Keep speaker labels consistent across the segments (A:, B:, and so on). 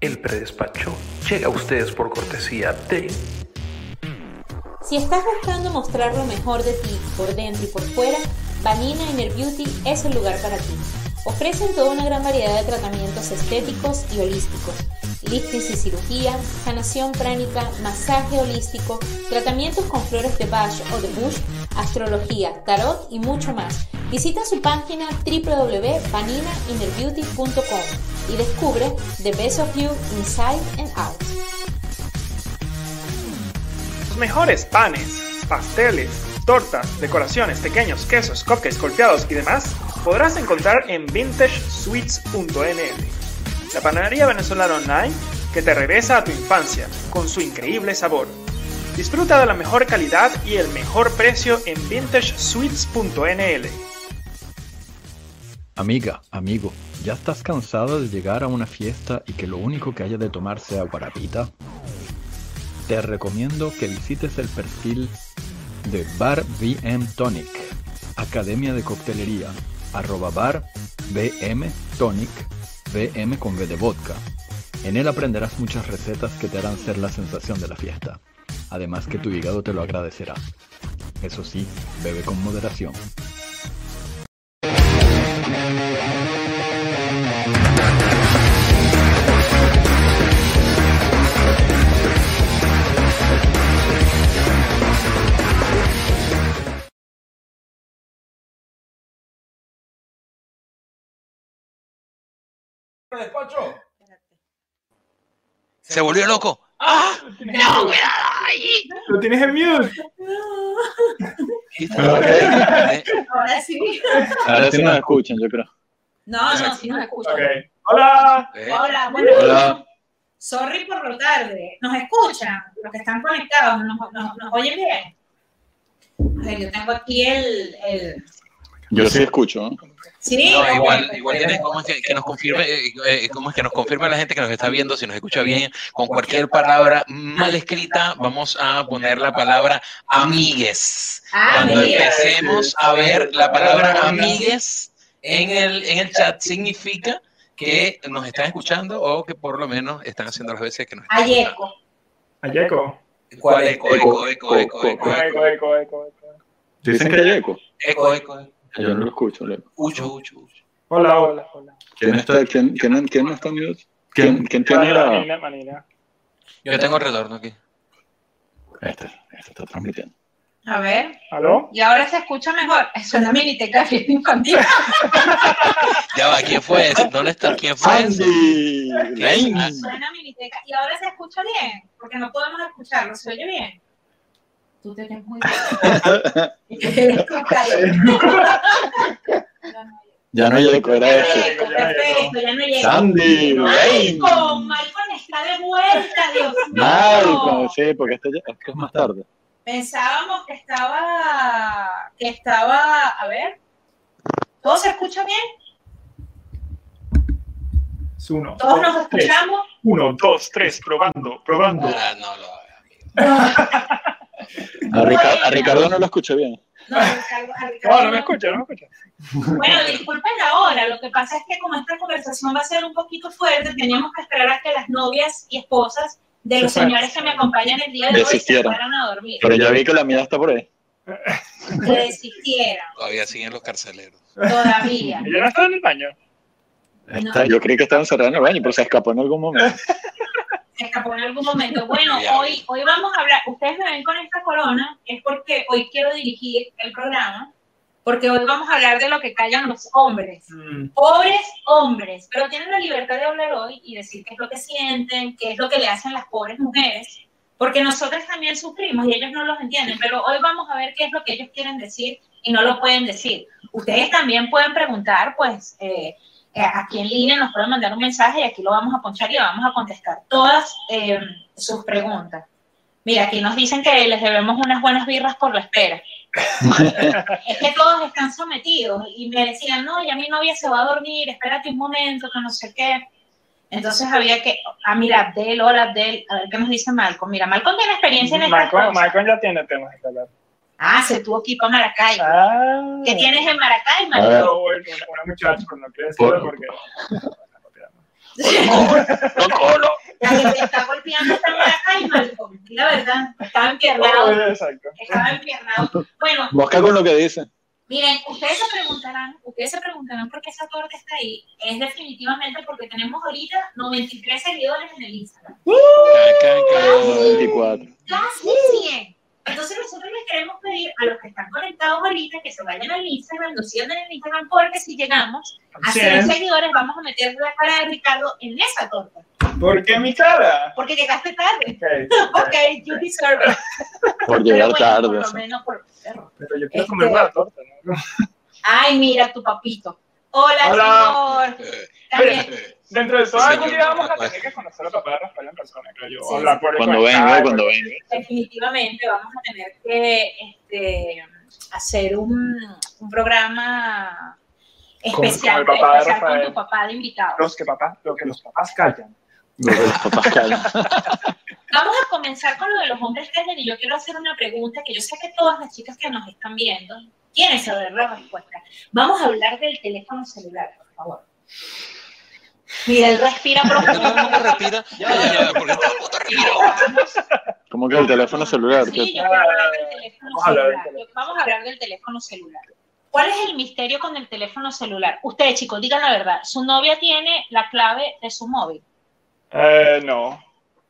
A: El predespacho llega a ustedes por cortesía de
B: Si estás buscando mostrar lo mejor de ti por dentro y por fuera, Vanina Inner Beauty es el lugar para ti. Ofrecen toda una gran variedad de tratamientos estéticos y holísticos. Liftings y cirugía, sanación pránica, masaje holístico, tratamientos con flores de Bach o de Bush, astrología, tarot y mucho más. Visita su página www.vaninainnerbeauty.com y descubre The Best of You Inside and Out.
C: Los mejores panes, pasteles, tortas, decoraciones, pequeños quesos, cupcakes golpeados y demás podrás encontrar en vintagesweets.nl, la panadería venezolana online que te regresa a tu infancia con su increíble sabor. Disfruta de la mejor calidad y el mejor precio en vintagesweets.nl.
D: Amiga, amigo, ¿ya estás cansada de llegar a una fiesta y que lo único que haya de tomar sea guarapita? Te recomiendo que visites el perfil de Bar BM Tonic, Academia de Coctelería, arroba bar BM Tonic, BM con B de vodka. En él aprenderás muchas recetas que te harán ser la sensación de la fiesta. Además que tu hígado te lo agradecerá. Eso sí, bebe con moderación.
E: despacho?
F: Se volvió loco.
C: Lo tienes en mute.
F: Listo.
G: Ok.
F: Eh,
H: Ahora sí.
D: Ahora sí nos escuchan, yo creo.
H: No, no, sí nos escuchan.
C: Ok. Hola.
F: Eh,
H: Hola, bueno.
D: Hola.
H: Sorry por lo tarde. Nos escuchan, los que están conectados, nos, nos- nos oyen bien. A ver, yo tengo aquí el. el...
D: Yo sí escucho.
H: Sí,
F: no, igual,
H: perfecto.
F: igual tienes- ¿cómo es que, que nos confirme, eh, eh, cómo es que nos confirma la gente que nos está viendo, si nos escucha bien, con cualquier palabra mal escrita, vamos a poner la palabra amigues.
H: Ah,
F: Cuando
H: mira.
F: empecemos a ver la palabra amigues en el, en el chat, significa que nos están escuchando o que por lo menos están haciendo las veces que nos están escuchando.
H: Ayeco.
C: Ayeco.
F: ¿Cuál eco, eco, eco, eco, eco, eco,
C: Eco, eco, eco, eco.
E: Dicen que hay eco.
F: eco, eco,
E: Yo no lo escucho. Leo.
F: ucho, ucho, ucho.
C: Hola, hola, hola.
E: ¿Quién, está, quién, quién, quién no está en mute? ¿Quién, quién tiene la...?
C: Manila, Manila.
F: Yo tengo el retorno aquí.
E: Este, este está transmitiendo.
H: A ver,
C: ¿Aló?
H: y ahora se escucha mejor. Eso es la miniteca fiesta infantil.
F: Ya va, ¿quién fue ese? ¿Dónde está? ¿Quién fue ese?
E: ¡Andy!
F: Laney.
H: Suena miniteca. Y ahora se escucha bien, porque no podemos escucharlo. ¿Se oye bien? Tú te ves muy bien.
E: Ya no hay eco, era ese.
H: Perfecto, perfecto, ya no llega.
E: ¡Sandy!
H: Ay,
E: ¡Rain!
H: con Malcolm está de vuelta, Dios mío.
E: Malcolm, sí, porque este ya, es que es más tarde.
H: Pensábamos que estaba, que estaba, a ver, ¿todo se escucha bien?
C: Es uno.
H: ¿Todos nos
C: dos, tres.
H: escuchamos?
C: Uno, dos, tres. Probando, probando.
F: Ah, no lo veo, amigo.
E: A, Rica- a Ricardo no lo escuché bien.
H: No, Ricardo- a Ricardo
C: No, no me
H: no.
C: escucha, no me escucha.
H: Bueno, disculpen ahora, lo que pasa es que como esta conversación va a ser un poquito fuerte, teníamos que esperar a que las novias y esposas de los
C: Se fueran.
H: señores que me acompañan el día de hoy se
E: Desistieron.
H: fueran a dormir,
E: Pero ya vi que la mía está por ahí.
H: que desistieran
F: Todavía siguen los carceleros.
H: todavía.
C: Ella no está en el baño.
E: Está- Yo creí que estaba encerrada en el baño, pero se escapó en algún momento.
H: se escapó en algún momento. Bueno,
F: Ya.
H: hoy, hoy vamos a hablar, ustedes me ven con esta corona, es porque hoy quiero dirigir el programa, porque hoy vamos a hablar de lo que callan los hombres.
C: Mm.
H: Pobres hombres, pero tienen la libertad de hablar hoy y decir qué es lo que sienten, qué es lo que le hacen las pobres mujeres, porque nosotros también sufrimos y ellos no los entienden, pero hoy vamos a ver qué es lo que ellos quieren decir y no lo pueden decir. Ustedes también pueden preguntar, pues, eh, eh, aquí en línea nos pueden mandar un mensaje y aquí lo vamos a ponchar y vamos a contestar todas eh, sus preguntas. Mira, aquí nos dicen que les debemos unas buenas birras por la espera. es que todos están sometidos y me decían, no, ya mi novia se va a dormir, espérate un momento, que no sé qué. Entonces había que, ah, mira, Abdel, hola Abdel, a ver qué nos dice Malcolm. Mira, Malcolm tiene experiencia en estas
C: Malcolm,
H: cosas.
C: Malcolm ya tiene temas que hablar.
H: Ah, se tuvo que ir para Maracay.
C: Ah.
H: ¿Qué tienes en Maracay,
E: A ver.
H: Malcolm?
C: No, bueno, una, una muchacha, pero no quiero decirlo
E: Por-
C: porque.
F: ¡No colo!
H: La que te está golpeando está en la calle, Malcolm. Di La verdad, estaba empiernado.
C: Exacto.
H: Estaba empiernado. Bueno,
I: Busca con lo que dice.
H: Miren, ustedes se preguntarán, ustedes se preguntarán por qué esa torta está ahí. Es definitivamente porque tenemos ahorita 93 seguidores en el Instagram.
F: Caca,
I: Eh,
F: caca.
I: 24.
H: Casi 100. Entonces nosotros les queremos pedir a los que están conectados ahorita que se vayan al Instagram, nos sigan en el Instagram, porque si llegamos a 100
C: Cien.
H: seguidores vamos a meter la cara de Ricardo en esa torta.
C: ¿Por qué mi cara?
H: Porque llegaste tarde.
C: Ok, Eh, ok.
H: Ok, you deserve it.
I: Por
H: Pero
I: llegar
H: bueno,
I: tarde.
H: Por lo
I: así.
H: menos por perro.
C: Pero yo quiero
H: Este-
C: comer una torta, ¿no?
H: Ay, mira tu papito. Hola,
C: Hola.
H: señor.
F: Eh,
H: También.
F: eh,
C: Dentro de todo,
F: Sí,
C: algún
F: yo-
C: día vamos a
F: pues.
C: tener que conocer a papá de Rafael en persona, creo yo.
H: Sí.
C: Hablar por el
I: Cuando
C: comentario,
I: venga, cuando venga.
H: definitivamente vamos a tener que este, hacer un, un programa
C: Con-
H: especial
C: con el papá de
H: especial con
C: Rafael.
H: tu papá de invitado.
C: Los que papás, lo que los papás callan.
I: Lo que los papás callan.
H: Vamos a comenzar con lo de los hombres Karen y yo quiero hacer una pregunta que yo sé que todas las chicas que nos están viendo quieren saber la respuesta. Vamos a hablar del teléfono celular, por favor. Mira, él respira
F: ¿por qué todo el mundo
H: profundo.
F: respira? Ya, ya, ¿por qué todo el mundo respira?
I: Como que el teléfono celular.
H: Sí,
I: que-
H: yo quiero hablar del teléfono
C: Ah, Vamos a hablar del
H: celular.
C: teléfono.
H: Vamos a hablar del teléfono celular. ¿Cuál es el misterio con el teléfono celular? Ustedes, chicos, digan la verdad. ¿Su novia tiene la clave de su móvil?
C: Eh, no.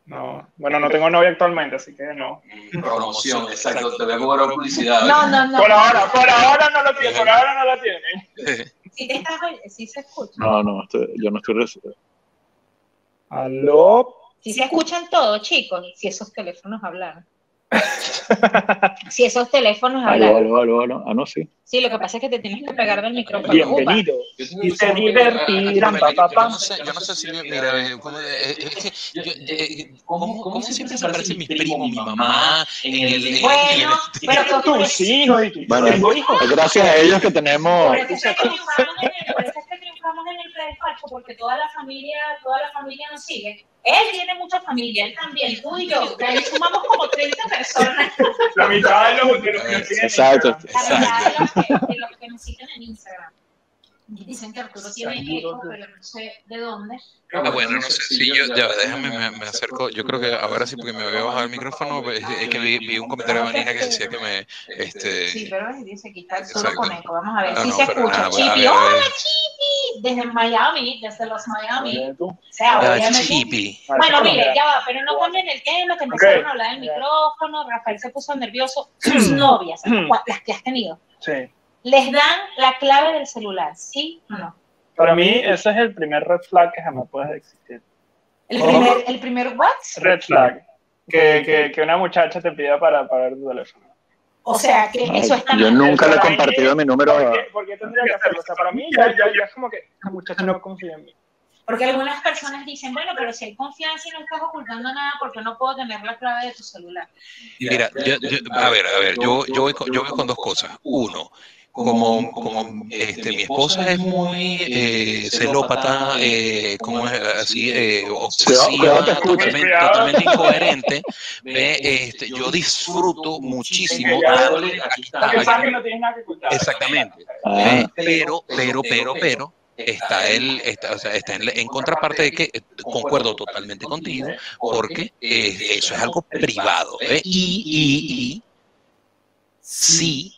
C: No. Bueno, no tengo novia actualmente, así que no.
F: Promoción, exacto, te voy a cobrar publicidad.
H: No, no, no.
C: Por ahora, por ahora no lo tiene, por ahora no lo tiene.
H: Si te estás, si se escucha.
I: No, no, estoy- yo no estoy. res-
C: ¿Aló?
H: Si se escuchan todo, chicos, si esos teléfonos hablaran. si esos teléfonos
I: Aló,
H: hablaran.
I: aló, aló, aló. Ah, no, sí.
H: Sí, lo que pasa es que te tienes que pegar del micrófono.
C: Bienvenido. Y se divertirán, pa, pa,
F: Yo
C: pa.
F: no sé, yo no sé si, mira, eh, cómo, eh, es que, yo, eh, ¿cómo, cómo siempre se aparecen mis primos, mi mamá, en el... en el-
H: Bueno, pero
C: Tus hijos y tus
I: Bueno,
C: tengo hijos.
I: Es gracias a ellos que tenemos.
H: Por eso es que triunfamos en el, por eso es que triunfamos en el predespacho, porque toda la familia, toda la familia nos sigue. Él tiene mucha familia, él también, tú y yo. Ya le sumamos como 30 personas
C: La mitad de los que los que siguen.
I: Exacto.
H: la mitad
F: Exacto.
H: de los que, de los que me siguen en Instagram. Dicen que Arturo tiene eco, pero no sé de dónde.
F: Ah, bueno, no sé, sí, yo, ya, déjame, me, me acerco, yo creo que ahora sí, porque me había bajado el micrófono, pues, es, es que vi, vi un comentario de Vanina que decía que me,
H: Sí,
F: este...
H: pero él dice que está solo
F: Exacto.
H: con eco. Vamos a ver
F: Ah,
H: si
F: no,
H: se
F: pero
H: escucha.
F: nada, pues, a
H: Chipi,
F: ver, a ver.
H: hola Chipi, desde Miami, desde los Miami.
C: Tú.
H: O sea,
F: Ah,
H: obviamente
F: chipi.
H: Bueno, mire, ya va, pero no cambien el tema, que empezaron
C: Ok.
H: a hablar del micrófono, Rafael se puso nervioso, sus novias, cua- las que has tenido,
C: Sí.
H: les dan la clave del celular, ¿sí o no?
C: Para mí, ese es el primer red flag que jamás puede existir.
H: El
C: Oh.
H: primer, el primer what?
C: Red flag. Que, que, que una muchacha te pida para pagar tu teléfono.
H: O sea, que eso está
I: Yo
H: mal.
I: nunca le he compartido mi número
C: ¿Por
I: a.
C: qué, por qué tendría que hacerlo? O sea, para mí ya, ya, ya es como que la muchacha Ah, no confía en mí.
H: Porque algunas personas dicen, bueno, pero si hay confianza y no estás ocultando nada, porque no puedo tener la clave de tu celular.
F: Ah, Mira, yo- yo- a ver, a ver, yo, yo, voy con, yo voy con dos cosas. Uno, como, como este, mi esposa es muy eh, celópata, eh, como es así, eh, obsesiva,
I: Cuidado, cuidado, te escucho.
F: totalmente, totalmente incoherente, ve, este, yo disfruto muchísimo darle, aquí está,
C: Porque sabes que
F: aquí-
C: no tienes nada que ocultar.
F: exactamente,
I: Ah,
F: ve, pero, pero, pero, pero, está él, está, o sea, está en, la- en contraparte de que eh, concuerdo totalmente contigo, porque eh, eso es algo privado. ¿eh? Y, y, y si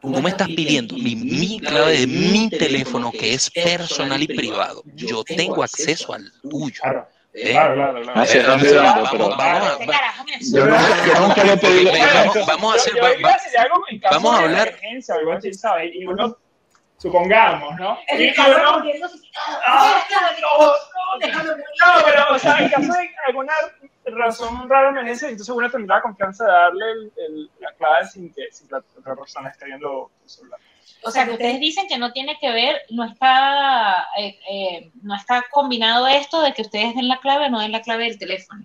F: tú no me estás pidiendo mi, mi clave de mi teléfono, que es personal y privado, yo tengo acceso al tuyo.
C: Claro,
F: ¿eh?
C: claro, claro. claro.
I: Ah, sí,
F: Eh,
I: estás
F: o sea,
I: mirando,
F: vamos-
I: pero-
F: vamos a-
H: Ese este carajo me
I: Yo
H: asusta.
I: nunca, yo nunca le he pedido.
F: Ve, vamos- vamos a hacer...
C: Yo- yo
F: va-
C: diría
F: va-
C: si algo en caso
F: vamos a
C: de
F: hablar-
C: emergencia o algo así, ¿sabes? Y uno, supongamos, ¿no?
H: El
C: Y
H: Ricardo
C: uno,
H: rompiendo su-
C: ¡ah, no, no,
H: Déjalo morir.
C: No, pero, o sea, en caso de alguna razón rara de emergencia, entonces uno tendrá la confianza de darle el- el- la clave sin que, sin que la otra persona esté viendo el celular.
H: O sea, que ustedes dicen que no tiene que ver, no está, eh, eh, no está combinado esto de que ustedes den la clave o no den la clave del teléfono.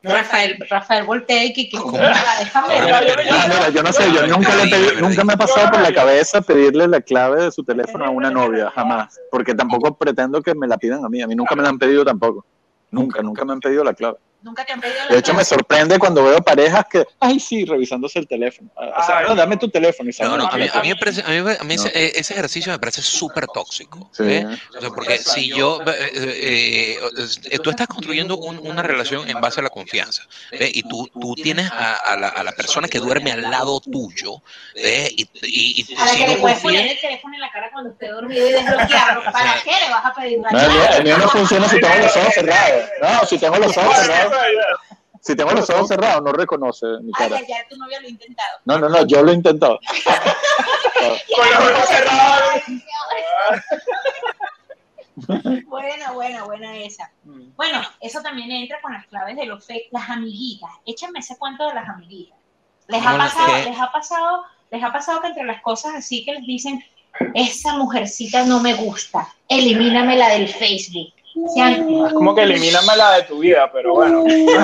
H: Rafael, Rafael voltea y que, que-
F: ¿Cómo?
H: déjame ver.
F: Ahora,
I: Ah, mira, yo no sé, yo nunca le he pedido- nunca me ha pasado por la cabeza pedirle la clave de su teléfono a una novia, jamás. Porque tampoco pretendo que me la pidan a mí, a mí nunca me la han pedido tampoco. Nunca, nunca me han pedido la clave.
H: Nunca te han pedido la
I: De hecho, me
H: clave.
I: sorprende cuando veo parejas que, ay, sí, revisándose el teléfono. Ah, O sea,
C: Ay,
I: no, dame tu teléfono. Y se
F: No,
I: van
F: no,
I: al
F: a mí, a
I: teléfono.
F: mí me parece- a mí me- a mí
I: No.
F: ese, eh, ese ejercicio me parece súper tóxico.
I: Sí.
F: ¿eh? O sea, porque si yo, eh, eh, eh, tú estás construyendo un- una relación en base a la confianza, ¿eh? y tú, tú tienes a, a la, a la persona que duerme al lado tuyo, ¿eh? y, y- y
H: A la
F: si
H: que
F: no
H: le puedes
F: confías-
H: poner el teléfono en la cara cuando esté dormido y desbloquearlo. ¿Para qué le vas a pedir una
I: No, el mío-
H: clave?
I: el mío no funciona si tengo los ojos cerrados. No, si tengo los ojos cerrados. Si tengo los ojos cerrados, no reconoce mi
H: Ay,
I: cara.
H: ya, ya tu novia lo ha intentado.
I: No, no, no, yo lo he intentado.
C: Con los ojos cerrados.
H: Buena, buena, buena esa. Bueno, eso también entra con las claves de los fake, las amiguitas. Échame ese cuento de las amiguitas. Les ha
F: Bueno,
H: pasado,
F: ¿qué?
H: les ha pasado, les ha pasado que entre las cosas así que les dicen, esa mujercita no me gusta, elimínamela del Facebook. Se han-
C: Es como que elimíname la de tu vida, pero bueno.
H: ¿Qué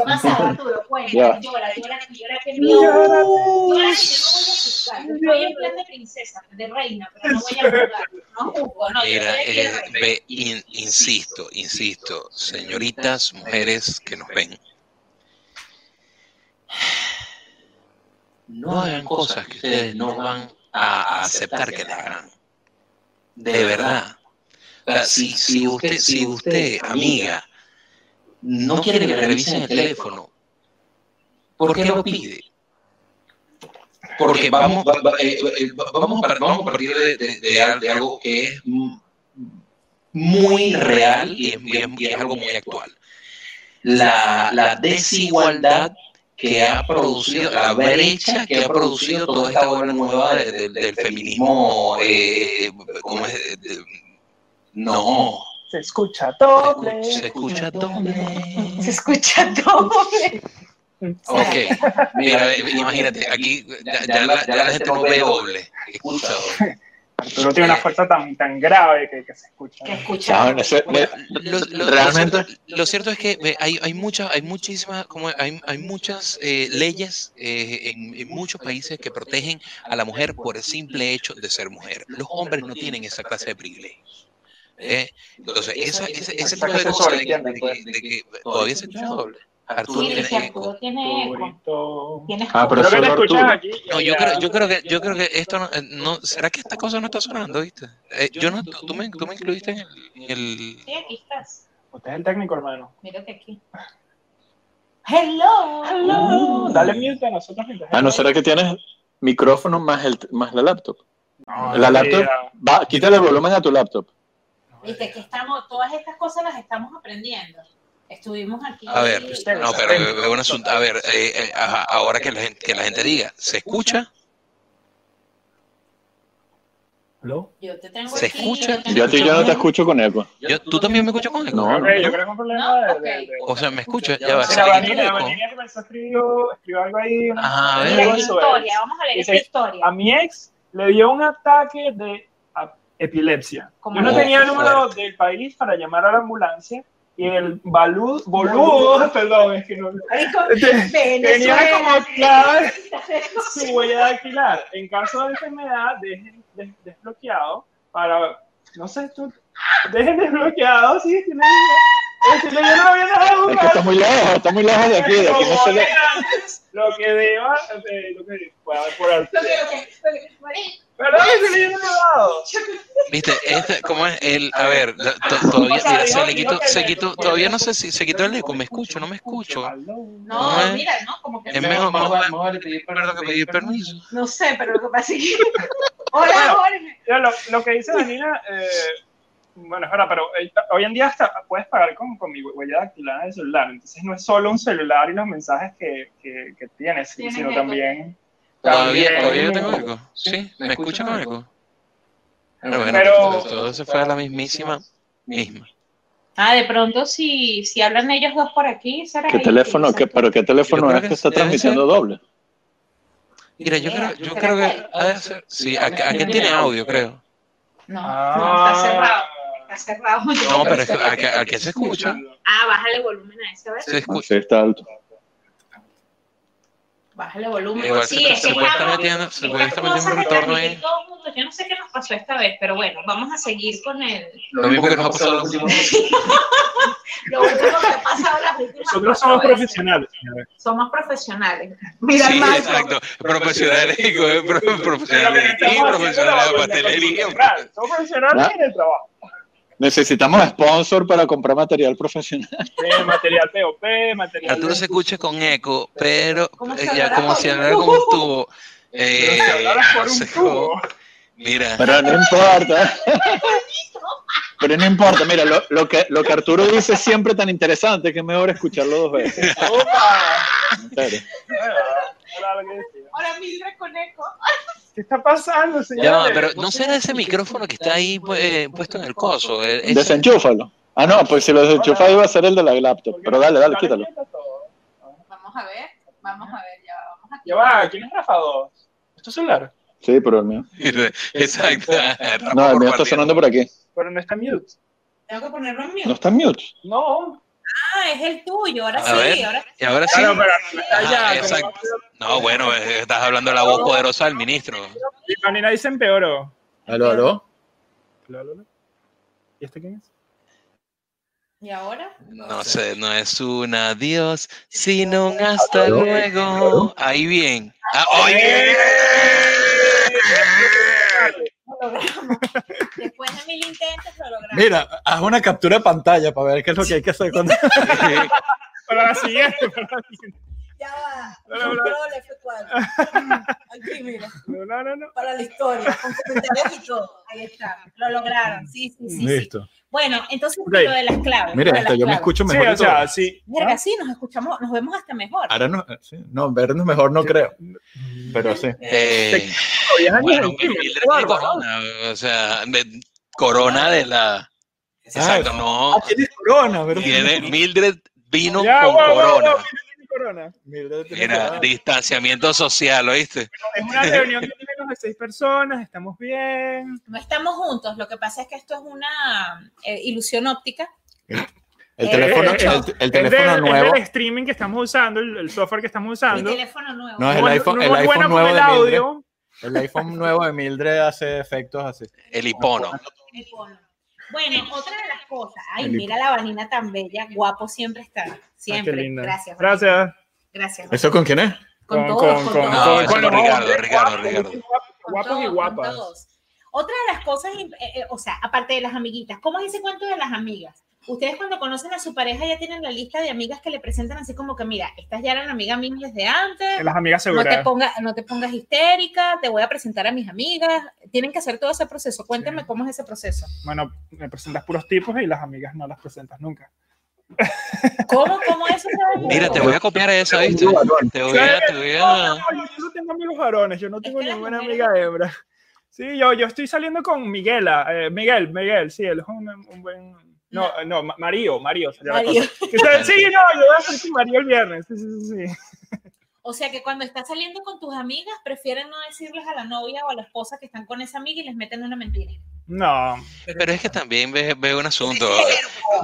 H: ha pasado, Arturo? Cuenta,
I: Ya.
H: llora, llora, llora que mío. Llora que yo no voy a juzgar. Estoy en plan de princesa, de reina, pero no voy a juzgar. No juzgo, no, yo
F: Mira,
H: estoy aquí de
F: eh,
H: reina.
F: ve, in- insisto, insisto, señoritas, mujeres que nos ven. No hagan cosas que ustedes no van a aceptar que las hagan. De verdad. O sea, si, si usted, si usted, amiga, no quiere que le revisen el teléfono, ¿por qué lo pide? Porque vamos, va- va- eh, eh, va- vamos, a, par- vamos a partir de, de- de al- de algo que es mm, muy real y es, y es- y es algo muy actual. La, la desigualdad que ha producido, la brecha que ha producido toda esta ola nueva de- de- del feminismo, eh, ¿cómo es? Eh, de- No,
C: Se escucha
F: se
C: doble.
F: escu- se escucha doble.
H: Se escucha doble.
F: Ok, mira, eh, imagínate, aquí ya, ya la, ya la gente no ve doble, escucha doble.
C: Arturo tiene una fuerza tan, tan grave que, que se escucha.
H: Se
I: No,
H: escucha
I: no sé, me-
F: lo, lo-
I: Realmente.
F: lo cierto- lo cierto es que ve, hay, hay muchas hay muchísimas como hay, hay muchas eh, leyes eh, en, en muchos países que protegen a la mujer por el simple hecho de ser mujer los hombres no tienen esa clase de privilegios Eh, entonces esa, ese, ese tipo de
C: Esa
F: cosas de, que-
C: sobreentiende,
F: de
C: pues.
F: que- de que todavía se escucha doble Arturo
H: Sí,
F: tiene
H: dice
F: eco.
H: Arturo tiene eco.
C: Favorito.
H: Tiene
I: Ah, pero
C: Creo que
I: solo
C: te escuchas
I: Arturo.
C: aquí.
F: No, yo
C: ya.
F: creo, yo creo que yo creo que esto no, eh, no- será que esta cosa no está sonando viste Eh, yo no tú, tú me, tú me incluiste en el, en el-
H: Sí, aquí estás.
C: Usted es el técnico, hermano.
H: Mírate aquí. Hello. Uh,
C: Hello. Dale mute a nosotros. mientras-
I: Ah, ¿no será que tienes micrófono más, el, más la laptop?
C: No,
I: la laptop?
C: ya.
I: Va, quítale el volumen a tu laptop.
H: Viste que estamos, todas estas cosas las estamos aprendiendo. Estuvimos aquí.
F: A ver,
C: Ustedes
F: no, pero
C: aprenden.
F: es un asunto. A ver, eh, eh, ajá, ahora que la, gente, que la gente diga, ¿se escucha?
H: Yo te tengo
F: ¿Se
H: aquí,
F: escucha?
H: tengo
I: Yo a ti
H: aquí.
I: yo no te escucho con eco.
F: Yo, ¿Tú también me escuchas con eco?
I: No.
C: Ok, yo creo que es un problema de.
H: No,
C: de-
H: ok.
C: de-
F: O sea, ¿me escuchas? Ya
C: Mira,
F: va, ¿se le quitó el
C: Vanina,
F: eco?
C: Vanina comenzó a escribir, escribió algo ahí. una-
I: Ah.
F: Ajá, a
H: Mira,
F: ver.
H: esta historia, vamos a leer
C: Dice-
H: esta historia.
C: A mi ex le dio un ataque de a- epilepsia.
H: Como
C: Yo no
H: no,
C: tenía el
F: qué
C: número
F: fuerte.
C: del país para llamar a la ambulancia y el balú, boludo, perdón, es que no. Tenía como clave su huella dactilar. En caso de enfermedad, dejen des- desbloqueado para. No sé, tú. Dejen desbloqueado, sí, tiene. Es que yo no había dado
I: Es que está muy lejos, está muy lejos de aquí. De aquí no se le...
C: lo que deba, eh, lo que pueda haber por alto. ¿Verdad que se le dio elevado?
F: ¿Viste? Este, ¿Cómo es el.? A ver, to- to- todavía.
C: O sea,
F: mira, se
C: digo-
F: le quitó.
C: digo que
F: Se
C: me-
F: quitó todavía no sé si se quitó el eco. ¿Me escucho? ¿No me escucho?
H: No,
F: Ajá.
H: mira, no, como que
F: Es
H: no,
F: mejor, más vale- más vale pedir perdón que pedir permiso.
H: no sé, pero lo que pasa es que. Hola, Jorge.
C: Ya, lo, lo que dice Danila, eh, bueno, es verdad, pero eh, hoy en día hasta puedes pagar con, con mi huella dactilar en el celular. Entonces no es solo un celular y los mensajes que, que, que tienes,
H: Tienes
C: sino
H: eco.
C: también...
F: ¿Todavía,
C: también-
F: todavía yo tengo eco? ¿Sí? ¿Me escuchan con eco? Pero bueno,
C: Pero-
F: todo se fue a la mismísima misma.
H: Ah, de pronto, si, si hablan ellos dos por aquí, será.
I: ¿Qué
H: ahí,
I: teléfono?
H: quizás.
I: ¿Qué, ¿Pero qué
F: Yo
I: teléfono
F: creo
I: es que
F: que
I: está
F: debe
I: transmitiendo doble?
F: Mira, yo creo,
H: Mira,
F: yo
H: ¿será
F: creo que.
H: que-
F: ha de ser- Sí, ¿a, a quién tiene audio, creo?
H: No, no,
C: Ah.
H: está cerrado. Está cerrado.
F: No, pero es que, al, que, al que se escucha,
H: Ah, bájale volumen a ese, a ver.
F: se
I: No,
F: escucha.
I: sí, está alto.
H: Bájale volumen.
F: Igual
H: sí,
F: se-
H: es
F: se
H: que
F: puede estar
H: estamos-
F: metiendo- se puede
H: estas
F: estar metiendo un
H: cosas
F: retorno
H: las
F: ahí.
H: repite todo el mundo. Yo no sé qué nos pasó esta vez, pero bueno, vamos a seguir con el.
F: Lo mismo que nos ha pasado los últimos
H: Lo último que ha pasado las últimas
C: Nosotros
H: cuatro
C: somos
H: veces.
C: profesionales, señores.
H: Somos profesionales. Mira,
F: Sí,
H: Marco.
F: exacto. Profesionales, eh, pro- profesionales de ti,
C: Estamos haciendo la
F: profesionales de
C: evaluación
F: pastelería.
C: profesional. Somos profesionales en el trabajo.
I: Necesitamos sponsor para comprar material profesional.
C: De material POP, material.
F: Arturo se escucha con eco, pero
H: ¿Cómo se
F: eh, ya
H: hablará
F: como
H: por
F: si
H: un
F: hablara con un tubo. Eh,
C: Pero si hablaras por un
F: no sé
C: tubo.
F: cómo. Mira,
I: Pero no importa. Pero no importa, mira, lo, lo que, lo que Arturo dice es siempre tan interesante que es mejor escucharlo dos veces.
C: Opa.
I: en serio.
C: Era lo que decía.
H: Ahora Mildred con eco.
C: ¿Qué está pasando, señores?
F: ya va, pero no será ese micrófono que está ahí pu- eh, puesto en el coso. eh, ese-
I: Desenchúfalo. Ah, no, pues si lo desenchufas iba a ser el de la laptop. Pero dale, dale, quítalo.
H: Vamos a ver, vamos a ver, ya vamos a
C: Ya va, ¿quién es Rafa 2? ¿Es tu celular?
I: Sí, pero el mío.
F: Exacto.
I: No, el mío está sonando por aquí.
C: Pero no está mute.
H: Tengo que ponerlo en
I: No
H: mío.
I: está en mute.
C: No.
H: Ah, es el tuyo, ahora
F: A
H: sí,
F: ver.
H: ahora
F: Y ahora sí.
C: Claro, pero
F: Ajá,
C: allá,
F: exacto.
C: como-
F: No, bueno, eh, estás hablando de la voz poderosa del ministro.
C: Mi manera dice empeoró.
I: Aló, aló.
C: Aló, aló, aló. ¿Y este quién es?
H: ¿Y ahora?
F: No sé, no es un adiós, sino un hasta luego. Ahí bien. Ah, oye.
C: ¡Eh!
H: Después de mil intentos lo logramos.
D: Mira, haz una captura de pantalla para ver qué es lo que hay que hacer cuando...
C: Para la siguiente, para la siguiente.
J: Ya va.
C: Hola, hola.
J: Control F4. Aquí, mira,
C: No, no, no, no.
J: para la historia. Con comentarios y todo.
H: Ahí está, lo lograron, sí, sí, sí. sí.
D: Listo.
H: Bueno, entonces
C: Ok.
H: lo de las claves.
D: Mira,
H: lo de
D: hasta
H: las
D: yo me
H: claves.
D: escucho
C: Sí,
D: mejor.
C: o
D: y todo.
C: sea, sí.
H: Verga, sí, nos escuchamos, nos vemos hasta mejor.
D: Ahora no, sí, no, vernos mejor no creo. Pero sí.
F: Eh, bueno, Mildred tiene corona, o sea, de- corona de la. Exacto, no.
D: Ah, tienes corona, ¿verdad?
F: Tiene Mildred vino
C: Ya,
F: con
C: guau, guau,
F: corona.
C: guau, tiene corona.
D: Mira, tienes
F: Mira,
D: corona.
F: distanciamiento social, ¿oíste?
C: Es una reunión que tiene menos de seis personas, estamos bien.
H: No estamos juntos, lo que pasa es que esto es una eh, ilusión óptica.
D: el teléfono,
C: Eh, eh,
D: el, el
C: Es
D: teléfono
C: del- es
D: nuevo.
C: del streaming que estamos usando, el, el software que estamos
H: El
C: usando.
H: teléfono nuevo.
D: Ah, No, es
C: No
D: el
C: es-
D: iPhone,
C: no
D: el
C: es
D: iPhone
C: bueno con
D: nuevo
C: el
D: de Mildred.
C: audio.
D: El iPhone nuevo de Mildred hace efectos así.
F: El hipono.
H: El bono. Bueno, otra de las cosas. Ay,
D: El
H: mira la vanina tan bella, guapo siempre está. Siempre.
C: Ah, qué linda.
H: Gracias. Vanina.
C: Gracias.
H: Gracias.
D: ¿Eso con quién es?
H: Con,
C: Con-
H: todos,
C: con- con-
H: con, todos,
F: No, eso
C: con
F: no,
C: los
F: Ricardo,
C: hombres
F: Ricardo,
C: guapos,
F: Ricardo.
H: con
C: Guapos y
H: todos, con
C: guapas.
H: todos. Otra de las cosas, eh, eh, o sea, aparte de las amiguitas, ¿cómo es ese cuento de las amigas? Ustedes cuando conocen a su pareja ya tienen la lista de amigas que le presentan así como que, mira, estas ya eran amigas mías desde antes,
C: Eh, Las amigas
H: no te,
C: seguras.
H: ponga, no te pongas histérica, te voy a presentar a mis amigas. Tienen que hacer todo ese proceso. Cuéntame
C: Sí.
H: cómo es ese proceso.
C: Bueno, me presentas puros tipos y las amigas no las presentas nunca.
H: ¿Cómo, cómo eso se va a
F: Mira, te voy a copiar eso, ¿oíste? Te voy a, te voy
C: No,
F: a.
C: no, yo no tengo amigos varones, yo no tengo
H: Ah. que las
C: ninguna
H: mujeres-
C: amiga hembra. Sí, yo, yo estoy saliendo con Miguela, eh, Miguel, Miguel, sí, él es un, un buen... No, eh, no, Ma- Mario, Mario. sería la
H: Mario.
C: cosa. Que sea- Sí, no, yo voy a salir con Mario el viernes, sí, sí, sí, sí.
H: O sea que cuando estás saliendo con tus amigas, prefieren no decirles a la novia o a la esposa que están con esa amiga y les meten una mentira.
C: No,
F: Pero es que también ve- veo un asunto.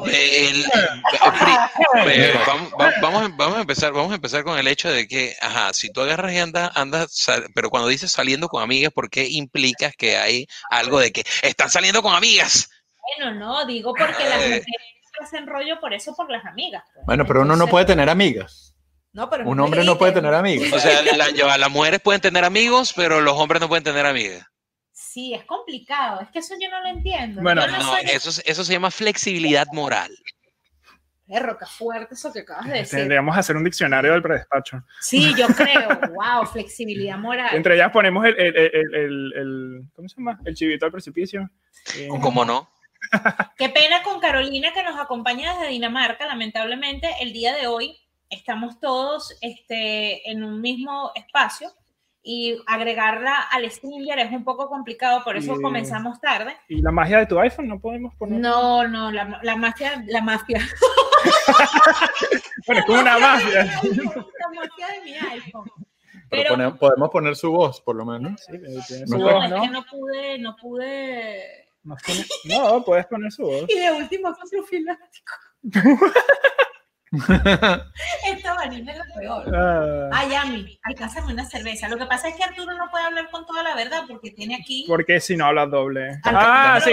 F: Eh, El- pri- ve- vamos, va- vamos, a- vamos a empezar, vamos a empezar con el hecho de que, ajá, si tú agarras y andas, andas, sal- pero cuando dices saliendo con amigas, ¿por qué implicas que hay algo de que están saliendo con amigas?
H: Bueno, no, digo porque las
F: Eh.
H: mujeres hacen rollo por eso por las amigas. pues.
D: Bueno, pero uno no
H: Entonces,
D: puede tener amigas.
J: No, pero
D: Un hombre no puede tener amigas.
F: O sea, la- ya va, las mujeres pueden tener amigos, pero los hombres no pueden tener amigas.
H: Sí, es complicado. Es que eso yo no lo entiendo.
C: Bueno, eh.
H: Yo no,
F: No,
H: soy
F: eso, es- eso se llama flexibilidad moral.
H: perro, qué fuerte eso que acabas de decir.
C: tendríamos que hacer un diccionario del predespacho.
H: Sí, yo creo. Wow, flexibilidad moral.
C: Entre ellas ponemos el, el, el, el- el- el- ¿cómo se llama? El chivito al precipicio. Eh,
F: ¿Cómo no?
H: Qué pena con Carolina que nos acompaña desde Dinamarca. Lamentablemente, el día de hoy estamos todos este, en un mismo espacio y agregarla al Stringer es un poco complicado, por eso
C: Sí.
H: comenzamos tarde.
C: ¿Y la magia de tu iPhone no podemos poner?
H: No, no, la, la mafia, la mafia.
C: Bueno, es como una
H: mafia.
C: magia.
H: de mi iPhone, La mafia de mi iPhone.
D: Pero
H: Pero,
D: pone- podemos poner su voz, por lo menos.
C: Sí, eh, tiene
D: No
C: su
D: sé.
H: no,
C: voz,
H: es
C: ¿no?
H: que no pude, no pude.
C: No, tiene- no, puedes poner su voz.
H: Y de último fue su final.
C: Esta vaina es lo peor.
K: Ah,
C: Ay, Ami, alcánzame una cerveza. Lo que pasa es que Arturo no puede hablar con toda la verdad porque tiene aquí.
K: porque si no hablas doble. Ah, sí.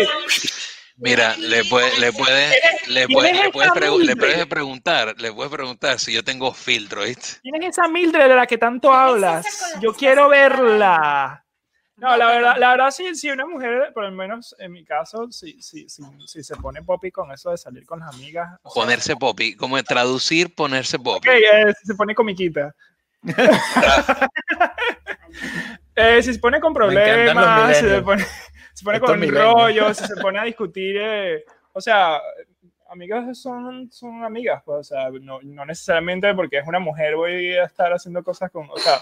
F: Mira, le puedes le puedes le puedes le puedes pregu- le puedes preguntar, le puedes preguntar si yo tengo filtro, ¿viste?
K: Tienes esa Mildred de la que tanto
C: Tienes esa
K: hablas.
C: con la
K: Yo
C: que
K: quiero
C: estás
K: verla. No, la verdad, la verdad sí, sí, una mujer, por lo menos en mi caso, si sí, sí, sí se pone poppy con eso de salir con las amigas. o sea,
F: Ponerse poppy, como traducir ponerse
K: ok,
F: poppy.
K: eh, si se pone comiquita. Eh, si se pone con
D: Me encantan los
K: problemas, si se
D: millennials.
K: pone, si se pone
D: Estos
K: con
D: millennials.
K: rollos, si se pone a discutir, eh, o sea, amigas son, son amigas, pues, o sea, no, no necesariamente porque es una mujer voy a estar haciendo cosas con, o sea,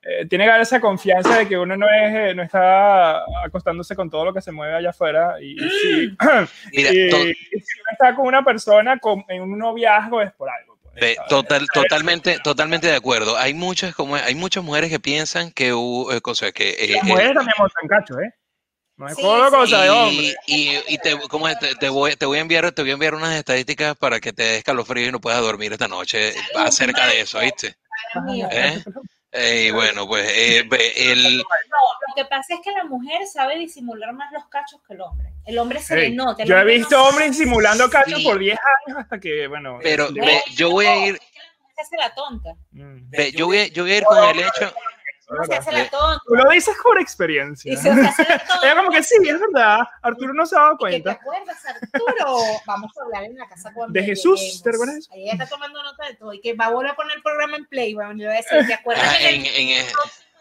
K: eh, tiene que haber esa confianza de que uno no, es, eh, no está acostándose con todo lo que se mueve allá afuera y, sí,
F: Mira,
K: y
F: to-
K: si uno está con una persona con- en un noviazgo es por algo. pues,
F: de-
K: ¿sabes?
F: total, totalmente, totalmente de acuerdo. Hay muchas, como hay muchas mujeres que piensan que, u- eh, cosa que eh,
K: Las
F: eh,
K: mujeres también montan cacho, ¿eh? No es
H: Sí,
K: solo cosa
H: sí.
K: de hombre.
F: y, y, y te, ¿cómo es? Te- te voy, te voy a enviar, te voy a enviar unas estadísticas para que te des calofrío y no puedas dormir esta noche acerca de eso, ¿viste?
C: Dios mío.
F: ¿Eh? Eh, y bueno, pues eh, ve, el,
C: No, lo que pasa es que la mujer sabe disimular más los cachos que el hombre. El hombre se
K: Hey,
C: le nota. el
K: Yo he
C: hombre no
K: visto
C: sabe.
K: hombres simulando cacho
F: Sí.
K: por 10 años
F: Eh.
K: hasta que, bueno.
F: Pero
K: le-
F: ve- yo voy a ir-
C: Es que la mujer se hace la tonta.
K: Mm,
F: ve, yo, voy a, yo voy a ir con el hecho.
K: Ah,
C: Se hace la tonta.
K: Tú lo dices por experiencia.
C: Y se se hace la tonta.
K: Ella como que sí, es verdad. Arturo no se ha dado
C: ¿Qué te
K: cuenta.
C: acuerdas, Arturo? Vamos a hablar en la casa cuando
K: De Jesús,
C: lleguemos.
K: ¿te acuerdas de eso?
C: Ahí Ella está tomando nota de todo y que va a volver a poner el programa en Play, weón. Y Le voy a decir, ¿te acuerdas?
F: Ah,
C: en
F: en- en-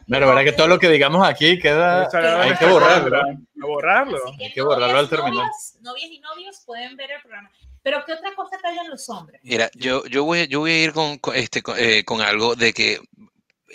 D: Pero verdad que todo lo que digamos aquí queda.
K: Eso era-
D: Hay
K: eso
D: que
K: era-
D: borrarlo.
K: Hay que borrarlo.
C: Así
D: Hay que borrarlo al
C: novias,
D: terminar.
C: Novias, novias y novios pueden ver el programa. Pero ¿qué otra cosa callan los hombres?
F: Mira, yo, yo voy, a- yo voy a ir con, con este, con, eh, con algo de que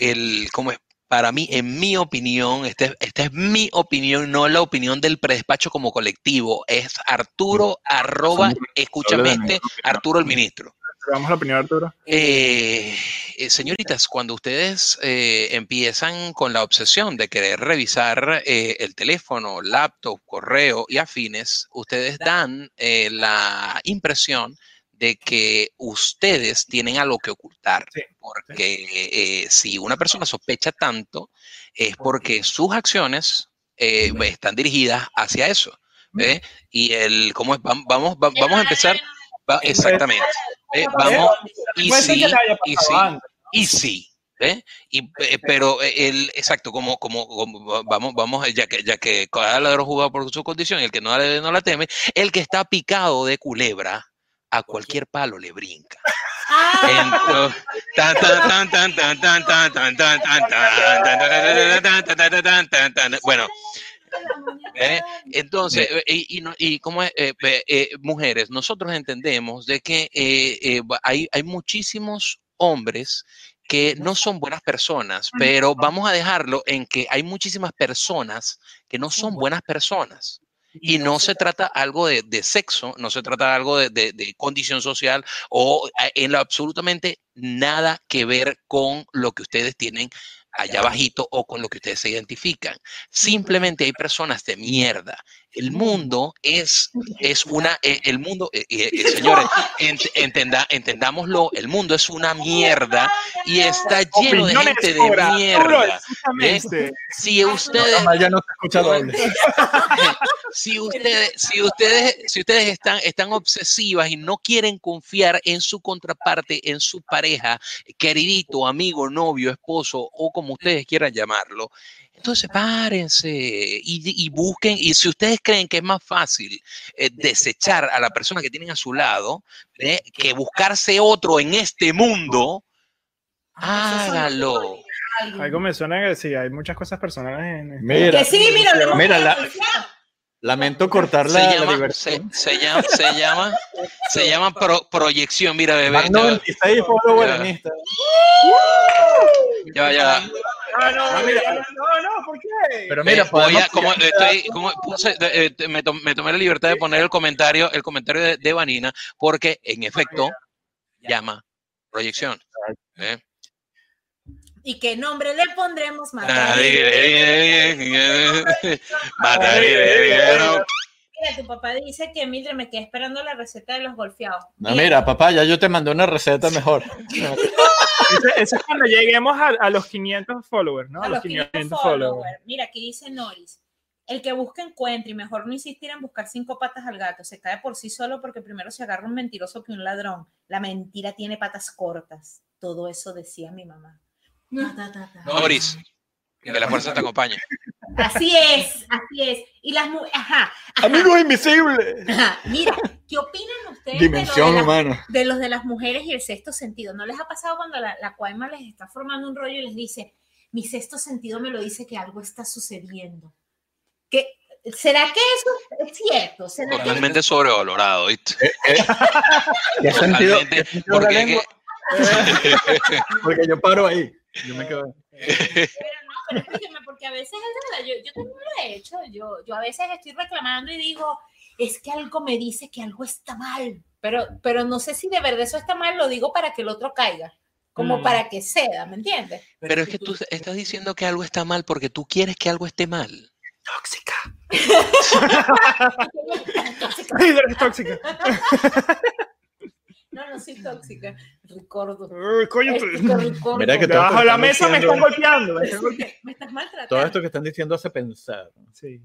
F: el, como es, para mí, en mi opinión, esta es, esta es mi opinión, no la opinión del predespacho como colectivo, es Arturo, arroba, escúchame
D: Habla de
F: este, Arturo el ministro.
K: Pero Vamos a la primera, Arturo.
F: Eh, eh, señoritas, cuando ustedes eh, empiezan con la obsesión de querer revisar eh, el teléfono, laptop, correo y afines, ustedes dan eh, la impresión de que ustedes tienen algo que ocultar,
K: Sí,
F: porque eh, si una persona sospecha tanto es porque sus acciones eh, están dirigidas hacia eso. ¿ve? Y el, ¿cómo es? Vam- Vamos, va- vamos a empezar, va- exactamente. ¿ve? Vamos, y
K: Puede ser
F: sí,
K: que le haya
F: y
K: pasado
F: sí,
K: antes.
F: y sí. ¿eh? Y, eh, pero el exacto, como, como, como va- vamos, vamos, eh, ya que, ya que cada ladrón juega por su condición, el que no la, no la teme, el que está picado de culebra, a cualquier palo le brinca.
C: Ah,
F: Entonces, tan, tan, tan, tan, tan, tan, tan, tan, tan, tan, tan, tan, tan, tan, tan, tan, tan, tan, tan, tan, tan. Bueno, ¿eh? entonces, eh, y, y, no- y como es, eh, pe- eh, mujeres, nosotros entendemos de que eh, eh, va- hay, hay muchísimos hombres que no son buenas personas, pero vamos a dejarlo en que hay muchísimas personas que no son buenas personas. Y no se trata algo de, de sexo, no se trata algo de, de- de condición social o a- en lo absolutamente nada que ver con lo que ustedes tienen allá abajito o con lo que ustedes se identifican. Simplemente hay personas de mierda. El mundo es, es una, eh, el mundo, eh, eh, eh, señores, ent- entenda- entendámoslo, el mundo es una mierda y está lleno de
K: Opiniones
F: gente de
K: por Arturo,
F: mierda.
K: exactamente.
F: Si ustedes,
D: Ah, Ya no se escucha doble.
F: si ustedes, si ustedes, si ustedes están, están obsesivas y no quieren confiar en su contraparte, en su pareja, queridito, amigo, novio, esposo o como ustedes quieran llamarlo, entonces párense y, y busquen. Y si ustedes creen que es más fácil eh, desechar a la persona que tienen a su lado eh, que buscarse otro en este mundo, hágalo.
K: Algo me suena que sí, hay muchas cosas personales en este
D: Mira,
H: Que sí, mira, lo hemos
D: Mira, la-
H: conversado.
D: lamento cortar
F: Se
D: la, la
F: llama, se,
D: diversión.
F: se llama, se llama, se llama pro- proyección. Mira, bebé.
D: Van
F: ya va.
D: 96 followers en Insta.
F: Ya, va, ya. va.
K: Ah, no,
D: Ah, mira.
K: no, no, ¿por qué?
D: Pero mira,
F: Eh, voy
D: podemos-
F: a- como, estoy- como puse, eh, te- me, tom- me tomé la libertad de poner el comentario, el comentario de, de Vanina, porque en efecto
D: Ah,
F: llama proyección. ¿eh?
H: ¿Y qué nombre le
F: Ah,
H: pondremos, Matar?
F: eh, Matarile, eh, eh, eh, matarile, eh, eh,
H: mira, tu papá dice que Mildred me quedé esperando la receta de los golfeados.
E: No, mira, papá, ya yo te mandé una receta mejor.
K: Ese- Eso es cuando lleguemos a, a los 500 followers, ¿no?
H: A los 500 followers. Mira, aquí dice Norris. El que busca encuentra y mejor no insistir en buscar cinco patas al gato. Se cae por sí solo porque primero se agarra un mentiroso que un ladrón. La mentira tiene patas cortas. Todo eso decía mi mamá. Ta, ta, ta, ta.
F: Noris, que la fuerza te acompaña.
H: Así es, así es. Y las mu- ajá,
E: Amigos invisibles.
H: ajá. Mira, ¿qué opinan ustedes de Este lo de
E: Dimensión
H: las-
E: humana.
H: de los de las mujeres y el sexto sentido. ¿No les ha pasado cuando la, la cuaima les está formando un rollo y les dice, mi sexto sentido me lo dice que algo está sucediendo? ¿Qué, ¿Será que eso es cierto? ¿Será que-
F: Totalmente sobrevalorado, ¿viste?
D: Eh, ¿Qué sentido?
F: Totalmente,
D: qué sentido
F: porque
D: la
F: es que-
D: lengua? Porque yo paro ahí. Yo me quedo.
H: Pero no, pero explíqueme, porque a veces es verdad, yo, yo también lo he hecho, yo, yo a veces estoy reclamando y digo, es que algo me dice que algo está mal, pero, pero no sé si de verdad eso está mal, lo digo para que el otro caiga, como
K: Mm.
H: para que ceda, ¿me entiendes?
F: Pero es que tú estás diciendo que algo está mal porque tú quieres que algo esté mal.
K: Tóxica. Mildred es tóxica.
H: No, no soy tóxica, recuerdo.
K: Uy, coño, tú-
H: Este, recuerdo.
D: Mira que
K: Debajo de la
D: Estamos
K: mesa me
D: siendo-
K: están golpeando. me están golpeando.
H: me estás maltratando.
D: Todo esto que están diciendo hace pensar.
K: Sí.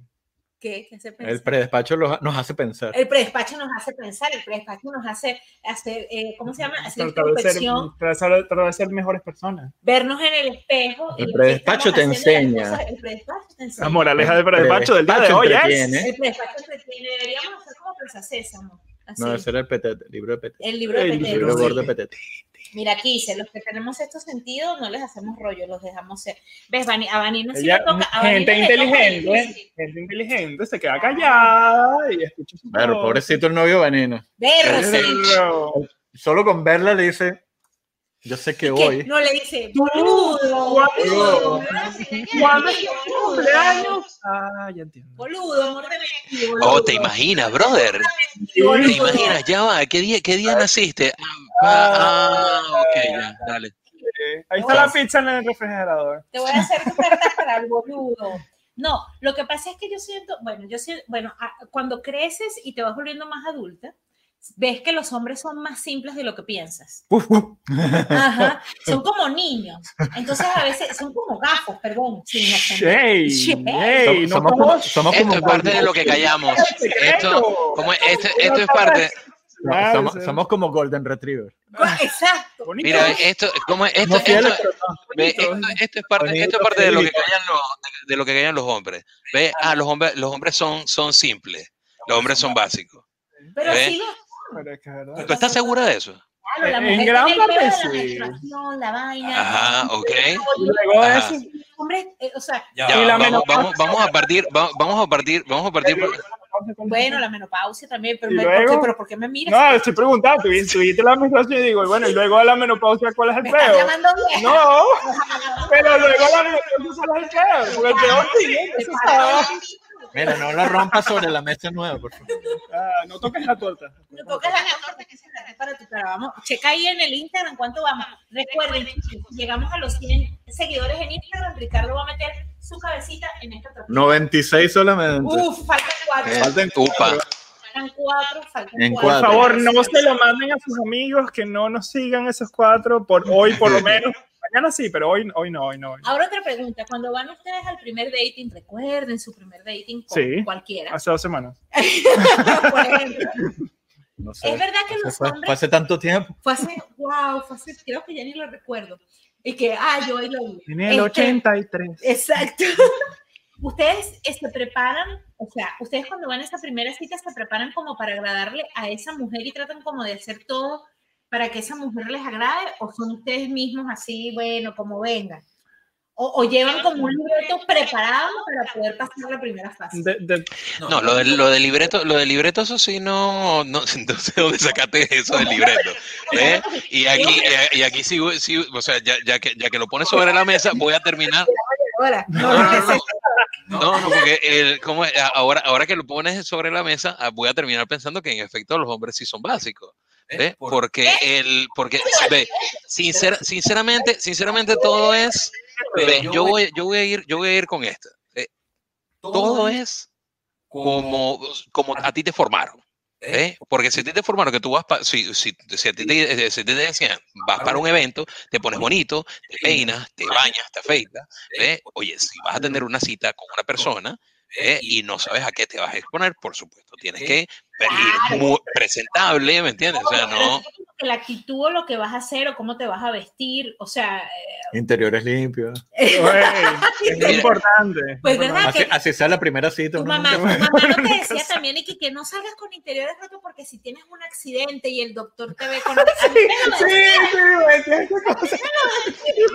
H: ¿Qué? ¿Qué se piensa?
D: El predespacho los- nos hace pensar.
H: El predespacho nos hace pensar, el predespacho nos hace hacer, eh, ¿cómo se llama? Hacer
K: Tratar de, ser,
H: introspección,
K: tratar- tratar de ser mejores personas.
H: vernos en el espejo.
D: El
H: y
D: predespacho
H: estamos
D: te
H: haciendo las
D: enseña.
H: cosas, El predespacho te enseña.
K: La moraleja del
I: Eh,
K: despacho del día de
D: Despacho
K: hoy es.
D: entretiene.
H: El predespacho te tiene, deberíamos hacer como Plaza Sésamo. Así.
D: No, ese era el Petete, el libro de Petete.
H: el libro
K: el
H: de
D: El
H: Petero,
D: libro
H: sí.
D: gordo de Petete.
H: Mira, aquí dice, los que tenemos estos sentidos no les hacemos rollo, los dejamos ser. ¿Ves, Vani- a Vanina sí
K: Ella-
H: le toca. a Vanina le
K: gente
H: toca
K: inteligente, ¿eh?
H: difícil.
K: gente inteligente se queda callada y escucha su
D: Claro,
K: voz.
D: pobrecito el novio Vanina.
H: Verse.
K: Pero-
D: Solo con verla le dice, yo sé que
H: ¿Qué?
D: voy.
H: No le dice,
K: Tú,
H: boludo,
K: guapo.
H: boludo,
K: ¿Cuándo es tu cumpleaños? Ah, ya entiendo.
H: boludo, mordeme aquí, boludo.
F: Oh, te imaginas, brother. Te imaginas, ya va, ¿qué día, qué día naciste? Ah, ah, ah, ok, ya, dale.
K: Eh, Ahí está la pizza en el refrigerador.
H: Te voy a hacer tu carta para el boludo. No, lo que pasa es que yo siento, bueno, yo siento, bueno, a- cuando creces y te vas volviendo más adulta, ves que los hombres son más simples de lo que piensas. Ajá, son como niños. Entonces a veces son como gafos, perdón, sin ofender.
K: Hey,
H: Shey.
K: hey, no
D: somos,
K: como-
D: como, somos como
F: Esto es parte de lo que
K: Este
F: callamos. Esto, como es- esto, esto es parte.
D: no, somos, somos como Golden Retriever.
H: Exacto.
K: Bonito.
F: Mira, esto, como es- esto,
D: No fieles,
F: esto-
D: pero
F: ve,
K: bonito.
F: esto- esto es parte, esto es parte de lo que callan los, de lo que callan los hombres. Ve, ah, los hombres, los hombres son, son simples. Los hombres son básicos.
H: Pero
F: ¿Eh?
H: sí, lo,
K: Pero es que es verdad.
F: ¿Tú estás segura de eso?
H: claro, la
K: En
H: mujer
K: gran
H: tiene el pelo de
K: parte,
H: la
K: sí.
H: menstruación, la vaina.
F: Ajá, ok.
K: Y luego
F: Ajá.
K: eso,
H: Hombre, eh, o sea,
F: Ya,
K: Y la
F: va, vamos,
K: menopausia.
F: vamos, vamos a partir, va- vamos a partir, vamos a partir. por-
H: bueno, la menopausia también, pero,
K: ¿Y
H: me-
K: luego?
H: ¿por qué, pero ¿por qué me miras?
K: No, estoy preguntando, tú tuviste la menstruación y digo, y bueno, y luego a la menopausia, ¿cuál es el
H: me estás
K: peo?
H: llamando vieja.
K: No, pero luego a la menopausia, ¿cuál es el peo? Porque el peo sigue, eso está.
D: Mira, no la rompas sobre la mesa nueva, por favor.
K: Ah, No toques la torta.
H: No tocas la torta que se la para tu cara. Vamos, checa ahí en el Instagram cuánto vamos. Recuerden, chicos, llegamos a los 100 seguidores en Instagram. Ricardo va a meter su cabecita en esta torta.
D: 96 solamente.
H: Uf, faltan cuatro.
D: Faltan
F: Upa.
H: Faltan cuatro, faltan
D: Eh. En
H: cuatro.
D: cuatro.
K: Por favor, no se lo manden a sus amigos que no nos sigan esos cuatro, por hoy por lo menos. Mañana sí, pero hoy, hoy no, hoy no. hoy no.
H: Ahora otra pregunta. Cuando van ustedes al primer dating, recuerden su primer dating con
K: Sí.
H: cualquiera.
K: Hace dos semanas.
H: Por ejemplo,
D: No sé.
H: es verdad que
D: Fue-
H: los
D: fue- fue
H: hombres
D: hace tanto tiempo.
H: fue hace, wow, fue hace, creo que ya ni lo recuerdo. Y que, ah, yo hoy lo vi.
K: En el
H: Este,
K: 83.
H: Exacto. Ustedes eh, se preparan, o sea, ustedes cuando van a esa primera cita se preparan como para agradarle a esa mujer y tratan como de hacer todo para que esa mujer les agrade, o son ustedes mismos así, bueno, como vengan. O, o llevan como un libreto preparado para poder pasar la primera fase.
K: De- de-
F: No, lo del, lo del libreto, lo del libreto, eso sí, no, no, no sé dónde sacaste eso del libreto. ¿eh? Y aquí, eh, y aquí sí, sí, o sea, ya, ya, que, ya que lo pones sobre la mesa, voy a terminar.
H: Ahora,
F: No, no, no, no. No, no, porque el- como, es, a- ahora, ahora que lo pones sobre la mesa, ah, voy a terminar pensando que en efecto los hombres sí son básicos. ¿eh? Porque el, porque ve, sincer- sinceramente, sinceramente todo es, ve, yo voy, yo voy a ir, yo voy a ir con esta. eh, todo es como, como a ti te formaron. ¿Eh? Porque si a ti te formaron que tú vas, pa- si, si, si a ti te, eh, si a ti te decían, vas para un evento, te pones bonito, te peinas, te bañas, te afeitas, ¿eh? oye, si vas a tener una cita con una persona ¿eh? y eh, no sabes a qué te vas a exponer, por supuesto, tienes que ir muy presentable, ¿me entiendes? O sea, no...
H: que la actitud o lo que vas a hacer o cómo te vas a vestir, o sea, eh,
D: Interiores limpios.
K: es muy importante.
H: pues verdad
D: Así,
H: que
D: así sea la primera cita.
H: tu
D: uno
H: mamá, tu
D: nunca-
H: mamá lo que decía también es que, que no salgas con interiores rotos porque si tienes un accidente y el doctor te ve con a mí me lo
K: Sí,
H: decía,
K: sí, güey, sí, esa cosa.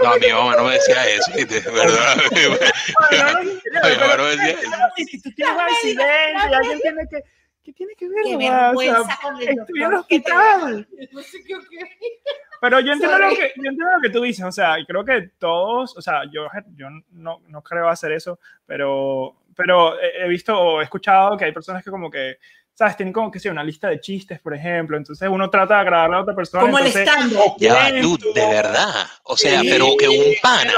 F: No, mi mamá no me decía eso, ¿viste? Perdóname.
K: No, no, no,
F: Oye,
K: pero-
F: pero decía-
K: y si tú tienes un accidente y alguien tiene que. ¿Qué tiene que ver?
H: Qué
K: mamá? O sea,
H: vergüenza con el
K: estuve en el
H: doctor. que te ve.
K: hospital.
H: No sé qué, qué.
K: Pero yo entiendo, lo
H: Sorry.
K: que, yo entiendo lo que tú dices, o sea, y creo que todos, o sea, yo, yo no, no creo hacer eso, pero, pero he he visto o he escuchado que hay personas que como que, ¿sabes? Tienen como que sea una lista de chistes, por ejemplo, entonces uno trata de agradar a la otra persona.
H: Como el
K: entonces,
H: stand
F: Ya va, dude, de verdad. O sea, pero que un pana,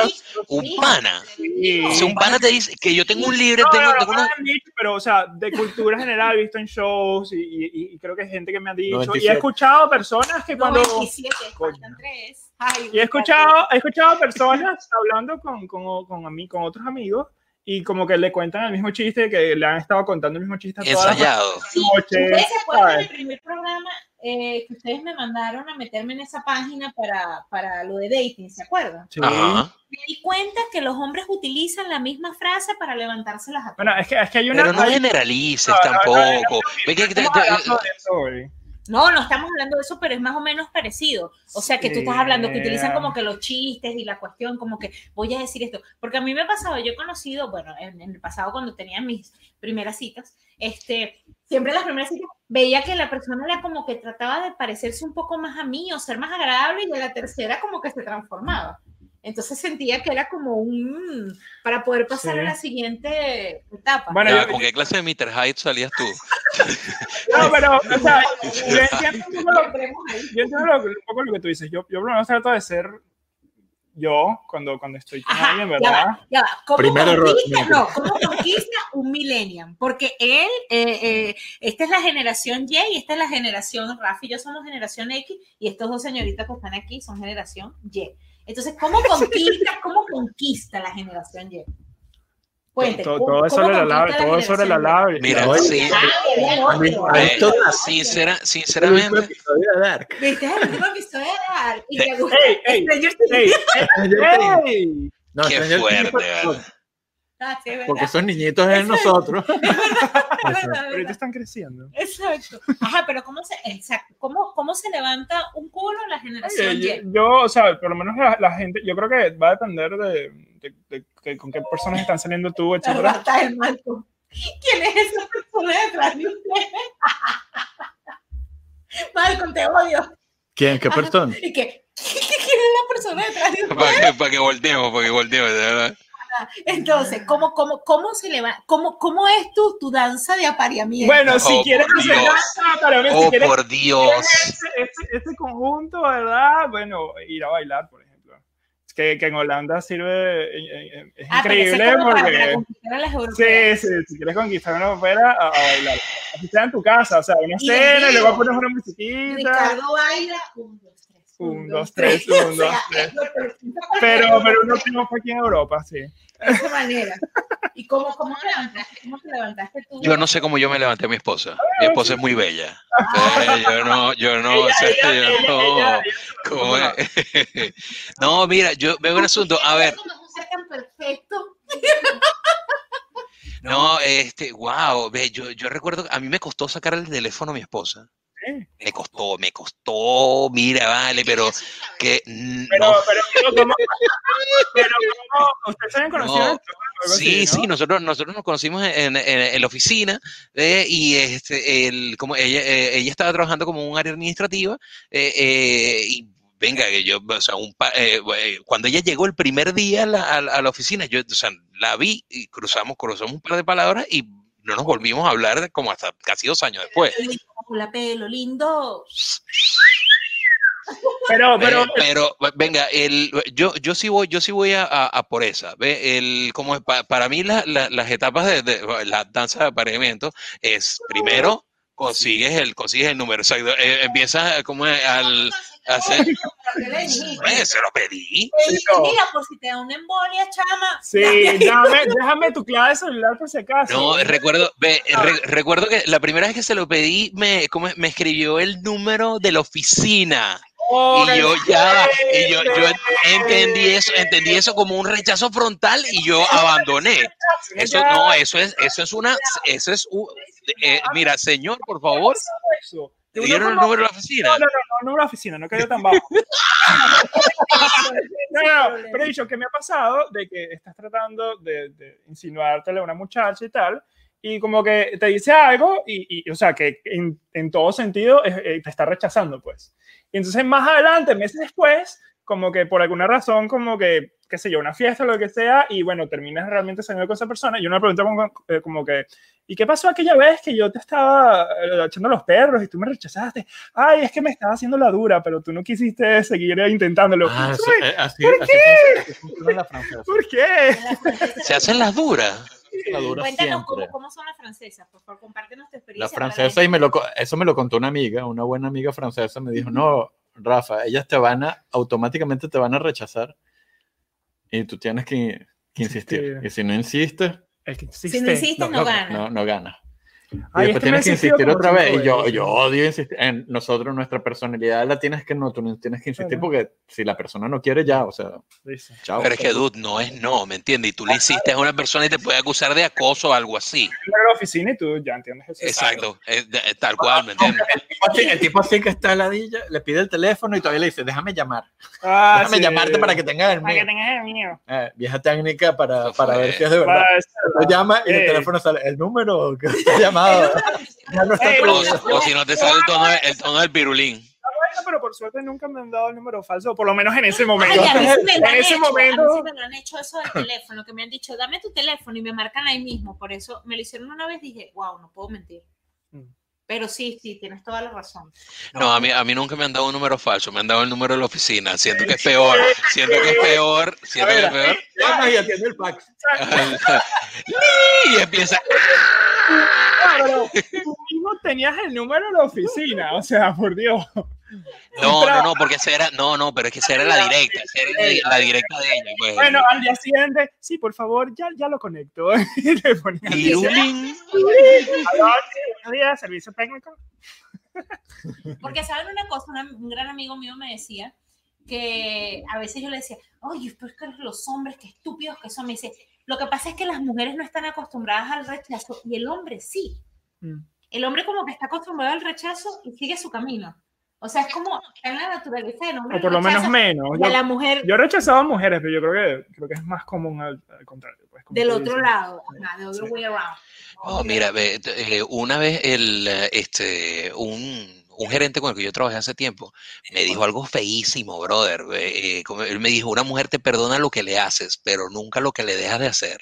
F: un pana,
K: Sí.
F: o sea, un pana te dice que yo tengo un libre,
K: No,
F: tengo,
K: no, no,
F: tengo
K: no
F: una-
K: me han dicho, pero o sea, de cultura general, he visto en shows y, y- y creo que hay gente que me ha dicho, y he
D: 97.
K: escuchado personas que cuando...
H: 97, faltan tres. Ay,
K: Y he escuchado, he escuchado personas hablando con, con, con, ami- con otros amigos y como que le cuentan el mismo chiste, que le han estado contando el mismo chiste a todas las
F: ensayado.
K: noches.
H: Ustedes se acuerdan
K: ¿sabes?
H: del primer programa eh, que ustedes me mandaron a meterme en esa página para, para lo de dating, ¿se acuerdan?
K: Sí.
F: Ajá.
H: Me di cuenta que los hombres utilizan la misma frase para levantárselas a
K: Bueno, es que, es que hay una...
F: Pero no
K: hay-
F: generalices
K: No, no, no, no,
F: tampoco. Ve que-
K: estamos hablando de eso, güey.
H: No, no estamos hablando de eso, pero es más o menos parecido. O sea, que tú estás hablando que utilizan
K: Yeah.
H: como que los chistes y la cuestión, como que voy a decir esto. Porque a mí me ha pasado, yo he conocido, bueno, en, en el pasado cuando tenía mis primeras citas, este, siempre las primeras citas veía que la persona era como que trataba de parecerse un poco más a mí o ser más agradable y a la tercera como que se transformaba. Entonces sentía que era como un... para poder pasar
K: Sí.
H: a la siguiente etapa.
K: Bueno,
F: Ya,
K: yo-
F: ¿Con qué clase de Mr. Hyde salías tú?
K: No, pero, o sea, yo entiendo un poco lo-
H: Entremos ahí.
K: yo entiendo lo- un poco lo que tú dices. Yo, yo por lo menos trato de ser yo cuando, cuando estoy con
H: Ajá,
K: alguien,
H: ya
K: ¿verdad?
H: va, ya va. ¿Cómo
D: Primer error,
H: conquista,
D: mira.
H: no, ¿cómo conquista un millennial? Porque él, eh, eh, esta es la generación Y, y esta es la generación Rafi, yo somos generación X y estos dos señoritas que están aquí son generación Y. Entonces, ¿cómo conquista, cómo conquista la generación Y? Cuente,
K: todo,
H: ¿cómo-
K: todo es
H: cómo
K: sobre la
H: conquista
K: labia, todo es sobre la
H: generación Y?
K: labia.
F: Mira,
D: Oye,
F: sí.
H: Ah, bien, otro.
D: a mí
F: eh,
D: esto-
F: sincera-
D: El último
F: sinceramente,
D: episodio de Dark.
H: ¿Viste? El último episodio era- y te gusta
K: Ey, ey,
H: Stranger
K: ey,
H: Things.
K: ¡Ey!
D: No,
F: qué
D: Stranger Things
F: fuerte,
D: fue-
F: ¿verdad?
H: Ah, sí, es verdad,
D: Porque esos niñitos es nosotros.
H: es verdad, es verdad.
K: Ahorita están creciendo.
H: Exacto. Ajá, pero ¿cómo se, exacto, ¿cómo, cómo se levanta un culo en la generación
K: Oye,
H: Y?
K: yo, yo, o sea, por lo menos la, la gente, yo creo que va a depender de, de- de- de con qué personas están saliendo tú,
H: La
K: etcétera.
H: rata del Malcolm. ¿Quién es esa persona detrás de usted? Malcolm, te odio.
L: ¿Quién? ¿Qué persona?
H: ¿Y qué? ¿Quién es la persona detrás de usted?
F: Para que, para que volteemos, para que volteemos, de verdad.
H: Entonces, ¿cómo, cómo, cómo se levanta? ¿Cómo, cómo es tu, tu danza de apareamiento?
K: Bueno, si
F: Oh,
K: quieres
F: por
K: hacer
F: Dios.
K: danza, pero mira, si
F: Oh,
K: quieres
F: por Dios.
K: este, este- este conjunto, ¿verdad? Bueno, ir a bailar, por ejemplo. Es que, que en Holanda sirve, eh, eh, es
H: Ah, pero ese es
K: increíble
H: como para- para
K: porque...
H: conquistar a las europeas.
K: Sí, sí, si quieres conquistar una opera, a, a bailar. Así sea en tu casa, o sea, una
H: Y en
K: cena, y luego
H: vivo.
K: pones una musiquita.
H: Ricardo baila. Un, dos, tres.
K: Un, dos, tres, un, dos, tres. Pero, pero uno triunfa aquí en Europa, sí.
H: de esa manera. ¿Y cómo, cómo te levantaste? ¿Cómo te levantaste tú?
F: Yo no sé cómo yo me levanté a mi esposa. Mi esposa es muy bella. Eh, yo no, yo no, o sea,
K: ella-
F: yo no.
K: ella-
F: ¿Cómo es? No, mira, yo veo un asunto. A ver,
H: Como un ser tan perfecto.
F: no, este, wow, ve, yo, yo recuerdo, a mí me costó sacar el teléfono a mi esposa.
K: Sí.
F: Me costó, me costó, mira, vale, pero que mm,
K: Pero,
F: no.
K: pero, pero, ¿cómo? pero, ¿cómo? ¿Ustedes se han conocido?
F: No.
K: en el trabajo, algo
F: Sí,
K: así,
F: sí, nosotros, nosotros nos conocimos en, en- en la oficina eh, y este, el, como ella, eh, ella estaba trabajando como un área administrativa eh, eh, y venga, que yo, o sea, un pa- eh, eh, cuando ella llegó el primer día a la, a la- a la oficina, yo o sea, la vi y cruzamos, cruzamos un par de palabras y no nos volvimos a hablar Pues,
H: "Oh,
F: como hasta casi dos años después.
H: Con la pelo lindo.
K: Pero, pero,
F: Eh, pero, venga, el, yo, yo sí voy, yo sí voy a, a- a por esa. ¿ve? El, como es pa- para mí la- la- las etapas de, de- la danza de apareamiento es primero consigues el, consigues el número. exacto, eh, empiezas como es, al hacer.
H: Oh,
F: Eh, se lo pedí.
H: Ey,
K: no.
H: Mira, por si te da una embolia, chama.
K: sí, dame, déjame tu clave de celular por si acaso.
F: No, recuerdo, ve, re- recuerdo que la primera vez que se lo pedí me, como es, me escribió el número de la oficina.
K: Oh,
F: Y yo ya, y yo, yo entendí eso, entendí eso como un rechazo frontal y yo abandoné. Eso no, eh, eso es, eso es una, eso es, u- eh, mira, señor, por favor,
K: Eso.
F: ¿te
K: De una
F: dieron el
K: forma-
F: número de la oficina?
K: No, no, no, no, no la oficina, no cayó tan bajo. No, no, no, pero he dicho que me ha pasado de que estás tratando de, de insinuártele a una muchacha y tal, y como que te dice algo, y, y, o sea, que en, en todo sentido es- eh, te está rechazando, pues. Y entonces más adelante, meses después, como que por alguna razón, como que, qué sé yo, una fiesta o lo que sea, y bueno, terminas realmente saliendo con esa persona, y una pregunta como, eh, como que, ¿y qué pasó aquella vez que yo te estaba eh, echando los perros y tú me rechazaste? Ay, es que me estaba haciendo la dura, pero tú no quisiste seguir intentándolo.
I: Ah,
K: Eso
I: eso,
K: me-
I: eh, así,
K: ¿Por
I: así funciona- funciona la francesa.
K: ¿Por qué?
F: Se hacen las duras.
I: La dura
H: Cuéntanos
I: siempre.
H: cómo, cómo son las francesas, por favor, compártenos tu
I: La
H: experiencia. para
I: francesa,
H: la
I: y me lo, co- eso me lo contó una amiga, una buena amiga francesa, me dijo, no, Rafa, ellas te van a, automáticamente te van a rechazar y tú tienes que, que insistir.
K: Insistir.
I: Y si no insistes,
K: Es que
H: gente.
K: insiste.
H: Si no insistes, no,
I: no,
H: ganas.
I: no, no ganas. Y
K: Ay,
I: después
K: es que me
I: tienes que
K: he insistido
I: insistir
K: como
I: otra vez.
K: cinco
I: Y yo,
K: veces.
I: yo odio insistir. En nosotros, nuestra personalidad latina es que no, tú no tienes que insistir
K: Claro.
I: porque si la persona no quiere, ya, o sea,
K: Dice.
I: chao.
F: Pero es que, dude, no es no, ¿me entiendes? Y tú le insistes a una persona y te puede acusar de acoso o algo así.
K: Primero a la oficina y tú ya entiendes eso.
F: Exacto, eh, de- eh, tal cual, ¿me entiendes?
I: El tipo así- el tipo así que está ladilla, le pide el teléfono y todavía le dice, déjame llamar.
K: Ah,
I: déjame
K: sí.
I: llamarte para que tengas el mío.
K: tengas el mío.
I: Eh, vieja técnica para,
F: Eso
I: para
F: fue.
I: ver si es de verdad.
K: Para
I: Lo llama y
K: Eh.
I: el teléfono sale. ¿El número que usted ha llamado? Ya no está
K: Eh,
I: tu-
F: O, o si no te sale el tono, el tono del pirulín.
K: Bueno, pero por suerte nunca me han dado el número falso, por lo menos en ese
H: Ay,
K: momento.
H: a mí sí me lo
K: en
H: han
K: ese
H: hecho, a mí sí
K: momento.
H: me lo han hecho eso del teléfono, que me han dicho, dame tu teléfono y me marcan ahí mismo. Por eso me lo hicieron una vez dije, wow, no puedo mentir.
K: Mm.
H: Pero sí, sí, tienes toda la razón.
F: No, a mí, a mí nunca me han dado un número falso, me han dado el número de la oficina. Siento que es peor, siento que es peor, siento que es peor.
I: Llama y atiende el fax.
F: Y empieza.
K: Claro, tú mismo tenías el número de la oficina, o sea, por Dios.
F: No, no, no, porque esa era, no, no, pero es que esa era la directa, esa era la di- la, directa de ella. Pues.
K: Bueno, al día siguiente, sí, por favor, ya, ya lo conecto. y le ponían.
F: Pirulín.
K: Aló, sí, buenos días, servicio técnico.
H: Porque saben una cosa, Una- un gran amigo mío me decía que a veces yo le decía, oye, pero es que los hombres, qué estúpidos que son. Me dice, lo que pasa es que las mujeres no están acostumbradas al rechazo y el hombre sí.
K: Mm.
H: El hombre como que está acostumbrado al rechazo y sigue su camino. O sea, es como está en la naturaleza del hombre.
K: O por lo
H: el
K: menos
H: rechazo,
K: menos.
H: y a
K: Yo,
H: la mujer
K: yo he rechazado a mujeres, pero yo creo que, creo que es más común al, al contrario. pues, como
H: del
K: tú
H: otro
K: dices.
H: lado, ajá, de otro
K: Sí.
H: way around.
F: Oh, mira, ve, t- eh, una vez el, eh, este, un, un gerente con el que yo trabajé hace tiempo me dijo algo feísimo, brother. ve, eh, como él me dijo, una mujer te perdona lo que le haces, pero nunca lo que le dejas de hacer.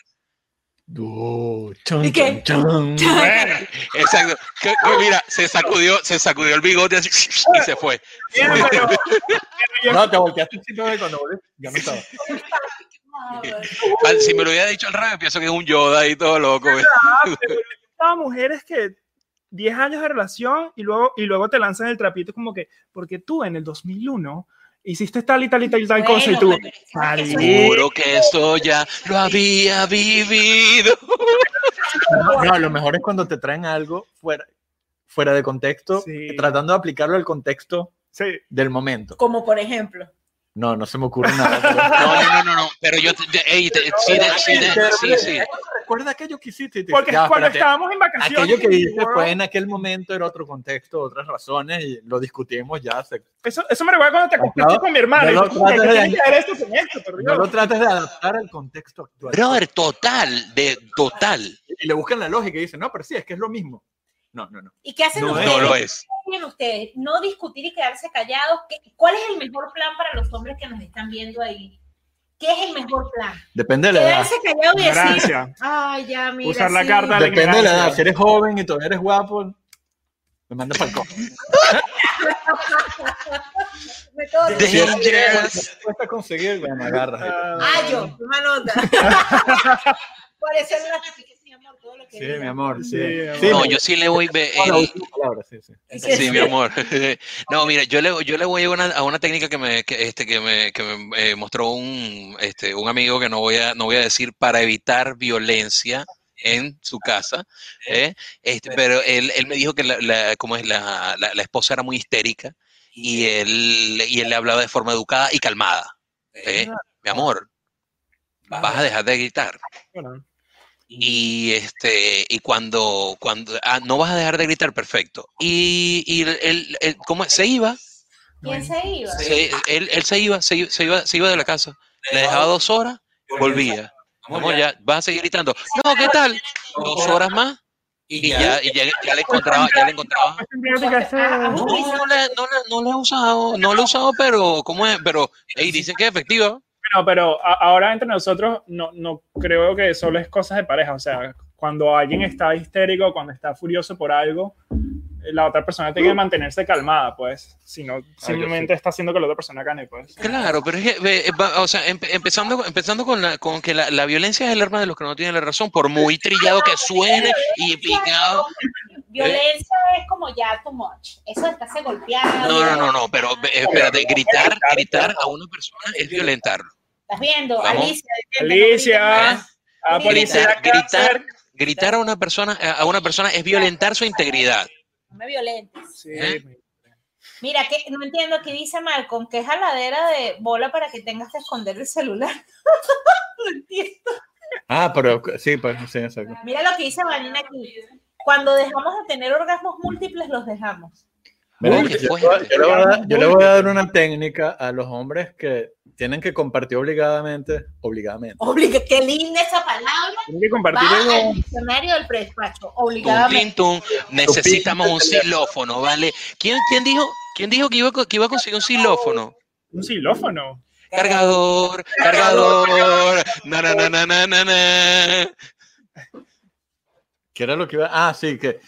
I: Oh, chon,
H: ¿Y qué?
I: chon, chon.
F: Bueno, exacto. Que- que mira, se sacudió, se sacudió el bigote así, y se fue.
K: Bien, pero- pero yo-
I: No, te volteaste el sitio de cuando volviste. Ya no estaba.
F: Al- si me lo hubiera dicho al revés, pienso que es un Yoda y todo loco. güey.
K: a mujeres que 10 años de relación y luego, y luego te lanzan el trapito como que, porque tú en el 2001 hiciste tal y tal y tal y tal cosa y tú,
H: Bueno, pero es que
K: Mari-
H: eso es-
F: Seguro que eso ya lo había vivido.
I: No, no, lo mejor es cuando te traen algo fuera, fuera de contexto,
K: Sí.
I: tratando de aplicarlo al contexto
K: sí,
I: del momento.
H: Como por ejemplo.
I: No, no se me ocurre nada.
F: No, no, no, no, no, Pero yo, te- te- ey, te- sí, de- sí, de- sí, sí.
I: Recuerda aquello que hiciste. y te
K: porque
I: dice, "Ya,
K: cuando
I: espérate,
K: estábamos en vacaciones,
I: Aquello que dijiste
K: wow,
I: fue en aquel momento, era otro contexto, otras razones, y lo discutimos ya. se-
K: eso, eso me recuerda cuando te acostaste
I: Claro.
K: con mi hermana.
I: No
K: y
I: lo
K: yo, como que,
I: trates
K: ¿qué
I: de
K: tiene que ver esto con esto? Por
I: No
K: Dios?
I: lo trates de adaptar al contexto actual.
F: Brother, total, de total.
I: Y le buscan la lógica y dicen, no, pero sí, es que es lo mismo. No, no, no.
H: ¿Y qué hacen
I: No,
H: ustedes?
F: No lo es.
H: Miren ustedes, no discutir y quedarse callados. ¿Qué- ¿Cuál es el mejor plan para los hombres que nos están viendo ahí? ¿Qué es el mejor plan?
I: Depende de la edad.
H: Quedarse callados y decir,
K: Gracias.
H: ay, ya, mira.
K: Usar la
H: sí".
K: carta de-
I: Depende de la edad. Si eres joven y todavía eres guapo, me mandas para el cojo.
H: Me
F: Dangerous.
I: Cuesta conseguir, bueno, agarra.
H: Ah, yo, una nota. Por eso es la que sí, amor, todo lo que
I: Sí,
H: diga.
I: mi amor, sí.
H: Sí,
F: No,
I: me-
F: yo sí le voy. eh, ve-
I: Hola,
F: el-
I: última palabra, sí, sí.
F: Sí, mi amor. No, mira, yo le, yo le voy a una, a una técnica que me, que, este, que me, que me, eh, mostró un, este, un amigo que no voy, a, no voy a decir para evitar violencia en su casa, ¿eh? Este, pero él, él me dijo que la, la- ¿cómo es? La, la- la esposa era muy histérica y él, y él le hablaba de forma educada y calmada. ¿eh? Mi amor, vas a dejar de gritar.
K: Bueno,
F: Y este, y cuando, cuando, ah, no vas a dejar de gritar, perfecto. Y, y el- el- el- ¿cómo es? se iba,
H: ¿Quién se iba?
F: se- él, él se iba, se, i- se iba, se iba de la casa, le dejaba dos horas, volvía. Amor, ya, vas a seguir gritando. No, ¿qué tal? Dos horas más y ya, y ya, ya le encontraba, ya le encontraba.
K: Ah,
F: No, no le, no le- no le he usado, no le he usado, pero, ¿cómo es? Pero, hey, dicen que es efectiva.
K: Bueno, pero a- ahora entre nosotros no, no creo que solo es cosas de pareja. O sea, cuando alguien está histérico, cuando está furioso por algo, eh, la otra persona tiene que mantenerse calmada, pues. Si
I: Ah,
K: no, simplemente está haciendo que la otra persona gane, pues.
F: Claro, pero es que, ve, eh, va- o sea, empe- empezando, empezando con, la, con que la, la violencia es el arma de los que no tienen la razón, por muy trillado que suene y picado.
H: Violencia es como ya too much. Eso está se golpeado.
F: No, no, no, no, pero ve, espérate, gritar, gritar a una persona es violentarlo.
H: ¿Estás viendo?
F: Vamos.
H: Alicia. detente, no
K: Alicia,
H: grites
F: ¿eh?
H: más.
K: a la policía,
F: Gritar,
K: cárcel.
F: gritar, gritar a una persona, eh, a una persona es violentar su integridad.
H: No me violentes.
K: Sí,
F: ¿Eh?
H: Mira, que no entiendo qué dice Malcolm, que es jaladera de bola para que tengas que esconder el celular. no entiendo.
I: Ah, pero sí, pues sí, exacto.
H: Mira lo que dice Vanina aquí. Cuando dejamos de tener orgasmos múltiples, los dejamos.
I: Mira,
F: Uy,
I: yo,
F: qué
I: yo-
F: fuerte.
I: yo le voy a, dar- yo le voy a dar una técnica a los hombres que tienen que compartir obligadamente, obligadamente.
H: Obliga, qué linda esa palabra.
K: Tienen que compartir
H: Va al
K: algo.
H: diccionario del predespacho,
F: Tum,
H: obligadamente.
F: tin, tum. necesitamos un xilófono, ¿vale? ¿Quién, quién dijo, quién dijo que, iba, a co- que iba a conseguir un xilófono?
K: un xilófono.
F: Cargador, cargador, na, na, na, na, na, na, na.
I: ¿Qué era lo que iba? Ah, sí, que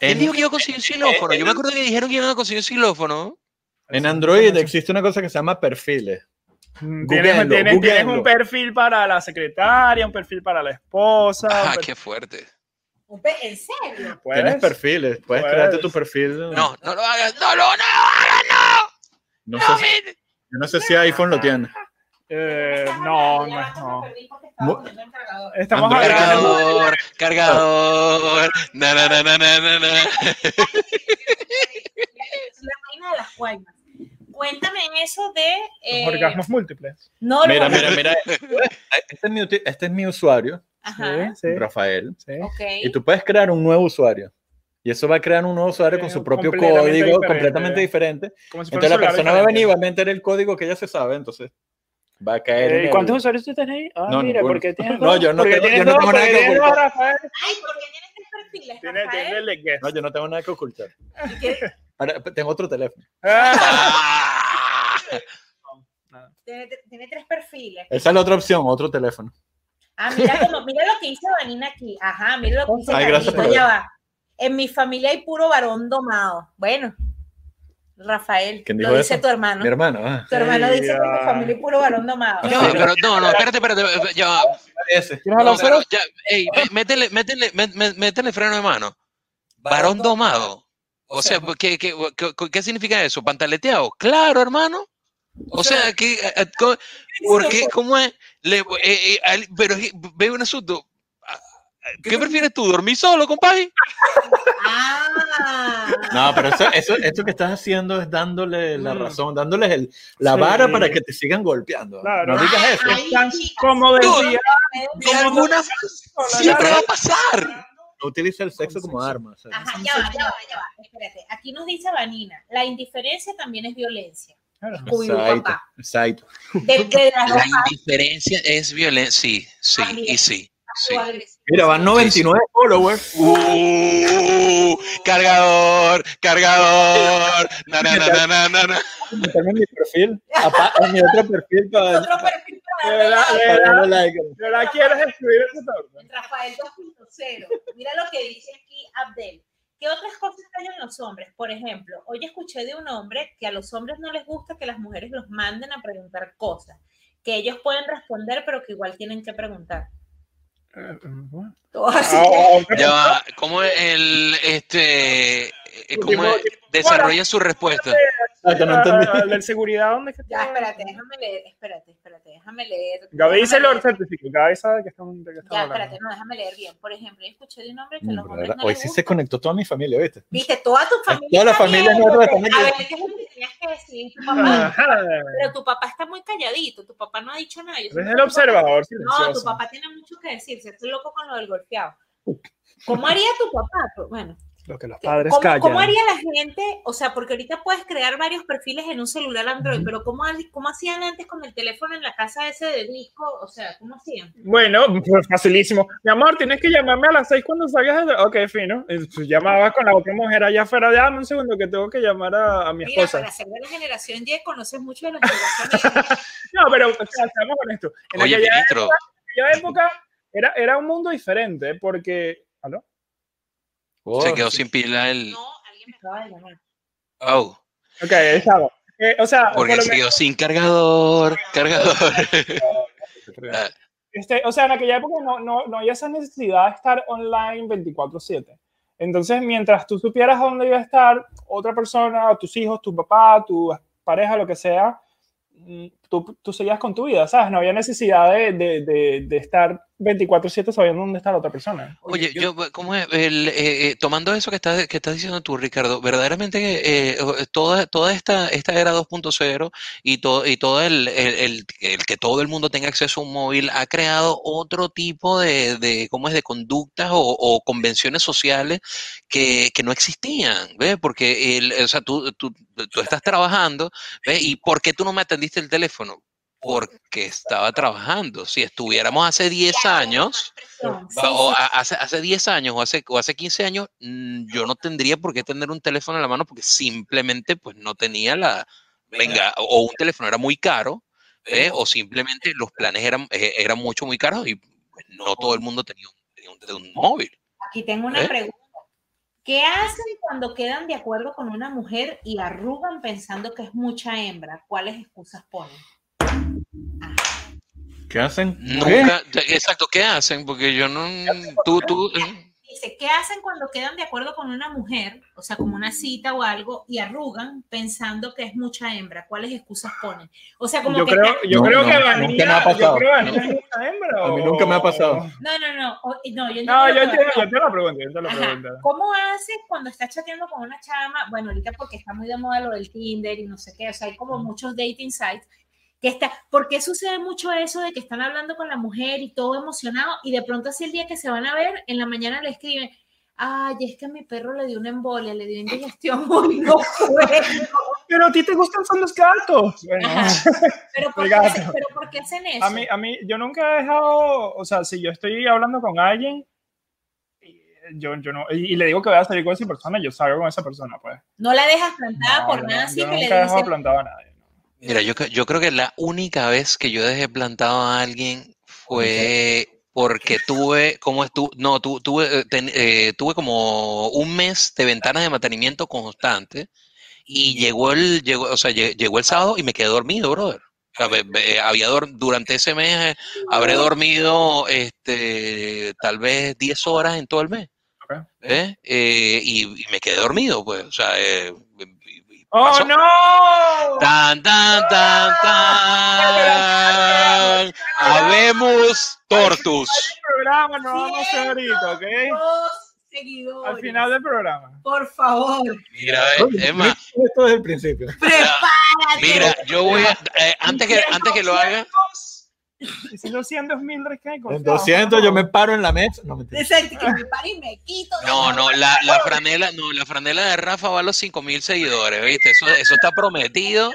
F: Él
I: en,
F: dijo que iba a conseguir un xilófono. Yo me acuerdo que dijeron que iban a conseguir un xilófono.
I: en Android existe una cosa que se llama perfiles.
K: Mm, Tienes,
I: Googleenlo,
K: tienes, tienes un
I: googleenlo.
K: perfil para la secretaria, un perfil para la esposa. un
F: Ah,
K: perfil-
F: qué fuerte.
H: Un pe- ¿En serio?
K: ¿Puedes?
I: Tienes perfiles, puedes
K: Pues.
I: crearte tu perfil.
F: No, no lo hagas, no lo no, lo hagas, no.
I: No
F: no,
I: sé, si-
F: men.
I: yo no sé si iPhone lo tiene.
K: Eh, no, no,
H: Ya,
K: no.
H: me perdí porque estaba
I: Mu-
H: poniendo el cargador.
K: Estamos
I: Android.
K: hablando.
F: Cargador, cargador, na, na, na, na, na, na, na.
H: Es la reina de las guaymas. Cuéntame eso de... eh,
K: Orgasmos múltiples.
H: No,
I: Mira,
H: los-
I: mira, mira. Este es mi, uti- este es mi usuario,
H: Ajá,
K: Sí, sí,
I: Rafael.
K: sí.
H: ok.
I: Y tú puedes crear un nuevo usuario. Y eso va a crear un nuevo usuario con su propio
K: Completamente
I: código
K: diferente.
I: completamente diferente.
K: Como si fuera
I: Entonces la
K: un celular
I: persona va a venir,
K: diferente.
I: va a meter el código que ella se sabe, entonces va a caer. en
K: Eh,
I: el-
K: ¿Cuántos usuarios tú tenés ahí? Ah,
I: No,
K: mira,
I: ninguno.
K: porque tienes
I: No, yo no
K: porque
I: tengo-
K: tienes
I: yo no
K: dos,
I: tengo nada
K: porque
I: que
K: tienes dos, Rafael.
H: Ay, ¿por qué tienes tres perfiles, ¿eh?
K: Tienes- tienes
H: Rafael?
K: el de guest.
I: No, yo no tengo nada que ocultar.
H: ¿Y qué-
I: Ahora, tengo otro teléfono.
K: Ah,
F: Ah.
H: Tiene, tiene tres perfiles.
I: Esa es la otra opción, otro teléfono.
H: Ah, mira, como- mira lo que dice Vanina aquí. Ajá, mira lo que dice
I: Ay,
H: Vanina.
I: gracias por
H: Ya va. En mi familia hay puro varón domado. Bueno, Rafael,
I: ¿Quién
H: lo
I: dijo
H: dice
I: eso?
H: tu hermano.
I: Mi hermano, ah.
H: Tu hermano dice que en mi
K: Ya.
H: familia hay puro varón domado.
F: No, pero no, no, espérate, espérate, ya va.
I: Ese.
F: No, pero ya, ey, mé- métele, métele, mé- mé- métele freno de mano. Varón domado. O sea, ¿qué, qué, qué- qué significa eso? ¿Pantaleteado? Claro, hermano. O sea, que, eh, co- ¿por qué? ¿Cómo es? Le- eh, eh, al- pero es que ve un asunto. Ah, ¿Qué prefieres tú? ¿Dormir solo, compadre?
H: Ah,
I: No, pero eso, eso, esto que estás haciendo es dándole la
K: Mm.
I: razón, dándoles el, la
K: Sí.
I: vara para que te sigan golpeando.
K: Claro.
I: No digas eso.
H: ahí,
K: tan-
H: chicas,
F: Tú,
K: como decía,
F: De alguna forma, siempre va a pasar.
I: No utiliza el sexo como arma. o sea,
H: Ajá, ya va, ya va, ya va. Espérate, aquí nos dice Vanina, la indiferencia también es violencia. Uy,
I: Exacto,
H: papá.
I: exacto.
H: De, de las dos
F: La indiferencia es violencia. Sí, sí, y sí. sí.
H: partes.
I: Mira, van 99 followers.
F: Uh, cargador, cargador. Na, na, na, na, na, na, na.
I: Meterme en mi perfil, apa- en mi otro perfil para,
H: Otro perfil para
K: De
H: darle
K: verdad,
H: like.
K: de
I: para
K: verdad,
I: darle like.
K: de verdad quieres destruir esa torta.
H: Rafael 2.0. Mira lo que dice aquí Abdel. ¿Qué otras cosas hay en los hombres? Por ejemplo, hoy escuché de un hombre que a los hombres no les gusta que las mujeres los manden a preguntar cosas, que ellos pueden responder, pero que igual tienen que preguntar.
I: Ah, oh,
K: Ah,
F: Ya va, ¿Cómo es el este eh, cómo es? desarrolla su respuesta?
K: Ah, que no entendí. Ah, ¿la seguridad dónde es que
H: Ya, espérate, déjame leer, espérate, espérate, déjame leer.
K: Gaby dice
H: Déjame
K: lo
H: leer.
K: certifico. Gaby sabe que estamos, de que estamos
H: Ya,
K: hablando.
H: espérate, no, déjame leer bien. Por ejemplo, yo escuché de un hombre
D: Mm,
H: que a los
I: Mierda,
H: hombres
I: ¿verdad?
H: no
I: Hoy
H: les
I: sí
H: gusta.
I: se conectó toda mi familia, ¿viste?
H: Viste, toda tu familia.
I: Toda la
H: está
I: familia
H: viendo.
I: nuestra está metida.
H: A ver, ¿qué es lo que tenías que decir tu papá? Pero tu papá está muy calladito, tu papá no ha dicho nada. Yo
K: Eres
H: siento
K: el
H: que tu
K: observador
H: papá- No, tu
K: silencioso.
H: papá tiene mucho que decir, se hace loco con lo del golpeado. ¿Cómo haría tu papá? Pues, Bueno,
K: Lo que los padres
H: ¿cómo,
K: callan.
H: cómo haría la gente? O sea, porque ahorita puedes crear varios perfiles en un celular Android, pero ¿cómo, ha- cómo hacían antes con el teléfono en la casa ese de disco? O sea, ¿cómo hacían?
K: Bueno, pues, facilísimo. Mi amor, tienes que llamarme a las seis cuando salgas. De... Ok, fino. Y tú Llamabas con la otra mujer allá afuera. Dame un segundo que tengo que llamar a, a mi
H: Mira,
K: esposa.
H: para ser de la generación Y conoces mucho de la generación
K: No, pero o sea, seamos honestos. En
F: Oye,
K: aquella,
F: ministro,
K: aquella época era, era un mundo diferente porque. ¿Aló?
F: se
I: Oh,
F: quedó sin pila el
H: No, alguien me acaba de llamar.
F: oh,
K: Ok, ahí estaba. Eh, o sea, por
F: porque
K: lo
F: se
K: menos,
F: quedó sin cargador, cargador. Ah,
K: este, o sea, en aquella época no, no, no había esa necesidad de estar online 24/7. Entonces, mientras tú supieras dónde iba a estar otra persona, o tus hijos, tu papá, tu pareja, lo que sea, mm, tú, tú seguías con tu vida, ¿sabes? No había necesidad de, de, de, de estar 24/7 sabiendo dónde está la otra persona.
F: Oye, yo, ¿cómo es? El, eh, eh, tomando eso que estás, que estás diciendo tú, Ricardo, verdaderamente eh, o- toda, toda esta, esta era 2.0 y todo, y todo el, el, el- el que todo el mundo tenga acceso a un móvil ha creado otro tipo de, de ¿cómo es? de conductas o, o convenciones sociales que, que no existían, ¿ves? Porque el, o sea, tú, tú, tú estás trabajando, ¿ves? ¿Y por qué tú no me atendiste el teléfono? Porque estaba trabajando. Si estuviéramos hace 10 años...
H: Presión. Sí,
F: Va- o
H: sí,
F: a- hace, hace 10 años o hace, o hace 15 años, mm, yo no tendría por qué tener un teléfono en la mano porque simplemente pues no tenía la... Venga, o o un teléfono era muy caro, ¿eh? o simplemente los planes eran, eh, eran mucho, muy caros y pues, no todo el mundo tenía un, tenía un- un móvil.
H: Aquí tengo una
F: ¿Eh?
H: pregunta. ¿Qué hacen cuando quedan de acuerdo con una mujer y arrugan pensando que es mucha hembra? ¿Cuáles excusas ponen?
I: ¿Qué hacen?
F: Nunca, exacto, ¿qué hacen? Porque yo no... Tú, tú... eh,
H: Dice, ¿qué hacen cuando quedan de acuerdo con una mujer, o sea, como una cita o algo, y arrugan pensando que es mucha hembra? ¿Cuáles excusas ponen? O sea, como
K: Yo
H: que...
K: creo, yo
I: No,
K: creo
I: no,
K: que
I: nunca
K: Vanina-
I: me ha pasado.
K: Yo creo que
I: No.
K: Vanina es una hembra.
I: A mí
K: o-
I: nunca me ha pasado.
H: No, no, no. o- no, yo
K: No, yo
H: entiendo
K: entiendo,
H: que-
K: yo te lo pregunto, yo te lo
H: Ajá.
K: pregunto.
H: ¿Cómo haces cuando estás chateando con una chama? Bueno, ahorita porque está muy de moda lo del Tinder y no sé qué, o sea, hay como muchos dating sites que está, ¿por qué sucede mucho eso de que están hablando con la mujer y todo emocionado y de pronto así el día que se van a ver, en la mañana le escriben, ay, es que a mi perro le dio una embolia, le dio indigestión, muy no puedo".
K: Pero a ti te gustan son los gatos. Bueno,
H: Ajá. pero, ¿por
K: El
H: qué,
K: gato.
H: pero ¿por qué hacen eso?
K: A mí, a mí, yo nunca he dejado, o sea, si yo estoy hablando con alguien, y, eh, yo, yo no, y, y le digo que voy a salir con esa persona, yo salgo con esa persona, pues.
H: no la dejas plantada
K: No,
H: Ah, por
K: no,
H: nada, así
K: yo
H: que le
K: nunca he dejado
H: dicen,
K: plantado a nadie. ¿no?
F: Mira, yo, cre- yo creo que la única vez que yo dejé plantado a alguien fue porque tuve, ¿cómo estuvo? No, tu- tuve, eh, ten- eh, tuve como un mes de ventanas de mantenimiento constante y llegó el, llegó, o sea, lle- llegó el sábado y me quedé dormido, brother. O sea, be- be- eh, había dor- durante ese mes eh, habré dormido este, tal vez 10 horas en todo el mes.
K: Ok.
F: ¿eh? Eh, y, y me quedé dormido, pues. O sea, eh, y- y
K: ¡Oh,
F: pasó.
K: no!
F: Tan, tan, tan, tan. Habemos tortus.
K: El programa no vamos a hacer ahorita, ¿ok?
H: dos seguidores,
K: Al final del programa.
H: por favor,
F: Mira, eh, es más,
I: Esto desde el principio.
H: prepárate.
F: mira, yo voy a. eh, antes, que, antes que lo haga.
K: 200, y Si 200 mil recae
I: En 200 yo me paro en la mesa. No, mentira.
H: Exacto, que me pare y me quito.
F: No, no, la, la franela, no, la franela de Rafa va a los 5000 seguidores, ¿viste? Eso, eso está prometido.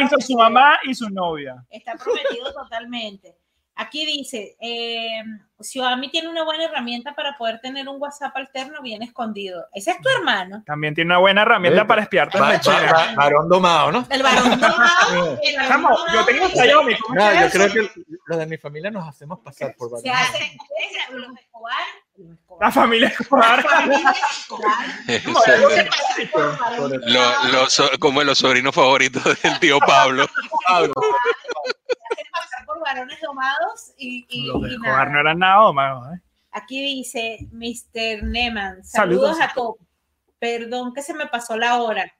K: hizo su mamá y su novia.
H: Está prometido totalmente. Aquí dice, eh, Xiaomi tiene una buena herramienta para poder tener un WhatsApp alterno bien escondido. Ese es
K: Mm.
H: tu hermano.
K: También tiene una buena herramienta
I: Eh,
K: para espiarte en
I: va-
K: la China.
I: va- Varón domado, ¿no?
H: El varón domado. el varón
K: Chamo, yo
H: domado
K: tengo un
H: que
K: Xiaomi. ¿cómo
I: Nada, yo
K: es eso?
I: creo que los de mi familia nos hacemos pasar por
H: Se
I: varón.
H: hacen ustedes, los Escobar. los Escobar.
K: La familia Escobar.
H: Familia Escobar.
K: Exacto.
H: Se pasan por varón
F: Lo- lo so- como los sobrinos favoritos del tío Pablo.
I: Pablo,
H: hacen pasar por varones domados y, y-
K: Los de
H: y
K: Escobar
H: nada.
K: no eran nada, más, ¿eh?
H: Aquí dice Mr. Neman,
K: Saludos.
H: saludos, Jacob. Perdón que se me pasó la hora.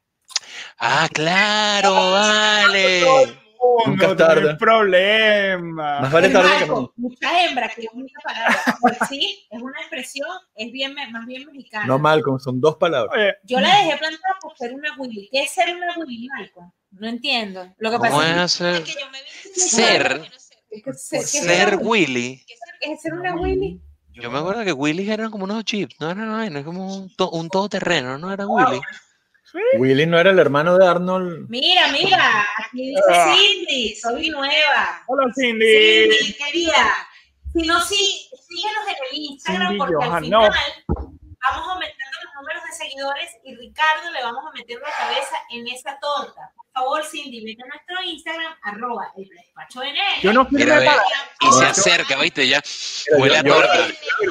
F: Ah, claro, vale.
K: Oh,
D: Nunca
K: no
D: es tarde.
K: tiene problema.
D: Más vale
H: Es
D: tarde que
H: algo,
D: nunca.
H: Mucha hembra, qué bonita palabra. Pues sí, es una expresión, es bien, me- más bien mexicana.
D: No, Malcolm, son dos palabras.
K: Oye,
H: Yo la dejé plantada por ser una Willy. ¿Qué es ser una Willy, Malcolm? No entiendo. Lo que
F: ¿Cómo
H: pasa
F: es ser,
C: que yo me vi-
F: ser,
H: es que ser, ¿qué es
F: ser
H: ser-
F: Willy?
H: ¿qué es ser una Willy.
F: Yo me acuerdo que Willy eran como unos chips, no era no, era como un, to- un todoterreno, no era Willy.
D: Willy no era el hermano de Arnold.
H: Mira, mira, aquí
K: Ah.
H: dice Cindy, soy nueva.
K: hola, Cindy.
H: Sí, mi querida. Si no, sí, síguenos en el Instagram
K: Cindy
H: porque
K: Johan,
H: al final vamos aumentando los números de seguidores y Ricardo le vamos a meter la cabeza en esa torta. Por favor, Cindy, vete a nuestro Instagram, arroba el despacho de negro.
K: Yo no
F: Mira,
K: firmé
F: ve,
K: para.
F: Y se acerca, ¿viste? Ya huele a
D: yo-
F: torta.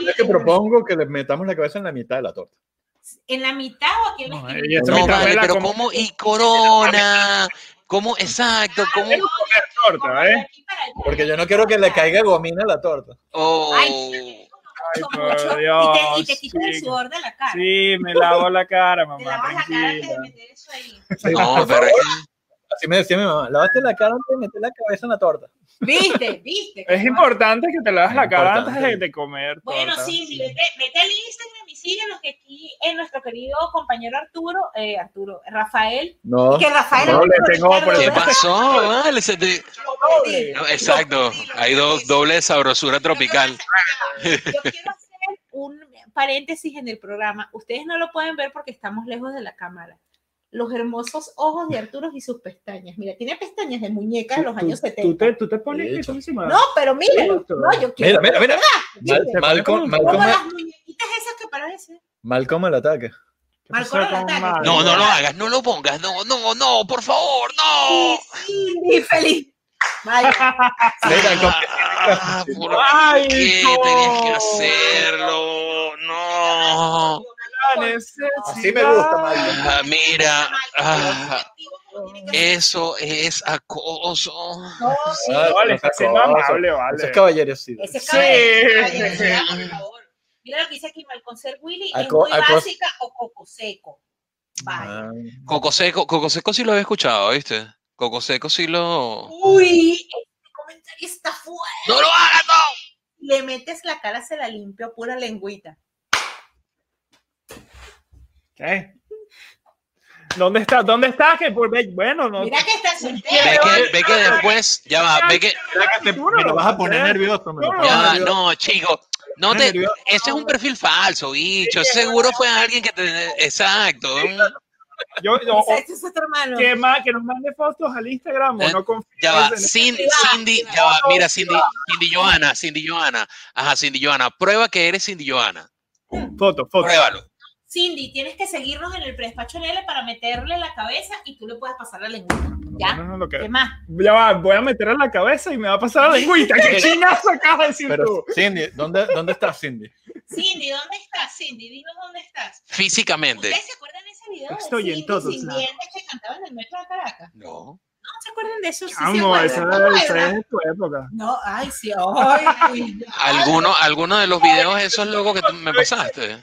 D: Es que propongo que le metamos la cabeza en la mitad de la torta.
H: ¿En la mitad o aquí en la
K: No,
H: esquina?
K: y esta
F: No,
K: mitad
F: vale,
K: vela
F: pero
K: como-
F: ¿cómo? Y Corona. ¿Cómo? Exacto, ¿cómo?
K: Quiero
H: Como
K: comer torta,
H: de
K: ¿eh?
H: aquí para allá.
D: Porque yo no quiero que le caiga gomina a la torta.
H: Ay,
F: Oh,
H: sí, como
K: Ay,
H: mucho,
K: por
H: mucho.
K: Dios,
H: y te, y te quitas el
K: chica.
H: sudor de la cara.
K: Sí, me lavo la cara,
H: Te
K: mamá.
H: lavas la cara antes de
K: tranquila.
H: meter eso ahí.
F: no, pero es que-
D: Así me decía mi mamá, lavaste la cara antes de meter la cabeza en la torta.
H: ¿Viste? ¿Viste?
K: Es importante que te laves
D: Es
K: la cara
D: importante.
K: antes de, de comer.
H: Bueno,
K: torta.
H: sí, sí, vete, vete al Instagram y síguenos que aquí es nuestro querido compañero Arturo, eh, Arturo, Rafael,
D: No.
H: que Rafael...
K: No, le
H: Arturo,
K: tengo por
F: ¿qué
K: el-
F: pasó? Vale, se te-
H: Doble.
F: No, exacto, hay do- doble sabrosura tropical.
H: Yo quiero hacer un paréntesis en el programa. Ustedes no lo pueden ver porque estamos lejos de la cámara. Los hermosos ojos de Arturo y sus pestañas. Mira, tiene pestañas de muñeca de los años
K: Tú- Tú
H: 70.
K: te, tú te pones
D: De hecho.
K: pichísima.
H: No, pero mira, no,
K: Listo.
H: yo quiero.
D: Mira, mira, mira. Mal-
H: ¿viste?
D: Malcolm,
H: Como
D: Malcolm,
H: las muñequitas esas que parecen.
D: Malcolm al ataque.
K: ¿Qué pasó
H: Marco,
K: con
H: no ataque.
K: Mario?
F: No, no lo hagas, no lo pongas, no, no, no, por favor, no.
H: Sí, sí, feliz. Vaya.
D: Mira, con-
F: Ah, ¿por
K: Ay,
F: qué
K: no.
F: tenías que hacerlo? No.
K: La necesidad.
D: Así me gusta, Malcolm.
F: Ah, mira, ah, eso es acoso.
H: No,
D: Ah,
K: Vale, está
D: esas
K: siendo
D: cosas.
K: amable, vale.
D: Eso es caballerosidad.
H: ese es
K: Sí.
H: cabello. Por favor. Mira lo que dice aquí, Malconcer Willy es
D: Aco-
H: muy
D: aco-
H: básica o coco seco. Vaya.
D: Ah.
F: Coco Seco, Coco Seco sí lo había escuchado, ¿viste? Coco Seco sí lo...
H: Uy, este comentario está fuerte.
F: ¡No lo hagas, no!
H: Le metes la cara, se la limpio, pura lengüita.
K: ¿Qué? ¿Dónde estás? ¿Dónde estás? Que por- Bueno, no.
H: Mira que está
F: Ve
H: soltero.
F: que, ve que después, ya va, Ah, ve que...
I: Te- me lo vas a poner nervioso. Me lo
K: No.
I: pones
F: Ya va,
I: nervioso.
F: no, chico. No
I: Pone
F: te,
I: nervioso.
F: ese es un perfil falso, bicho. Seguro fue alguien que te... Exacto.
K: Yo, yo-
H: O sea, este es otro hermano.
K: que, ma- que nos mande fotos al Instagram o
F: Eh,
K: no confíes
F: Ya va,
K: en-
F: Cindy, Cindy, ya va, mira, Cindy, Cindy Johanna, Cindy Johanna, ajá, Cindy Johanna, prueba que eres Cindy Johanna,
K: Foto, foto.
F: pruébalo.
H: Cindy, tienes que seguirnos en el prespacho L para meterle la cabeza y tú le puedes pasar la lengüita.
K: No,
H: Ya,
K: no, no, lo que-
H: ¿qué más?
K: Ya va, voy a meter en la cabeza y me va a pasar la lengüita. ¿Qué chinazo acabas de decir tú?
D: Pero, Cindy, ¿dónde, ¿dónde estás, Cindy?
H: Cindy, ¿dónde estás? Cindy, dinos dónde estás.
F: Físicamente.
H: ¿Ustedes se acuerdan de ese video?
K: Estoy
H: de
K: en
H: Cindy
K: todos
H: sin
K: lados.
H: dientes que cantaba en el metro de Caracas.
F: No.
H: ¿No se acuerdan de eso? Sí, se
K: Vamos,
H: acuerdan,
K: esa,
H: ¿no?
K: esa
H: ¿verdad?
K: es tu época.
H: No, ay, sí, ay,
F: Alguno, alguno de los videos, esos locos que tú me pasaste.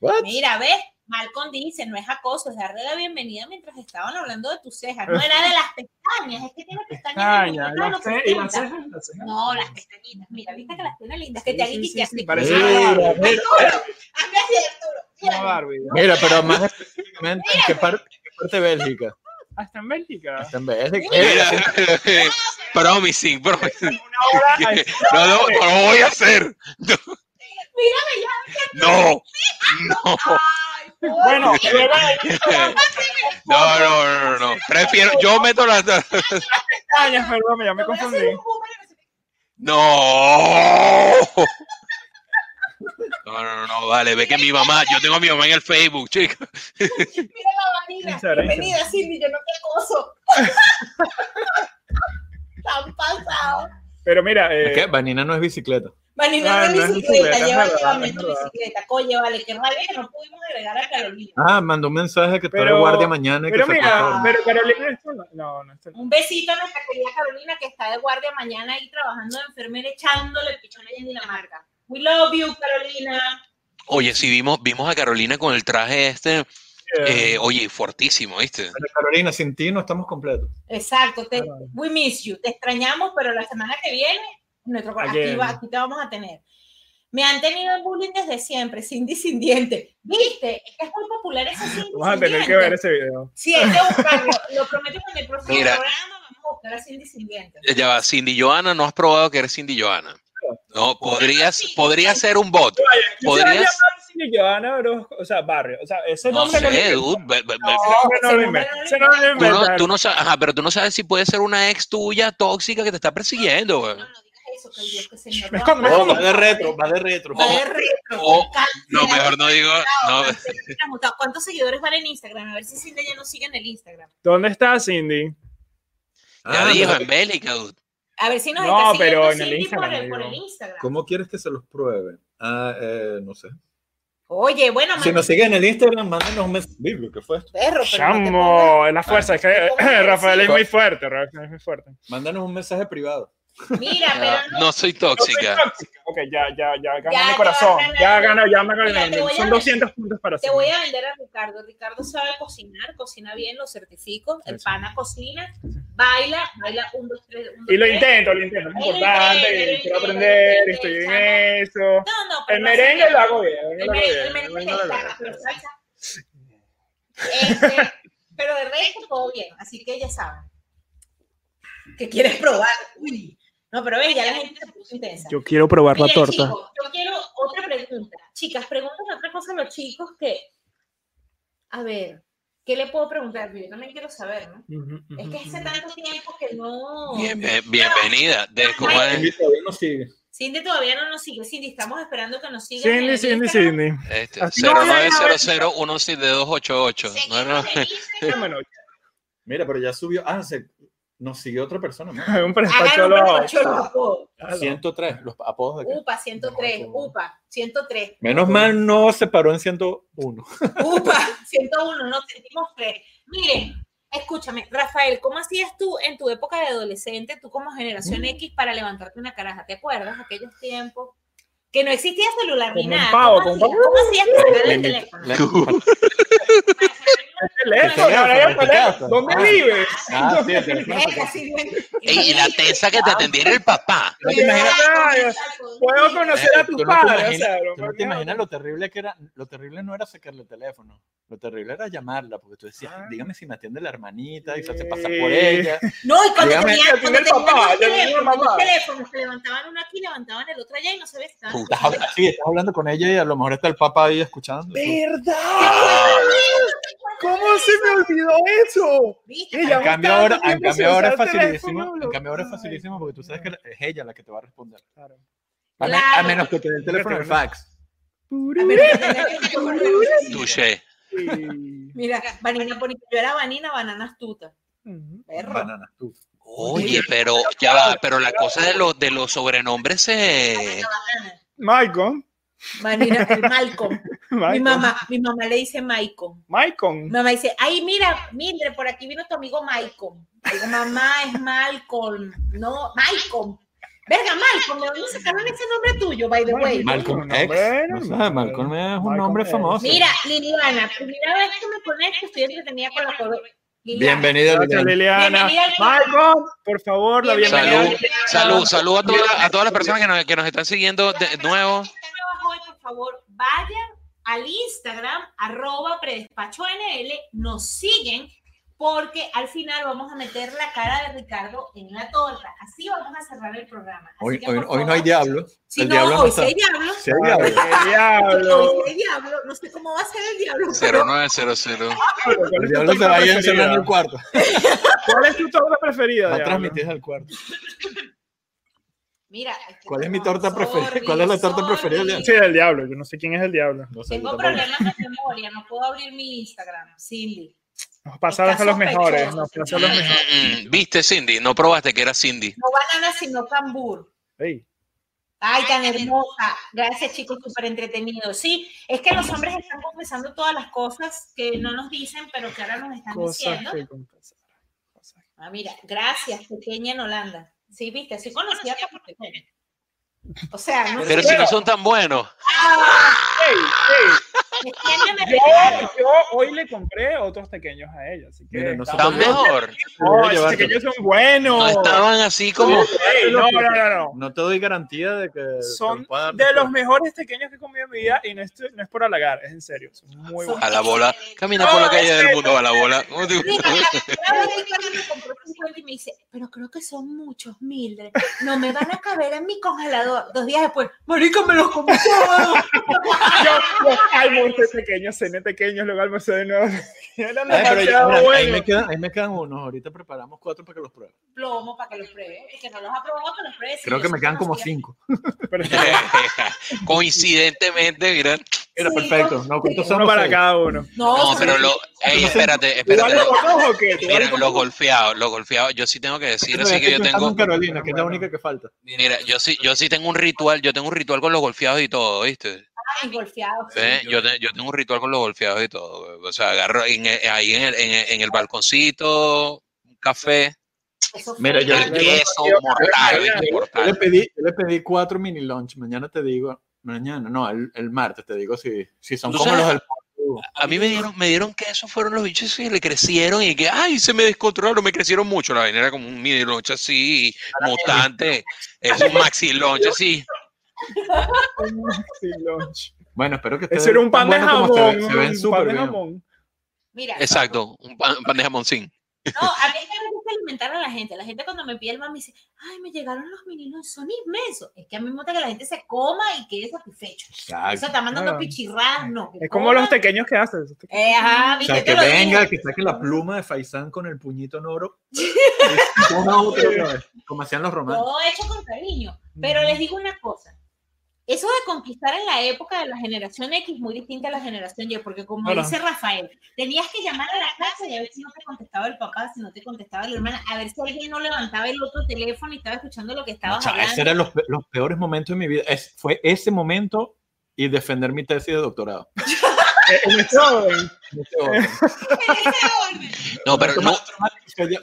D: What?
H: Mira, ves, Malcolm dice, no es acoso, es darle la bienvenida mientras estaban hablando de tus cejas. No era de las pestañas, es que tiene
K: Ah,
H: pestañas. de
K: ya,
H: muñeca de
K: la
H: los
K: ce- y
H: 70.
K: las cejas, las cejas.
H: No, las pestañitas. Mira, viste que las tiene lindas. Que
K: Sí,
H: te
K: sí,
H: hagan y
K: sí,
H: te
K: sí,
H: así.
K: parece
H: Hazme
K: una
D: Mira,
K: Barbie.
D: mira,
H: así, Arturo.
K: Una
H: Mira.
K: Barbie. ¿no?
D: mira, pero más específicamente, ¿en qué par- qué parte de Bélgica?
K: Hasta en Bélgica.
D: Está en Bélgica.
F: Mira, promising, promising.
K: Una hora a esa-
F: No, no, no lo voy a hacer.
H: Mírame
F: No, no,
H: ya.
K: Bueno, luego
F: eh, no, no, no, no. Prefiero, yo meto las.
K: de años, perdón, Ah, ya
H: Voy a
K: me
H: hacer
K: confundí.
H: un boomerang.
F: No. No, no, no, no, vale, ve que mi mamá, yo tengo a mi mamá en el Facebook, chica.
H: Mira la vanilla. Bienvenida, Cindy, yo no te acoso. Tan pasado.
K: Pero mira, eh,
I: Es que Vanina no es bicicleta.
H: Vanina
K: Ah,
H: no
K: no
H: es
K: es
H: bicicleta,
K: bicicleta,
H: lleva
K: es verdad,
H: llevando
K: es
H: tu
K: verdad.
H: bicicleta. Coye, vale, qué rabia que no pudimos agregar a Carolina.
I: Ah, mandó un mensaje que tú
K: pero,
I: eres guardia mañana y que
K: pero
I: se
K: mira,
I: cortó.
K: pero Carolina, esto no, no, no, esto no.
H: Un besito a nuestra querida Carolina que está de guardia mañana ahí trabajando de enfermera echándole pichón allá en Dinamarca. We love you, Carolina.
F: Oye, sí, vimos, vimos a Carolina con el traje este, eh, oye, fortísimo, ¿viste?
I: Pero Carolina, sin ti no estamos completos.
H: Exacto, te- we miss you. Te extrañamos, pero la semana que viene, nuestro aquí,
K: Again.
H: va- aquí te vamos a tener. Me han tenido en bullying desde siempre, Cindy sin diente. ¿Viste? Es que es muy popular ese Cindy
K: Vamos a
H: sin
K: tener que
H: diente.
K: ver ese video.
H: Sí, hay que buscarlo. Lo prometo que en el próximo
F: Mira.
H: programa vamos a buscar a Cindy sin dientes.
F: Ya va, Cindy Joana, no has probado que eres Cindy Joana. No, podrías, podría ser un bot.
K: Yo
F: Podrías.
K: Cindy Joana, bro, o sea, barrio, o sea, ese
F: No
K: nombre
F: sé,
K: no,
F: dude, ve- ve- ve-
K: no lo invento, ese nombre no lo
F: Tú no,
K: invento.
F: tú no sabes, ajá, pero tú no sabes si puede ser una ex tuya tóxica que te está persiguiendo, güey.
H: No, no digas eso, que Dios, que señor.
K: Es como-
I: Oh, va de retro, va de retro.
H: Va de retro.
F: Oh, No,
H: Cancela.
F: mejor no digo. No,
H: ¿Cuántos seguidores van en Instagram? A ver si Cindy ya nos sigue en el Instagram.
K: ¿Dónde está Cindy?
F: ya
I: Ah,
F: dijo,
I: pero-
F: en Bélica, dude.
H: A ver si nos
K: No,
H: está siguiendo
K: pero en
H: Cindy
K: el Instagram,
H: por, el, por
K: digo.
H: el Instagram.
I: ¿Cómo quieres que se los pruebe? Ah, eh, no sé.
H: Oye, bueno,
I: Si
H: mano,
I: nos siguen Pues en el Instagram, mándenos un mensaje. Biblia, ¿qué fue esto?
H: perro, pero no te pongas-
K: Chamo, es la fuerza, es que
H: Te pongas
K: Rafael es
H: agresivo.
K: muy fuerte, Rafael es muy fuerte.
I: Mándanos un mensaje privado.
H: Mira,
K: Ah,
H: pero no.
F: No soy tóxica.
K: No soy tóxica. Ok, ya, ya, ya gané
H: Ya,
K: mi
H: ya
K: corazón.
H: vas ganando.
K: Ya ganó, ya me
H: Mira, te
K: gané.
H: voy a
K: Son
H: ver.
K: 200 puntos para
H: Te
K: Cindy.
H: voy a vender a Ricardo. Ricardo sabe cocinar, cocina bien, lo certifico. El
K: Eso.
H: pana cocina, baila, baila un, dos, tres. un, dos,
K: Y lo
H: tres.
K: intento, lo intento, es
H: Lo
K: importante,
H: intento, lo
K: y quiero
H: intento,
K: aprender,
H: lo
K: estoy en
H: intento,
K: eso.
H: No, no, pero
K: El
H: lo hace
K: merengue
H: bien.
K: lo hago bien, el
H: El
K: merengue
H: merengue- el
K: lo hago bien, el
H: merengue
K: merengue lo
H: está,
K: hago bien.
H: pero salsa. Este, pero de resto todo bien, así que ya saben. Que quieres probar. Uy. No, pero ves, ya la gente se puso intensa.
K: Yo quiero probar
H: Miren, chicos, yo quiero otra pregunta. Chicas, pregunten otra cosa a los chicos que. A ver, ¿qué le puedo preguntar? Yo también quiero saber, ¿no? Es que hace tanto tiempo que no.
F: Bien- bien- bienvenida. De, ¿cómo es?
I: Cindy todavía nos sigue.
H: Cindy todavía no nos sigue. Cindy, estamos esperando que nos siga.
K: Cindy, Cindy, Cindy.
F: Este,
K: Así-
F: 0900172288. No, no.
K: Bueno,
I: Mira, pero ya subió. Ah, se- nos siguió otra persona. ¿no?
K: un
H: Hagan
K: prepacho
H: un
K: loco.
H: prepacholo.
I: 103, los apodos de acá.
H: UPA 103, UPA 103,
I: Menos mal Ah, no se paró en 101.
H: UPA 101, nos sentimos tres. Miren, escúchame, Rafael, ¿cómo hacías tú en tu época de adolescente, tú como generación X, para levantarte una caraja? ¿Te acuerdas aquellos tiempos? Que no existía celular ni
K: Como un
H: nada.
K: pavo,
H: ¿Cómo
K: como un
H: hacías? ¿Cómo hacías para sacar
I: Le
H: el
I: invito-
H: teléfono?
I: le-
K: Teléfono,
I: Te
K: ahora hay
I: quedas, te quedas.
K: teléfono. ¿Dónde
I: Ah.
K: vives?
I: Ah, sí, el teléfono se
H: Venga,
I: queda.
H: sí, venga.
F: Ey, y la tensa que te atendiera el papá.
I: ¿No te imaginas-
K: Puedo conocer a
I: Eh, tú
K: tus
I: no te
K: padres. o
I: imaginas-
K: sea,
I: tú no te
K: no-
I: imaginas lo terrible que era, lo terrible no era sacarle el teléfono, lo terrible era llamarla, porque tú decías,
K: Ah.
I: dígame si me atiende la hermanita y se hace pasar
K: Sí.
I: por ella.
H: No, y cuando
I: Dígame,
H: tenía,
K: ya tiene
H: cuando
K: el
H: tenían
K: papá,
H: los
K: ya tiene el
H: teléfonos, los
K: papá.
H: teléfonos, que levantaban uno aquí, levantaban el otro allá y no sabías si estaban
I: Estás hablando, sí, estás hablando con ella y a lo mejor está el papá ahí escuchando.
K: ¿Verdad? ¿Cómo se me olvidó eso?
H: ¿Viste?
K: Ella
I: En
K: va
I: cambio,
K: tanto
I: ahora, en
K: tiempo sin
I: cambio ahora es
K: usar
I: facilísimo,
K: teléfono,
I: en cambio ahora es
K: loco.
I: facilísimo porque tú sabes que es ella la que te va a responder.
K: Claro.
I: A, men-
H: Claro.
I: a menos que te dé el teléfono el fax.
F: Touché.
K: Sí.
H: Mira, Vanina bonita. Yo era Vanina, banana astuta.
K: Mm.
H: Perro.
I: Bananas, tú.
F: Oye, pero ya va, pero la cosa de los de los sobrenombres se.
H: Banana.
K: Maicon.
H: Vanina, el Malcolm. Mi
K: Maicon.
H: mamá, mi mamá le dice Malcolm. Mi
K: Maicon.
H: mamá dice, ay, mira, mire, por aquí vino tu amigo Malcolm. Digo, mamá, es Malcolm. No, Malcolm. Verga, Malcolm, ¿de dónde sacaron ese nombre tuyo, by the way?
I: Malcolm
K: Bueno,
I: X.
K: bueno,
I: no sé,
K: bueno.
I: Malcolm es un
K: Malcolm
I: nombre
K: X.
I: famoso.
H: Mira, Liliana, primera vez que me conecto, estoy entretenida con la color. Liliana,
I: Bienvenido,
K: Gracias,
I: Liliana.
K: Liliana.
H: Bienvenida al-
K: Maicon, por favor, la
H: Bienvenida
K: bienvenida.
F: Salud, salud, salud a todas a todas las personas que nos, que nos están siguiendo de nuevo.
H: Están abajo hoy, por favor, vayan al Instagram, arroba predespacho NL, nos siguen, porque al final vamos a meter la cara de Ricardo en la torta. Así vamos a cerrar el programa. Así
I: Hoy,
H: que,
I: hoy,
H: por
I: hoy no
H: favor,
I: hay diablo.
H: Si
I: el
H: no,
I: diablo no
H: hoy sí
I: está.
H: hay diablo.
I: Sí hay diablo.
K: ¡Qué diablo!
H: Hoy sí hay diablo. No sé cómo va a ser el diablo. pero-
F: 0900.
I: El diablo se va a ir a encerrar en el cuarto.
K: ¿Cuál es tu torta preferida?
I: Va a
K: diablo?
I: transmitir al cuarto.
H: Mira, es que
I: ¿Cuál es mi
H: tengo
I: torta preferida?
H: Sorbi,
I: ¿Cuál es la torta preferida? del
K: Sí, del diablo. Yo no sé quién es el diablo.
H: Tengo problemas de memoria, no puedo abrir mi Instagram, Cindy.
K: Nos pasaron a los mejores. Nos
F: Mm,
K: pasaron a los mejores.
F: mm, mm. Viste, Cindy, no probaste que era Cindy.
H: No banana, sino cambur.
K: Ey.
H: Ay, tan hermosa. Gracias, chicos, súper entretenido. Sí, es que los hombres están confesando todas las cosas que no nos dicen, pero que ahora nos están
K: Cosas
H: diciendo.
K: que confesar.
H: Ah, mira, gracias, pequeña en Holanda. Sí, viste, así conocida como pequeña. O sea, no
F: Pero
H: sé.
F: si no son tan buenos.
K: Ey, ey.
H: Pequeña me
K: Yo,
H: regalaron.
K: yo hoy le compré otros pequeños a ella, así que.
I: Mira, no se
F: Están
I: te olvide-
F: mejor.
K: No, esos
I: llevártelo.
K: pequeños son buenos.
F: No estaban así como.
K: Ey, no, no, no, no.
I: No te doy garantía de que
K: Son
I: te pueda dar
K: de
I: después.
K: los mejores pequeños que he comido en mi vida y no es, no es por halagar, es en serio. Son muy buenos.
F: A la bola. Camina por la calle del mundo a la bola.
H: Mira, la primera vez que me compró 50 y me dice, pero creo que son muchos, Mildred. No me van a caber en mi congelador. Dos días después, marica, me los compré todos.
K: Yo, los almorcé pequeños, cené pequeños, luego almorcé de nuevo. Eran
I: Ay, pero ya-
K: demasiado
I: mira, ahí,
K: buenos.
I: me quedan, ahí me quedan unos. Ahorita preparamos cuatro para que los pruebe.
H: Plomo para que los pruebe. Y que no los ha probado, que los pruebe. Sí,
I: Creo que
H: yo
I: me
H: sí
I: quedan como
H: conocía.
I: cinco.
K: Pero-
F: Coincidentemente, mira.
I: Era
H: Sí,
I: perfecto. No, ¿cuántos son
K: uno para cada uno.
H: No,
F: No,
H: son-
F: pero lo. Ey, espérate,
K: ¿Tú vas
F: espérate.
K: los dos o qué? ¿Tú vas
F: Mira,
K: los
F: los
K: dos?
F: golfeados, los golfeados. Yo sí tengo que decir, así que yo tengo.
I: Carolina, que es la única que falta.
F: Mira, yo sí, yo sí tengo un ritual. Yo tengo un ritual con los golfeados y todo, ¿viste?
H: Ay, golfeados.
F: ¿Ve? Yo, te- yo tengo un ritual con los golfeados y todo. O sea, agarro en el- ahí en el, en el- en el balconcito, un café,
H: Eso fue-
I: Mira, yo-
F: el queso mortal, ¿viste?
I: Yo le
F: Mortal.
I: pedí, yo le pedí cuatro mini lunch. Mañana te digo, mañana, no, el, el martes te digo si, si son
F: ¿Tú
I: como
F: sabes?
I: los del
F: A mí me dieron, me dieron que esos fueron los bichos y le crecieron y que, ay, se me descontrolaron, me crecieron mucho. La vaina era como un mini loncha así, mutante. Es un maxi loncha así.
K: Sí, lunch.
I: Bueno, espero que
K: Eso era un pan de
I: tan bueno
K: jamón.
I: como se ven- Se, ven
K: un pan
I: súper
K: de
I: bien.
K: jamón.
H: Mira,
F: Exacto, un pan, pan de jamoncín.
H: no, a mí es que me gusta alimentar a la gente. La gente cuando me pide el pan me dice, ay, me llegaron los meninos, son inmensos. Es que a mí me gusta que la gente se coma y quede satisfecho. O sea,
I: Exacto.
H: está mandando
K: Ah.
H: pichirras, no. que
K: Es como los
H: coma.
K: pequeños que haces.
H: Eh, ajá,
I: O
H: viste,
I: sea,
H: te
I: que
H: lo dije.
I: venga, que saque la pluma de Faisán con el puñito en oro. Y una otra otra vez, como hacían los romanos.
H: Todo hecho con cariño. Pero
K: Ujú.
H: les digo una cosa. Eso de conquistar en la época de la generación X muy distinta a la generación Y, porque como
K: Hola.
H: dice Rafael, tenías que llamar a la casa y a ver si no te contestaba el papá, si no te contestaba la hermana, a ver si alguien no levantaba el otro teléfono y estaba escuchando lo que estabas
I: Mucha-
H: hablando.
I: ese eran los, pe- los peores momentos de mi vida. Es- fue ese momento y defender mi tesis de doctorado.
K: En este orden.
I: Ese orden.
F: No, pero no,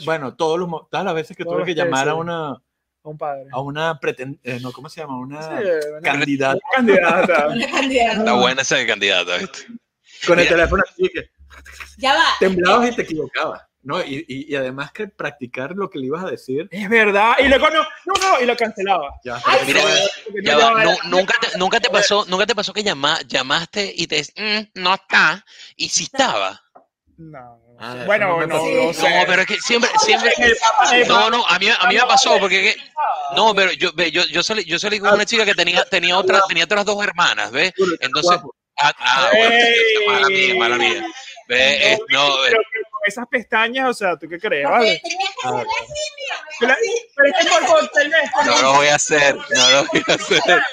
I: Bueno, todos los, mo- todas las veces que
K: Todos
I: tuve que
K: los
I: llamar a
K: tesis.
I: una,
K: Un padre.
I: a una preten- eh, no, ¿cómo se llama? Una
K: Sí, una
I: candidata
K: candidata.
F: está buena esa de candidata, ¿viste?
I: con el teléfono así que
H: Ya va.
I: temblabas y te equivocabas. ¿no? Y, y- y además que practicar lo que le ibas a decir.
K: Es verdad. Y luego no, no, no, y lo cancelaba.
I: Ya,
F: Mira,
K: Porque
F: Ya
K: no
F: va,
K: llamaba
F: nu-
K: la-
F: nunca, te, nunca te pasó, nunca te pasó que llama- llamaste y te dices, "Mm, no está, y si estaba.
K: No.
I: Ah, eso no
K: bueno,
I: me
K: no,
I: pasó.
K: no,
I: No,
F: No,
K: sé.
F: pero es que siempre, siempre, no, no, a mí, a mí me pasó porque, que- no, pero yo, ve, yo, yo salí, yo salí con una chica que tenía, tenía otras, tenía otras dos hermanas, ¿ves? Entonces,
I: Guapo.
F: ah, ah, bueno,
K: Ey.
F: mala mía, mala mía. Ve, es- eh, no, ve,
K: pero que con esas pestañas, o sea, ¿tú qué crees?
H: Porque
K: Vale.
H: tenías que
I: Ah,
H: hacerlo
I: bueno.
H: así, mira,
K: Pero pero es que por, por teléfono
F: no lo voy a hacer, no lo voy a hacer.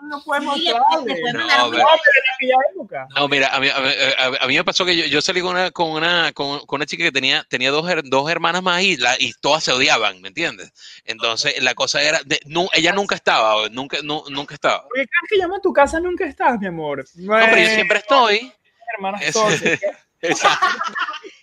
K: no eh. podemos
H: Sí,
K: mostrarle.
H: después
K: No,
F: No,
H: mandaron
F: pero-
K: pero en aquella época.
F: No, mira, a mí, a mí- a- a mí me pasó que yo, yo salí con una, con una, con, con una chica que tenía, tenía dos, her- dos hermanas más y, la- y todas se odiaban, ¿me entiendes? Entonces la cosa era, de- nu- ella nunca estaba, o nunca, nu- nunca estaba.
K: Porque cada vez que llamo a tu casa nunca estás, mi amor.
F: No, pero yo siempre estoy.
K: Hermanas,
F: Es-
K: todas.
F: Pues, Exacto.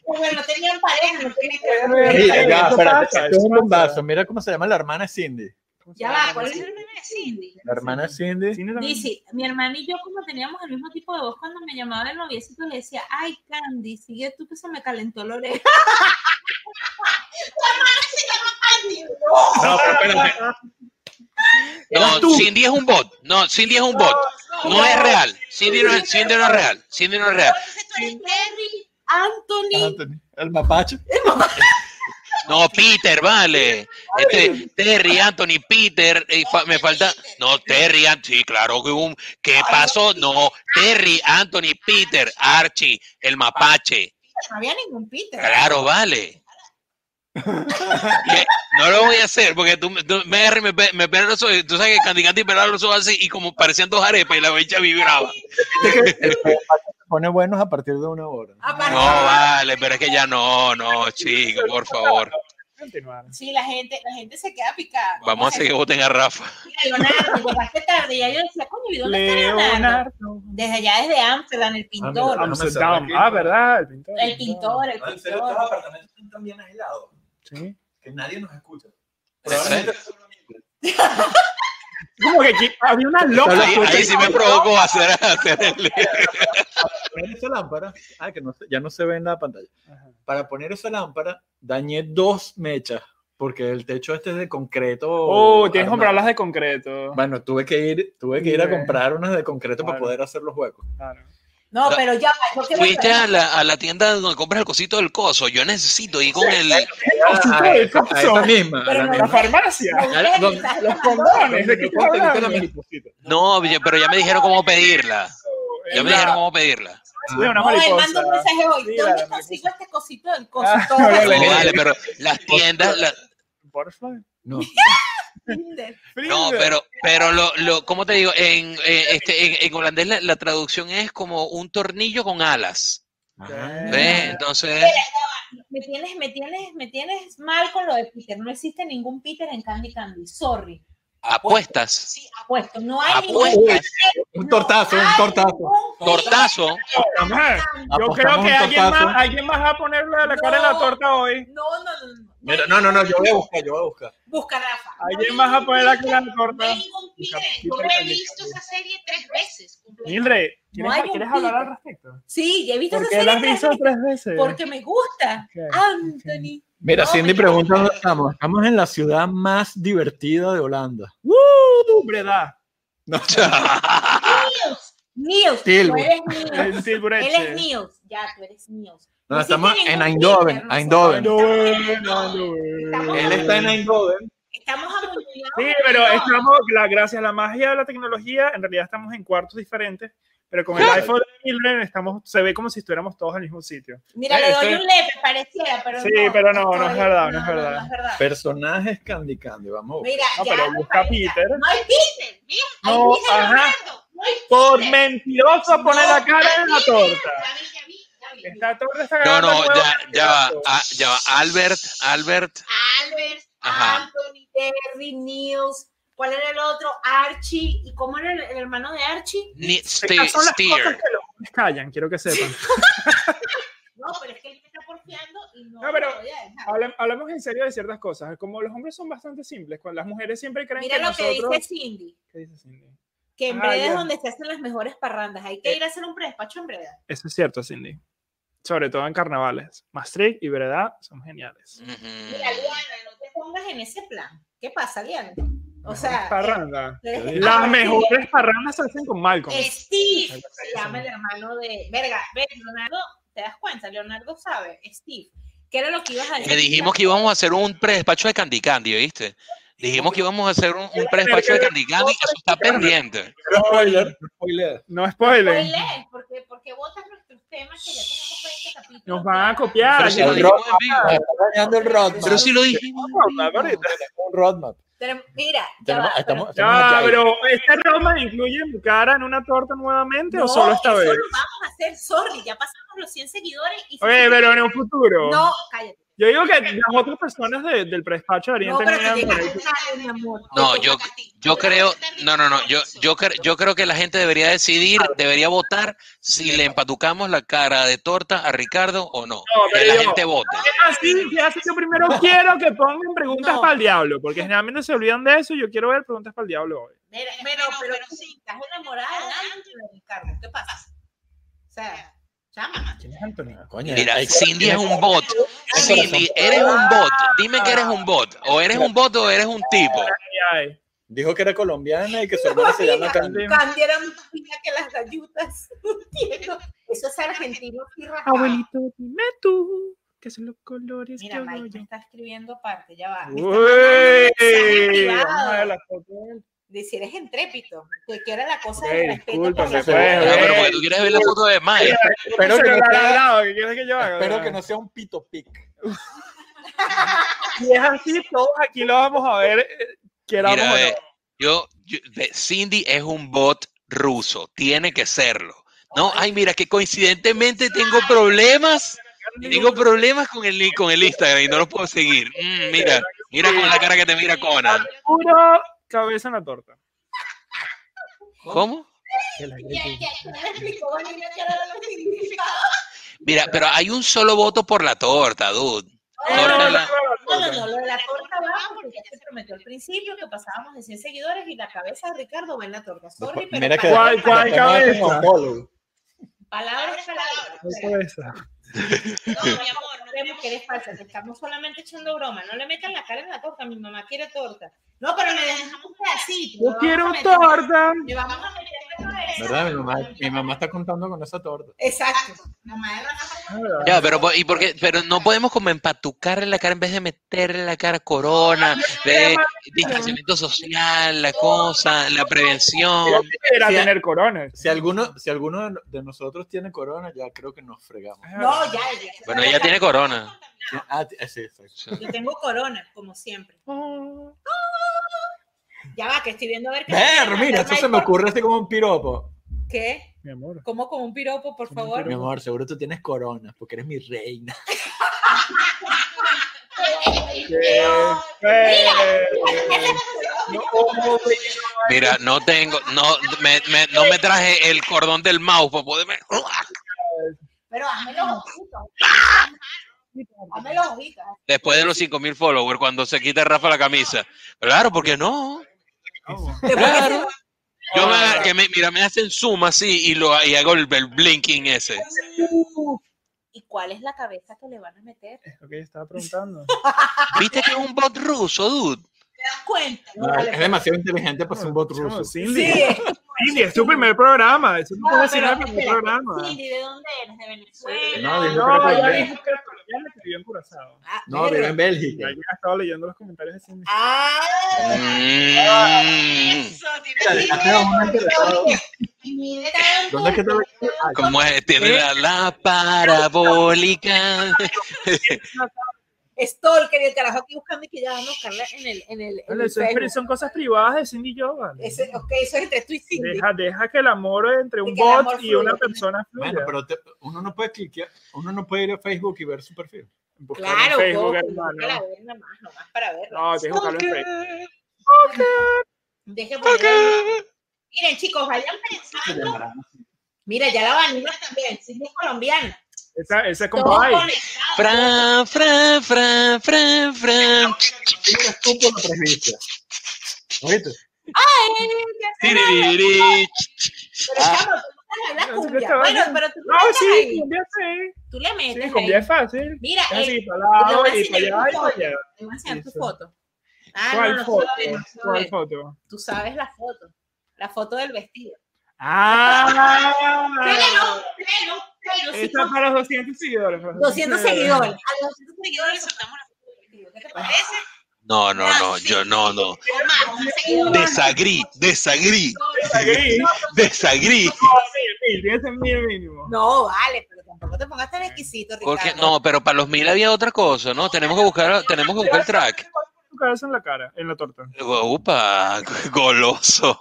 H: como no tenían pareja, no tenían que
I: Sí,
K: Eso
I: ya, espérate,
K: pasa,
I: esto es
K: eso
I: un
K: pasa.
I: bombazo. Mira cómo se llama la hermana Cindy.
H: Ya va, ¿cuál es el nombre de Cindy?
I: La hermana Cindy.
K: Sí, no, también.
H: Dice, mi hermana y yo como teníamos el mismo tipo de voz cuando me llamaba el noviecito le decía, ay Candy, sigue tú que se me calentó la oreja.
I: No, pero espérate.
F: No, Cindy es un bot. No, Cindy es un bot. No es real. Cindy no, es- Cindy no es real. Cindy no es real.
H: Terry, Anthony,
I: Anthony, El mapacho.
F: No, Peter, vale. Este, Terry, Anthony, Peter. eh, fa- me falta. No, Terry, Anthony. Sí, claro que hubo un. ¿Qué pasó? No, Terry, Anthony, Peter, Archie, el mapache.
H: pues, no había ningún Peter.
F: Claro, vale. ¿Qué? No lo voy a hacer porque tú, tú me agarras y me, pe- me pelas los ojos. Tú sabes que Candy Candy pelaba los ojos así y como parecían dos arepas y la bicha vibraba.
I: El que se pone buenos a partir de una hora.
F: No, vale, pero es que ya no, no, chico, por favor.
K: Continuar.
H: Sí, la gente, la gente se queda picada.
F: Vamos a seguir voten a Rafa.
H: Leonardo, llegaste tarde. Ya yo decía, coño, ¿y dónde está Leonardo?
K: Leonardo.
H: Desde allá, desde Ámsterdam, el pintor.
D: Ámsterdam,
K: Amsterdam. Ah, ¿verdad? El pintor.
H: el pintor, el
D: Ah, en serio, estos
H: pintor.
D: apartamentos están tan bien aislados
K: Sí.
D: que nadie nos escucha.
F: serio?
K: Como que aquí había una loca.
F: Ahí, ahí sí me provocó hacer, hacer el.
I: poner esa lámpara, ah, que no se- ya no se ve en la pantalla. Para poner esa lámpara, dañé dos mechas, porque el techo este es de concreto.
K: Oh, tienes que
I: armado.
K: comprarlas de concreto.
I: Bueno, tuve que ir, tuve que ir a
K: Bien.
I: comprar unas de concreto para
K: Claro.
I: poder hacer los huecos.
K: Claro.
H: No, pero ya, va, yo quiero
F: Fuiste a la, a la tienda donde compras el cosito del coso. Yo necesito ir con el.
K: Ah,
I: A, a esa a esa misma, a
H: Pero
I: la
H: no,
K: La
I: misma.
K: farmacia.
H: Ustedes
I: Ahora, ¿dónde-
H: están
K: Los
H: hablando-
K: condones. ¿De qué estás
I: Ponte, viste la
K: hablando?
I: mariposita.
F: No, oye, pero ya me dijeron cómo pedirla. Ya me dijeron cómo pedirla.
K: De una
H: No, él
K: mariposa.
H: manda un mensaje hoy.
K: Sí,
H: ¿Dónde
K: la
H: consigo este cosito del coso?
K: Ah,
H: Todo
K: no,
H: así,
F: No,
K: Dale.
F: vale, pero las tiendas. la-
K: Butterfly.
I: No,
H: Tinder.
F: no, pero, pero lo, lo, ¿cómo te digo? En, eh, este, en, en holandés la, la traducción es como un tornillo con alas.
I: Ajá.
F: ¿Ves? Entonces.
H: Me tienes, me tienes, me tienes mal con lo de Peter. No existe ningún Peter en Candy Candy. Sorry.
F: Apuestas.
H: Sí, apuesto. No hay ningún
F: Apuestas.
I: un
H: No
I: tortazo, un
H: hay
I: tortazo.
H: ningún Peter.
F: Tortazo.
K: Ajá. Yo creo
I: Apostamos
K: que
I: un
K: alguien
I: tortazo.
K: más, alguien más va a ponerle la cara en la
H: No.
K: torta hoy.
H: No, no, no, no. no.
I: Mira, no, no, no, yo voy a buscar, yo voy a buscar.
H: Busca Rafa.
K: Alguien más va a poner la cara en la
H: No
K: torta.
H: hay ningún Peter. Yo me he visto esa serie tres veces. completa.
K: Mildred,
H: No
K: ¿quieres,
H: hay un
K: quieres hablar al
H: pico.
K: respecto?
H: Sí, ya he visto
K: ¿Por
H: esa
K: qué
H: serie
K: la has
H: tres
K: visto
H: veces.
K: tres veces?
H: Porque me gusta.
K: Ok.
H: Anthony.
I: Mira,
H: No,
I: Cindy
H: pero-
I: pregunta dónde estamos. Estamos en la ciudad más divertida de Holanda.
K: ¡Uh! Breda.
H: Niels. Tú
I: Tilburg.
H: eres Niels.
K: El
H: Él es
K: Tilbureche.
H: Niels. Ya, tú eres Niels.
I: No,
H: No
I: estamos
H: existe
I: en
H: ningún
I: Eindhoven,
H: Peter, no sé.
I: Eindhoven.
K: Eindhoven, Eindhoven.
I: Él está en Eindhoven.
H: Estamos amontonados.
K: Sí, pero estamos, la, gracias a la magia de la tecnología, en realidad estamos en cuartos diferentes, pero con el iPhone de Mildred estamos, se ve como si estuviéramos todos en el mismo sitio.
H: Mira, le doy un lepe, pareciera, pero
K: Sí,
H: no.
K: pero no, no es
H: Estoy-
K: verdad, no es verdad.
I: Personajes Candy Candy, vamos. a buscar.
H: Mira,
K: No,
H: ya
K: pero
H: no
K: busca
H: parece.
K: Peter.
H: No hay Peter, mira, ahí
K: No,
H: dice
K: ajá.
H: Leonardo, no hay Peter.
K: Por mentiroso poner la
H: No,
K: cara en la
H: Peter,
K: torta.
H: ya vi, ya vi, ya vi.
K: Esta torta está
F: No,
K: agarrando
F: no,
K: huevo
F: ya,
K: de
F: ya va,
K: gato.
F: ah, ya va. Albert, Albert.
H: Albert,
F: Ajá.
H: Anthony, Terry, Niels, ¿cuál era el otro? Archie, ¿y cómo era el, el hermano de Archie?
F: Ni-
K: Estas son las cosas
F: Steer.
K: que los hombres callan, quiero que sepan.
H: No, pero es que él me está porfiando y no,
K: No, pero-
H: lo voy a dejar.
K: Hablem- hablamos en serio de ciertas cosas. Como los hombres son bastante simples, cuando las mujeres siempre creen
H: Mira
K: que
H: lo
K: nosotros...
H: que dice Cindy,
K: ¿Qué dice Cindy?
H: que en
K: Ah,
H: Breda es
K: ya. Eh.
H: donde se hacen las mejores parrandas, hay que ir a hacer un predespacho en Breda.
K: Eso es cierto, Cindy. Sobre todo en carnavales. Maastricht y Breda son geniales.
H: Mira,
F: Ujú.
H: Liana, no te pongas en ese plan. ¿Qué pasa, Liana? O
K: Mejores
H: sea,
K: parrandas.
H: eh, eh,
K: Las
H: ah,
K: mejores parrandas se hacen con
H: sí,
K: Malcolm.
H: Eh, Steve
K: Algo así,
H: se llama
K: sí.
H: el hermano de. Verga, ve, Leonardo, ¿te das cuenta? Leonardo sabe, Steve. ¿Qué era lo que ibas a decir?
F: Que dijimos que íbamos a hacer un predespacho de Candy Candy, ¿viste? Dijimos que íbamos a hacer un, un predespacho de Candy Candy, eso está pendiente.
I: Spoiler, spoiler.
K: No spoilen.
H: Spoiler, porque, porque botas nuestros temas que ya tenemos 20 capítulos.
K: Nos van a
H: ya.
K: copiar.
F: Pero si lo
I: sí.
K: ya.
F: dijimos en vivo.
I: Está dañando el roadmap.
F: Pero si lo dijimos.
K: Vamos a hablar ahorita.
I: Tenemos un roadmap.
H: Pero mira, ya
I: Tenemos-
H: va,
I: estamos,
H: pero-
I: estamos
K: Ya,
I: aquí.
K: pero ¿este Roma incluye mi cara en una torta nuevamente o solo esta
H: eso
K: vez?
H: lo vamos a hacer, sorry, ya pasamos los 100 seguidores y.
K: Oye, pero en un futuro.
H: No, cállate.
K: Yo digo que las otras personas de- del prespacho deberían
H: No, pero
K: tener
H: que
K: algo.
H: llegaste tarde, mi amor.
F: No,
H: Te
F: yo-
H: toca a ti.
F: Yo
H: Te
F: creo,
H: toca a ti.
F: no, no, no, yo, yo, cre- yo creo que la gente debería decidir, debería votar si le empatucamos la cara de torta a Ricardo o no.
K: No,
F: Que
K: pero
F: la
K: yo-
F: gente vote.
K: Es así, es Ah, así. Yo primero quiero que pongan preguntas
H: No.
K: para el diablo, porque generalmente se olvidan de eso. y Yo quiero ver preguntas para el diablo hoy.
H: Pero, Eh, pero, pero, sí, estás enamorada de Ángela, Ricardo. ¿Qué pasa? O sea, llama.
I: Coño,
F: Mira,
I: hay-
F: Cindy es un bot. Cindy, eres un bot. Dime que eres un bot. O eres un bot o eres un tipo.
K: Ay, ay.
I: dijo que era colombiana y que su hermana se llama Candy.
H: Candy era más fina que las gallutas. No entiendo. Eso es argentino y rajado.
K: Abuelito, dime tú, que son los colores
H: Mira,
K: que
H: Mike me
K: oye.
H: está escribiendo aparte, ya va. Me está mandando un
K: Uy,
H: mensaje
K: vamos a ver
H: privado
K: la foto del-
H: De si eres entrépito, que quiera la cosa
K: Ey,
H: del respeto. por
K: discúlpame,
H: la
K: pues,
H: vida.
F: Ya, pero
K: ey.
F: porque tú quieres ver la foto de Maya.
I: Espero
K: Un
I: que no
K: celular
I: sea-
K: al lado, ¿qué quieres que yo haga?
I: Espero que no sea un pito pic.
K: Si es así, todos aquí lo vamos a ver, eh, queramos
F: Mira,
K: o no.
F: eh, yo, yo- ve, Cindy es un bot ruso, tiene que serlo. No, ay, mira, que coincidentemente tengo problemas, tengo problemas con el, con el Instagram y no lo puedo seguir. Mm, mira, mira con la cara que te mira Conan.
K: Puro cabeza en la torta.
F: ¿Cómo?
C: No,
F: Mira, pero hay un solo voto por la torta, dude. Torta la-
H: No, no, no, lo de la torta va porque ya se prometió al principio que pasábamos de 100 seguidores y la cabeza de Ricardo va en la torta. Sorry, pero
I: Mira que
K: ¿Cuál-
I: después
K: cuál
I: me hacen
K: cabeza?
I: follow.
H: palabra es palabra. O sea, No, mi amor, no vemos que eres falsa, te estamos solamente echando broma. No le metan la cara en la torta, mi mamá quiere torta. No, pero le dejamos un pedacito.
K: Yo
H: le
K: quiero
H: vamos a meter-
K: torta.
H: Le vamos a meter la cabeza.
I: ¿Verdad? Mi mamá, mi mamá está contando con esa torta.
H: Exacto. Mamá de Rafa está contenta.
F: Ya, pero, po- ¿y por qué? pero no podemos como empatucarle la cara en vez de meterle la cara corona, de distanciamiento social, la cosa, la
K: Yo
F: prevención.
K: quisiera
I: Sí.
K: tener coronas.
I: Si alguno, si alguno de- de nosotros tiene corona, ya creo que nos fregamos.
H: No, ya, ya.
F: Bueno, ella tiene corona.
I: Ah, t- eh, sí, exacto.
H: Yo tengo corona, como siempre.
K: Oh.
H: Ya va, que estoy viendo a ver qué.
I: Ver, mira, esto se me ocurre así como un piropo.
H: ¿Qué?
K: Mi amor.
H: Como con un piropo, por
I: Mi
H: favor.
I: amor, seguro tú tienes corona, porque eres mi reina.
K: Eh, no, oh,
F: Mira, no tengo, no me, me- no me traje el cordón del mouse para poderme.
H: Pero hazme los ojitos. Hazme los ojitos.
F: Después de los 5000 followers, cuando se quita Rafa la camisa. Claro, porque no. Claro. Yo me, agar- que me- mira, me hacen zoom así y, lo, y hago el, el blinking ese.
H: ¿Y cuál es la cabeza que le van a meter? ¿Te
K: es lo que yo estaba preguntando.
F: ¿Viste que es un bot ruso, dude?
H: das Ah, cuenta?
I: No, es demasiado inteligente para ser un bot ruso.
K: No, Cindy.
H: Sí.
K: Cindy, es tu primer programa. Eso no
H: No, pero
K: puedo decir nada del primer
H: espera,
K: programa.
H: Cindy, ¿de dónde eres? ¿De Venezuela?
I: No, dijo
K: No,
I: que era
K: ya
I: colombiano.
K: dije que era colombiano que vivió en Curazao.
H: Ah,
I: No, vive en Bélgica.
K: Ya yo estaba leyendo los comentarios de Cindy.
H: Ah,
F: Mm.
H: eso,
I: Mira,
H: tiene-
I: dejaste a un interesado.
H: Mide tanto.
I: ¿Dónde es que te ve? Ah,
F: ¿Cómo es? Tiene la, la parabólica.
H: Stalker y el carajo aquí buscando y que ya vamos a buscarla en el, en el, en
K: Bueno,
H: el
K: eso es-
H: Facebook.
K: son cosas privadas de Cindy y yo, vale.
H: Ese- ok, eso es entre tú y Cindy.
K: Deja, deja que el amor entre un
H: Que el
K: bot
H: amor
K: y una
H: fluya.
K: persona fluya.
I: Bueno, pero te- uno no puede cliquear, uno no puede ir a Facebook y ver su perfil.
K: Buscar en
H: Claro,
K: Facebook,
H: coco,
K: hermano.
H: nunca la ven nada más, nomás para verla.
K: No, tienes que buscarlo en Facebook.
H: Deje poner- Miren, chicos, vayan pensando. Mira, ya la vanina también. Cindy es colombiana.
K: Esa, esa es con
H: Todos
K: Pai.
H: conectados.
F: Fran, Fran, Fran, Fran, Fran.
I: Mira, tú por la presbicia. ¿Oíste?
H: Ay, qué será.
F: Tiririrí.
H: Pero chamo, tú no sabes hablar
K: No, sí Ah. que
H: cumbia.
K: estaba
H: Bueno,
K: bien.
H: pero tú
K: No,
H: le metes
K: sí,
H: ahí.
K: cumbia sí.
H: Tú le metes
K: Sí, cumbia
H: ahí.
K: es fácil.
H: Mira,
K: Es
H: Este, eh,
K: así, para
H: yo
K: lado
H: voy a
K: y para
H: enseñar
K: allá y
H: tu
K: para
H: foto.
K: allá.
H: Te voy a enseñar tu
K: Eso.
H: foto. Ah, no,
K: ¿Cuál
H: no se
K: foto?
H: ve, no se
K: ¿Cuál
H: ve.
K: foto?
H: Tú sabes la foto. La foto del vestido.
K: ¡Ah!
H: Créelo, créelo, créelo, sí,
K: Esta es para los 200 seguidores. para los
H: 200
K: seguidores.
H: seguidores. A los 200 seguidores soltamos la foto del vestido. ¿Qué te parece?
F: Ah, No, no, no, yo no, no.
H: O más, un seguidor.
F: Desagrí, desagrí,
K: Ahí.
F: desagrí.
K: Sí, Tienes el mil mínimo.
H: No, vale, pero tampoco te pongas tan exquisito, Ricardo.
F: Porque, no, pero para los mil había otra cosa, ¿no? Tenemos que buscar, tenemos que buscar el track.
K: Tu cabeza en la cara, en la torta.
F: Upa, goloso.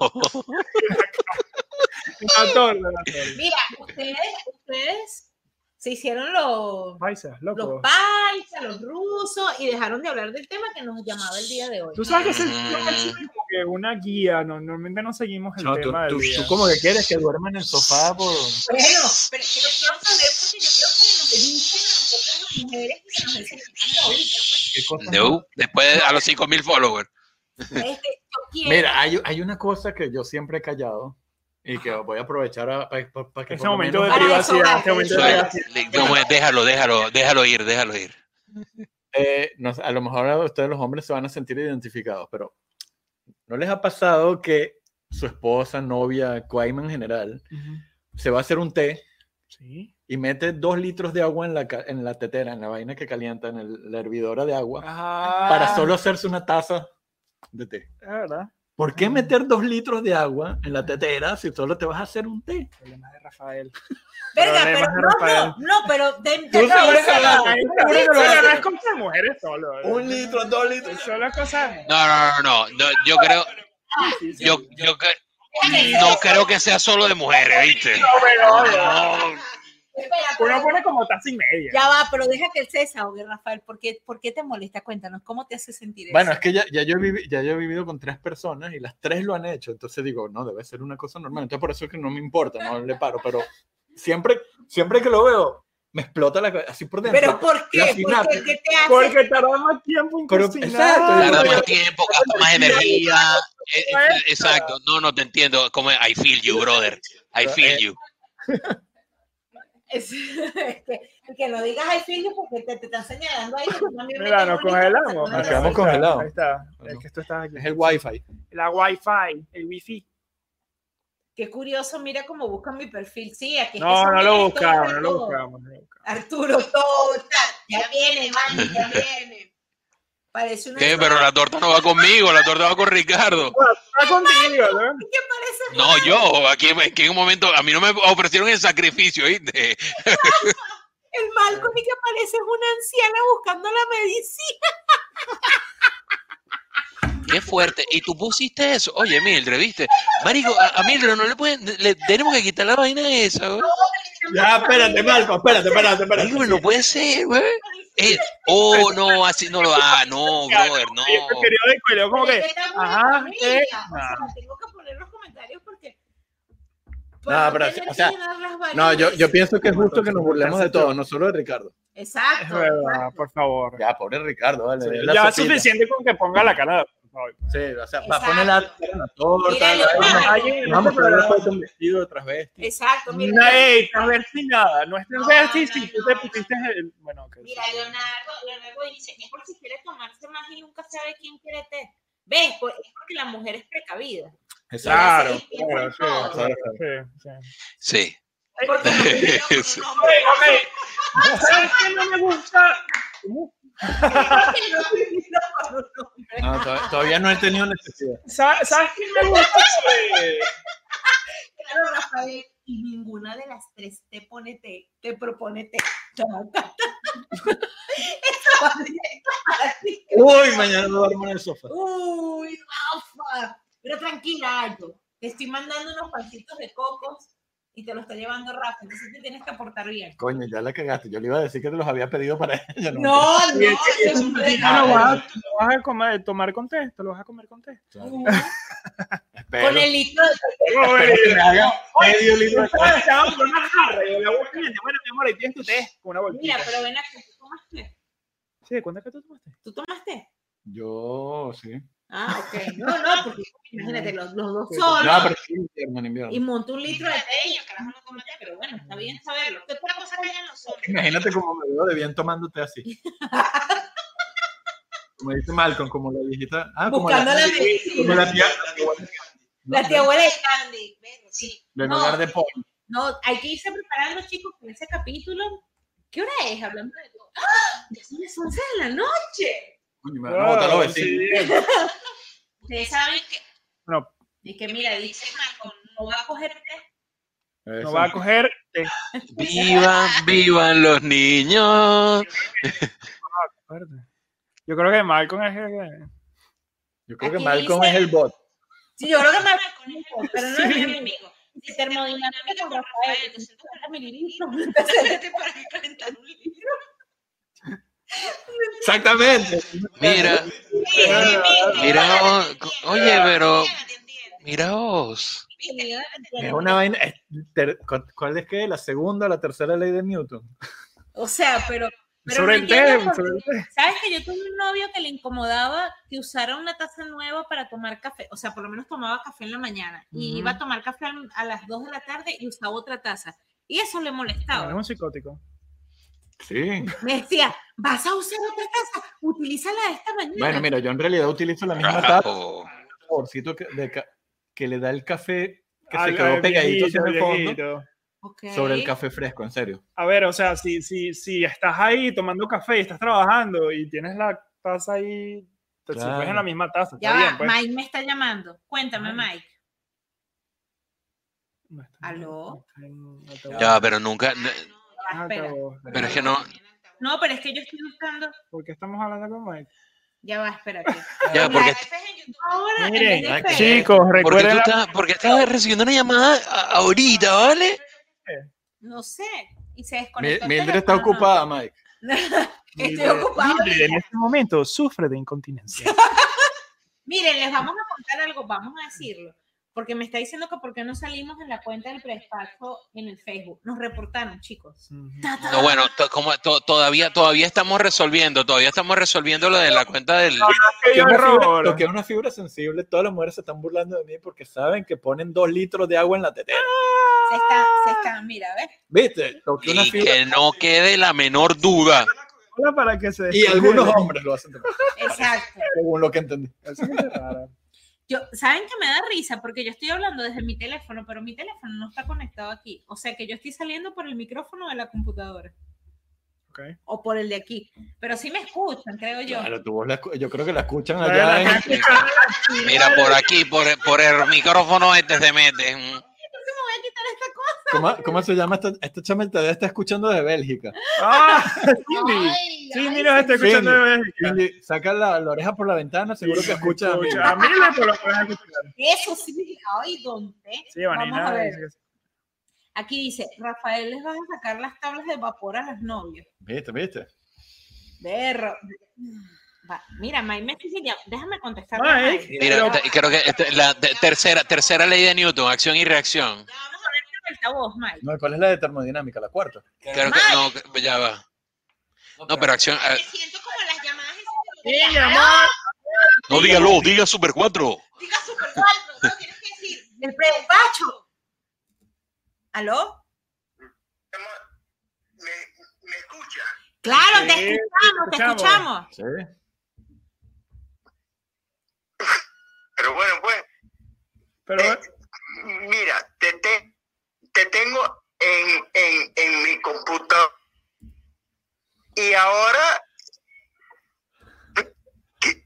K: En la torta, en la torta.
H: Mira, ustedes, ustedes se hicieron los,
K: Paisas,
H: los
K: loco.
H: paisas, los rusos, y dejaron de hablar del tema que nos llamaba el día de hoy.
K: Tú sabes que ese
F: Mm.
K: es como que una guía, no, normalmente no seguimos el
I: No, tú,
K: tema
I: tú,
K: del día.
I: tú como que quieres que duerma en el sofá por...
H: Bueno, pero es que lo quiero saber porque yo creo que nos dicen a nosotras las mujeres que nos necesitamos ahorita.
I: qué cosas
F: No, después a los cinco mil followers.
H: pues, este, yo quiero-
I: Mira, hay, hay una cosa que yo siempre he callado y que voy a aprovechar para que
K: Ese
I: por lo
K: momento de
I: menos-
H: Para eso
K: privacidad,
H: va,
K: ese momento de
H: eso va.
K: privacidad.
F: No, déjalo, déjalo, déjalo ir, déjalo ir.
I: Eh, no sé, a lo mejor a ustedes los hombres se van a sentir identificados, pero ¿no les ha pasado que su esposa, novia, cuaima en general, se va a hacer un té
K: Sí.
I: y mete dos litros de agua en la, ca- en la tetera, en la vaina que calienta, en el- la hervidora de agua, para solo hacerse una taza de té?
K: Ah, Es verdad.
I: ¿Por qué meter dos litros de agua en la tetera si solo te vas a hacer un té?
K: Problemas de Rafael.
H: Verga,
K: Problemas
H: pero
K: de
H: no,
K: Rafael.
H: no, no, pero te
K: Tú
H: te-
K: seguro
H: te-
K: que lo-
H: te-
K: tú seguro que lo
H: te-
K: agarras contra mujeres solo. ¿verdad?
D: Un litro, dos litros.
K: Solo cosas.
F: No, no, no, no, no, yo creo, yo, yo cre- no creo que sea solo de mujeres, ¿viste?
K: No, pero,
F: No,
H: Espera,
K: Uno
H: pero-
K: pone como taza y media.
H: Ya va, pero deja que el César ahogue, Rafael. ¿Por qué, ¿Por qué te molesta? Cuéntanos, ¿cómo te hace sentir eso?
I: Bueno, es que ya, ya yo he vivi- ya yo he vivido con tres personas y las tres lo han hecho, entonces digo, no, debe ser una cosa normal, entonces por eso es que no me importa, no le paro, pero siempre, siempre que lo veo, me explota la cabeza, así por dentro.
H: ¿Pero por
I: la
H: qué?
I: final-
H: Porque ¿qué te hace?
K: Porque tarda más tiempo en
I: Pero-
K: cocinar.
I: exacto,
F: tarda más tiempo, gasta más energía. eh, eh, Exacto, no, no te entiendo. Como es, I feel you, brother. I feel you.
H: Es, es que, es que lo digas al filho porque te, te están señalando ahí.
K: Mira, nos congelamos.
I: Nos quedamos
K: Ahí está,
I: congelados.
K: Ahí está.
I: Bueno.
K: Es que esto está aquí.
I: es el wifi.
K: La wifi, el wifi.
H: Qué curioso, mira cómo buscan mi perfil. Sí, aquí E-, es que
K: No,
H: son
K: no lo
H: miles,
K: buscamos,
H: todo,
K: no lo
H: todo.
K: buscamos. no lo buscamos.
H: Arturo, todo está. Ya viene, man, ya viene. Parece una.
F: ¿Qué? Eh, Pero la torta no va conmigo, la torta va con Ricardo.
K: Está contigo, ¿no?
H: ¿Qué parece?
F: No, yo, aquí es que en un momento, a mí no me ofrecieron el sacrificio, ¿viste?
H: El Malcolm y que parece una anciana buscando la medicina.
F: Qué fuerte. Y tú pusiste eso. Oye, Mildred, ¿viste? Marico, a, a Mildred no le pueden, le tenemos que quitar la vaina esa, güey.
D: Ya, espérate, Marco, espérate, espérate, espérate.
F: Marico, no puede ser, güey. Eh, oh, no, así no lo ah, no, brother, no.
K: Y el periódico y luego como que,
H: Es está muy
K: ajá,
H: bonita,
K: eh,
H: o sea,
K: ah.
H: tengo que poner los comentarios porque.
I: No, pero sí,
H: tener
I: o
H: que
I: sea,
H: llenar las
I: No, yo, yo
H: variables.
I: pienso que es justo que nos burlemos de todo, no solo de Ricardo.
K: es
H: Exacto.
K: verdad, por favor.
I: Ya, pobre Ricardo, vale. dale la
K: Ya es
I: sopita.
K: suficiente con que ponga la cara. por favor.
I: Sí, o sea,
H: Exacto.
I: va a poner la, la torta,
H: Mira,
I: la-
H: Leonardo.
K: Alguien en
I: vamos
K: este
I: a ver
K: programa-
I: foto en vestido de travesti.
H: Exacto, mira.
K: No, ey, transversi nada. No es transversi
H: No,
K: si
H: no,
K: tú
H: no.
K: te pusiste el. Bueno, ok.
H: Mira, Leonardo, Leonardo dice, es porque quiere tomarse más y nunca sabe quién quiere té. ¿Ves? Pues es porque la mujer es precavida.
K: Claro,
H: Sí, sí,
K: claro,
H: sí,
K: sí,
I: sí.
K: sí, sí.
F: Sí.
H: Porque no quiere poner
F: Sí.
H: nombre.
K: Oye, ok. ¿Sabes qué no me gusta?
H: No quiere poner nombre.
I: No, to- todavía no he tenido necesidad.
K: ¿Sabes sabes qué me gusta sobre-
H: Claro, Rafael, y ninguna de las tres te pone té, te propone té. Toma, ta, ta. Eso va directo para ti.
I: Uy, mañana no duermo en el sofá.
H: Uy, Rafa. Pero tranquila, Aldo. Te estoy mandando unos pancitos de cocos y te los está llevando Rafa. Entonces te tienes que aportar bien.
I: Coño, ya la cagaste. Yo le iba a decir que te los había pedido para ella. No.
H: No, no,
K: Y es que
H: Dios
K: eso Ah, no
H: mío.
K: lo vas a- lo vas a comer- tomar con té, te lo vas a comer con té.
H: Uh,
I: Espero.
H: Con el litro de
I: espero que me haga medio
K: Oye,
I: litro de
K: ¿sabes? Te vamos a poner una jarra, y la buscas y le dices, bueno, mi amor, ahí tienes tu té, con una
H: Mira,
K: bolsita.
H: pero ven aquí, ¿tú tomaste?
K: Sí, ¿cuándo es que tú tomaste?
H: ¿Tú tomaste?
I: Yo, sí.
H: Ah, ok. No, no, porque imagínate, los, los dos
K: Sí, sí.
I: No,
H: solos.
I: pero sí, en invierno, en invierno.
H: Y montó un litro de té y el carajo no comete, pero bueno, está bien saberlo. ¿Qué otra cosa que hayan los hombres?
I: Imagínate cómo me veo de bien tomándote así. Como dice Malcolm, como la viejita. Ah, como
H: Buscando la
I: tía-
H: medicina.
I: como la tía.
H: La tía abuela de Candy. Bueno, sí.
I: De
H: No,
I: lugar de pollo.
H: No, hay que irse preparando, chicos, con ese capítulo. ¿Qué hora es? Hablando de todo. ¡Ah! Ya son las 11 de la noche.
I: Coño, me van a botar los
K: Wow,
I: vecinos.
K: sí.
H: Ustedes saben que.
K: No.
H: Y que mira, dice Malcolm, no va a coger té.
I: Eso.
K: No va a coger eh, té.
F: Vivan, vivan los niños.
K: Fuerte. Yo creo que Malcolm es el que...
I: Yo creo que
H: Aquí
I: Malcolm
H: dice-
I: es el bot.
H: Sí, yo creo que Malcolm es el pero no es mi enemigo. De termodinámica con Rafael, 240 mililitros. para calentar un litro.
I: Exactamente.
F: Mira, mira, o- oye, pero miraos.
I: Es una vaina. es ter- cu- ¿Cuál es que? La segunda o la tercera ley de Newton.
H: O sea, pero. pero
K: Sobre
H: no
K: el té,
H: entiendo por
K: sobre el té.
H: ¿Sabes que yo tuve un novio que le incomodaba que usara una taza nueva para tomar café? O sea, por lo menos tomaba café en la mañana y
K: Ujú.
H: iba a tomar café al- a las 2 de la tarde y usaba otra taza. Y eso le
K: No, Es
H: molestaba.
K: un psicótico.
I: Sí.
H: Me decía, vas a usar otra taza, utilízala esta mañana.
I: Bueno, mira, yo en realidad utilizo la misma taza.
F: Carajo.
I: un saborcito que, de ca- que le da el café que
K: Al-
I: se quedó
K: al
I: pegadito así
K: viejito,
I: en el fondo
K: viejito.
H: Ok.
I: sobre el café fresco, en serio.
K: A ver, o sea, si, si, si estás ahí tomando café y estás trabajando y tienes la taza ahí Te si
H: pues,
K: fues en la misma taza.
H: Ya
K: está
H: va,
K: bien, pues.
H: Mike me está llamando. Cuéntame, Mike. ¿Aló?
F: Ya, pero nunca. n-
H: Ah, espera.
F: Pero es que no.
H: No, pero es que yo estoy buscando.
K: ¿Por qué estamos hablando con Mike?
H: Ya va, espérate.
F: Ya,
H: La-
F: porque-
H: ese es en YouTube ahora, en vez de
K: Miren,
H: Facebook.
K: chicos,
F: Porque tú
K: recuerden. la-
F: estás, porque estás recibiendo una llamada a- ahorita, ¿vale?
H: No sé. Y se
I: Mi-
H: desconectó. el
I: Mildred está
H: teléfono.
I: ocupada, Mike.
H: Estoy
K: Mildred-
H: ocupada.
K: Mildred, en este momento sufre de incontinencia.
H: Miren, les vamos a contar algo, vamos a decirlo. Porque me está diciendo que por qué no salimos en la cuenta del predespacho en el Facebook. Nos reportaron, chicos. Ta, ta.
F: No, bueno, to- como to- todavía, todavía estamos resolviendo, todavía estamos resolviendo lo de la cuenta del.
K: Que
I: Toqué
K: yo
I: una fibra-
K: error.
I: toqué una fibra sensible, todas las mujeres se están burlando de mí porque saben que ponen dos litros de agua en la tetera.
H: Se está, se está, mira, ¿ves?
I: ¿Viste? Toqué una
F: Y
I: fibra.
F: que no quede la menor duda.
K: Hola, para que se
I: Y algunos hombres lo hacen también,
H: Exacto.
I: según lo que entendí.
K: Eso es raro.
H: Yo, Saben que me da risa porque yo estoy hablando desde mi teléfono, pero mi teléfono no está conectado aquí. O sea que yo estoy saliendo por el micrófono de la computadora
K: Ok.
H: o por el de aquí. Pero sí me escuchan, creo yo.
I: Claro, tu voz la escu- yo creo que la escuchan
K: Bueno,
I: allá en,
F: Mira, por aquí, por, por el micrófono este se mete. mm.
H: Entonces me voy a quitar esta cosa.
I: ¿Cómo, cómo se llama esta, esta chama? Todavía está escuchando de Bélgica.
K: Ah, Cindy. Cindy nos está escuchando de Bélgica.
I: Y saca la, la oreja por la ventana, seguro que escucha. a mí.
K: Escucha, A mí la por lo puedes escuchar.
H: Eso sí, ay, ¿dónde?
K: Sí, Vanina.
H: Vamos a ver.
K: dice que sí.
H: Aquí dice, Rafael les va a sacar las tablas de vapor a los novios.
I: ¿Viste, viste?
H: Berro. Va, Mira, Mike me está diciendo- déjame contestar.
K: Mike,
F: Mira,
K: pero-
F: te- creo que este- la te- tercera, tercera ley de Newton, acción y reacción.
H: Vamos a ver qué falta vos, Mike.
I: No, ¿Cuál es la de termodinámica? La cuarta.
F: Creo que no, que- ya va. No, pero acción. ah,
C: siento como las llamadas.
K: Sí, amor.
F: No, dígalo, diga Super 4.
C: Diga super cuatro, no tienes que decir.
H: El predespacho. ¿Aló? ¿Me, escucha? Claro,
K: Sí,
H: te escuchamos, te
K: escuchamos.
H: escuchamos.
I: Sí.
M: Pero bueno, pues, eh,
K: Pero
M: mira, te, te, te tengo en, en, en mi computador. Y ahora, que- eh,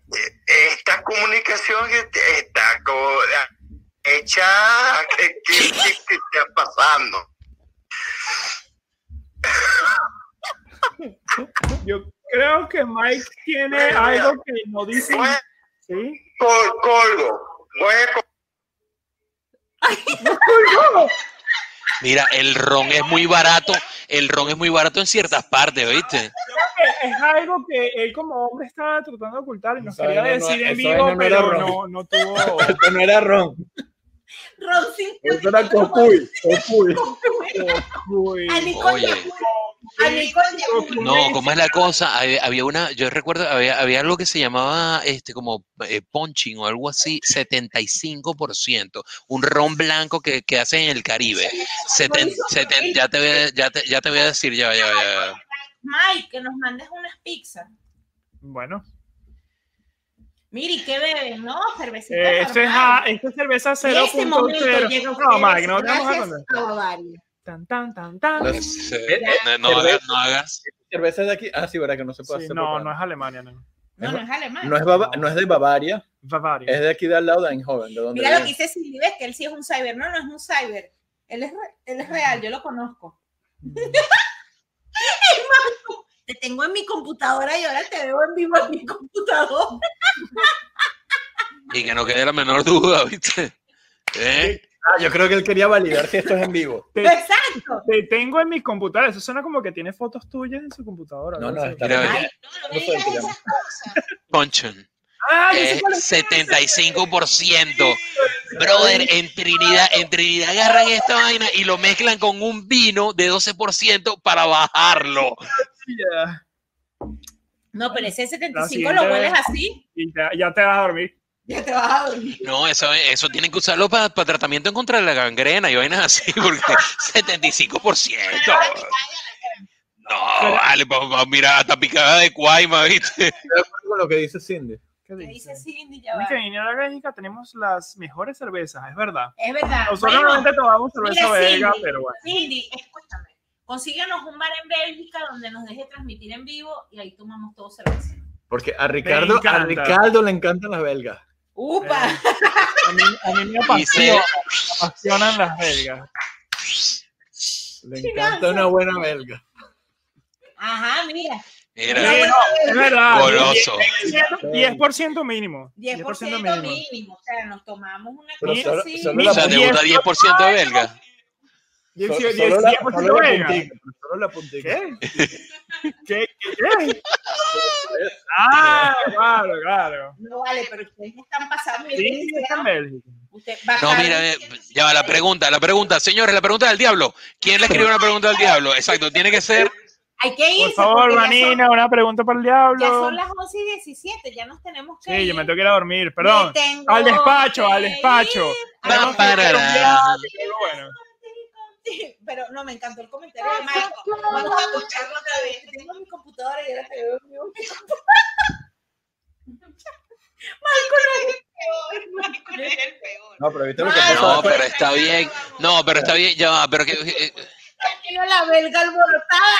M: esta comunicación que te- está co- hecha, ¿qué, qué- qué- qué está pasando?
K: yo creo que Mike tiene algo que no dice.
M: Bueno,
K: ¿Sí?
M: col- colgo. Voy a col-
F: Mira, el ron es muy barato. El ron es muy barato en ciertas partes, ¿viste?
K: Es algo que él como hombre estaba tratando de ocultar y nos
I: Esa
K: quería
I: vaina no-
K: decir en
I: esa
K: vivo,
I: vaina no era
K: pero
I: ron.
K: no, no tuvo.
I: Esto no era ron,
H: Rosy.
I: eso era cocuy. cocuy.
K: Uy.
H: A Nicole
F: Oye.
H: Yabur, A Nicole Yabur.
I: Pues.
F: No, ¿cómo es la cosa? Había, había una, yo recuerdo, había, había algo que se llamaba este como eh, ponching o algo así, 75%. Un ron blanco que, que hacen en el Caribe. Seten- seten- ya, te voy a, ya, te, ya te voy a decir, ya, va, ya, va, ya. va.
H: Mike, que nos mandes unas pizzas.
K: Bueno,
H: Miri, ¿qué bebes? No, cervecita.
K: eh, esto es,
H: normal.
K: a- esto es cerveza
H: Y este momento
K: 0.0.
H: llega
K: No, Mike, no
H: ustedes
K: te vamos a
H: gracias
K: contar.
H: a Bavaria.
K: Tan, tan, tan, tan.
I: Las-
F: Es, eh, No, no hagas, no hagas.
I: Cerveza de aquí. Ah, sí, verdad que no se puede
K: Sí,
I: hacer.
K: no, no
I: propaganda.
K: es Alemania, no.
H: No, no es alemán.
I: No es, Bava- no es de Bavaria,
K: Bavaria.
I: es de aquí de al lado de Eindhoven, de donde
H: Mira lo que
I: viene.
H: dice Cindy, ves que él sí es un cyber. No, no es un cyber. Él es, re- él es real, yo lo conozco.
K: Mm.
H: Te tengo en mi computadora y ahora te veo en vivo en mi computadora.
F: Y que no quede la menor duda, ¿viste? ¿Eh?
I: Ah, yo creo que él quería validar si esto es en vivo.
K: Te,
H: Exacto.
K: te tengo en mi computadora. Eso suena como que tiene fotos tuyas en su computadora.
I: No, no,
K: Así.
I: está
F: Mira,
I: bien.
H: Ay,
C: No, no
I: No
C: me
I: soy el
C: digas
I: que llama.
C: esas cosas.
F: Ponching.
K: Ah, yo sé
F: es
K: cuál es.
F: 75%. Brother, en Trinidad, en Trinidad agarran esta vaina y lo mezclan con un vino de 12% para bajarlo.
K: Ya.
H: No, pero ese 75
K: siguiente
H: lo hueles
K: vez.
H: así,
K: Y ya, ya te vas a dormir.
H: ya te vas a dormir.
F: No, eso, eso tienen que usarlo para tratamiento en contra de la gangrena y vainas así, porque 75%. No, vale, pa- pa- mira, hasta picada de cuaima, ¿viste?
I: Estoy de acuerdo con lo que dice Cindy.
K: ¿Qué
H: Te dice
K: dices?
H: Cindy, ya
K: Dicen
H: va.
K: que en Guinea Bélgica tenemos las mejores cervezas, es verdad.
H: Es verdad.
K: Nosotros
H: Bueno,
K: normalmente tomamos cerveza
H: mira,
K: belga,
C: pues.
H: Cindy.
K: pero bueno.
H: Cindy, escúchame. Consíguenos un bar en Bélgica donde nos deje transmitir en vivo y ahí tomamos todo cerveza.
I: Porque a Ricardo, a
K: encanta.
I: Ricardo le encantan las belgas.
H: ¡Upa!
K: A mí, a mí me apasiona- me apasionan las belgas.
I: Le encanta una buena belga.
H: Ajá, mira.
F: Era
K: Sí, no, es verdad.
F: goloso.
K: 10% mínimo.
H: 10% mínimo. O sea, nos tomamos una
F: Pero
H: cosa
F: solo-
H: así.
F: O sea, te gusta 10% de belga.
I: Solo-
K: Dieci-
I: solo la-
K: dieci-
I: solo la
K: belga.
I: puntica, solo la puntica.
K: ¿Qué? ¿Qué? ¿Qué? Ah, claro, claro.
H: No vale, pero ustedes están pasando.
K: Sí, está en Bélgica.
H: Usted,
F: No,
H: Bacardi,
F: mira, ve, ya va la pregunta, la pregunta, señores, la pregunta del diablo. ¿Quién le escribió una pregunta del diablo? Exacto, tiene que ser.
H: Hay que irse.
K: Por favor,
H: porque ya son-
K: Vanina, una pregunta para el
H: Ya
K: diablo.
H: son las 11 y 17, ya nos tenemos que
K: Sí,
H: ir.
K: yo me tengo que ir a dormir, perdón.
H: Me tengo
K: Al despacho, al
H: que
K: despacho.
H: ir.
K: Tenemos que
F: Parará.
K: hacer un viaje, pero bueno.
H: Sí, Pero no, me encantó el comentario de Michael. Vamos a escucharlo otra vez. Tengo mi computadora y ahora te veo mi computadora. Michael, es el peor. Michael es el peor.
I: No, pero viste lo
H: Ah,
I: que pasó.
H: pues,
F: No,
I: después?
F: pero está bien. No, pero está bien. Ya va, pero que. eh,
H: Quiero la belga alborotada.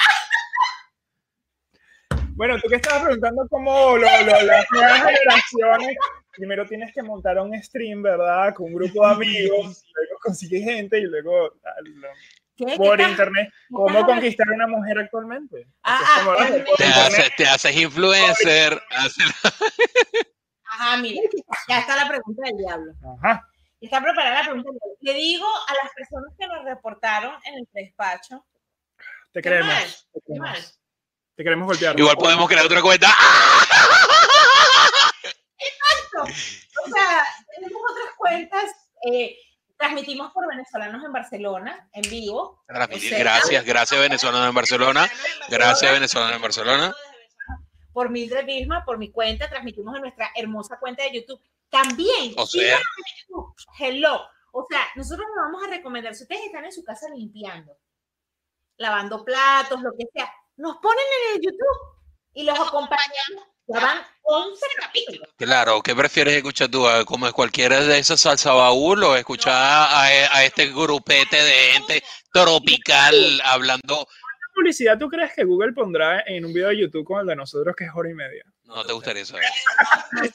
K: Bueno, tú que estabas preguntando cómo lo- lo- las nuevas generaciones, primero tienes que montar un stream, ¿verdad? Con un grupo de amigos, luego consigues gente y luego ah, lo-
H: ¿Qué? ¿Qué
K: por
H: tal?
K: internet. ¿Cómo conquistar a una mujer actualmente?
H: Ah,
K: Eso es como,
H: ah,
K: ¿verdad? Por
F: Te
K: internet.
F: haces, te haces influencer. haces-
H: Ajá, mira, ya está la pregunta del diablo.
K: Ajá.
H: Está preparada la pregunta del diablo. Le digo a las personas que nos reportaron en el despacho.
K: Te
H: Qué
K: queremos.
H: mal,
K: Te
H: qué mal.
K: queremos, te queremos golpear.
F: Igual podemos crear otra cuenta. Ah,
H: O sea, tenemos otras cuentas. eh, transmitimos por venezolanos en Barcelona, en vivo.
F: Transmitir.
H: O sea,
F: Gracias, gracias venezolano en Barcelona. Gracias venezolano en Barcelona.
H: Por Mildred Bisma, por mi cuenta, transmitimos en nuestra hermosa cuenta de YouTube. También.
F: O sea,
H: síganos en YouTube. hello. O sea, nosotros nos vamos a recomendar. Si ustedes están en su casa limpiando, lavando platos, lo que sea, nos ponen en el YouTube y los acompañamos. Ya van 11 capítulos.
F: claro, ¿qué prefieres escuchar tú? ¿A- ¿Como cualquiera de esas salsa baúl o escuchar a, a este grupete de gente tropical hablando?
K: ¿Qué publicidad tú crees que Google pondrá en un video de YouTube como el de nosotros que es hora y media?
F: No te gustaría saber.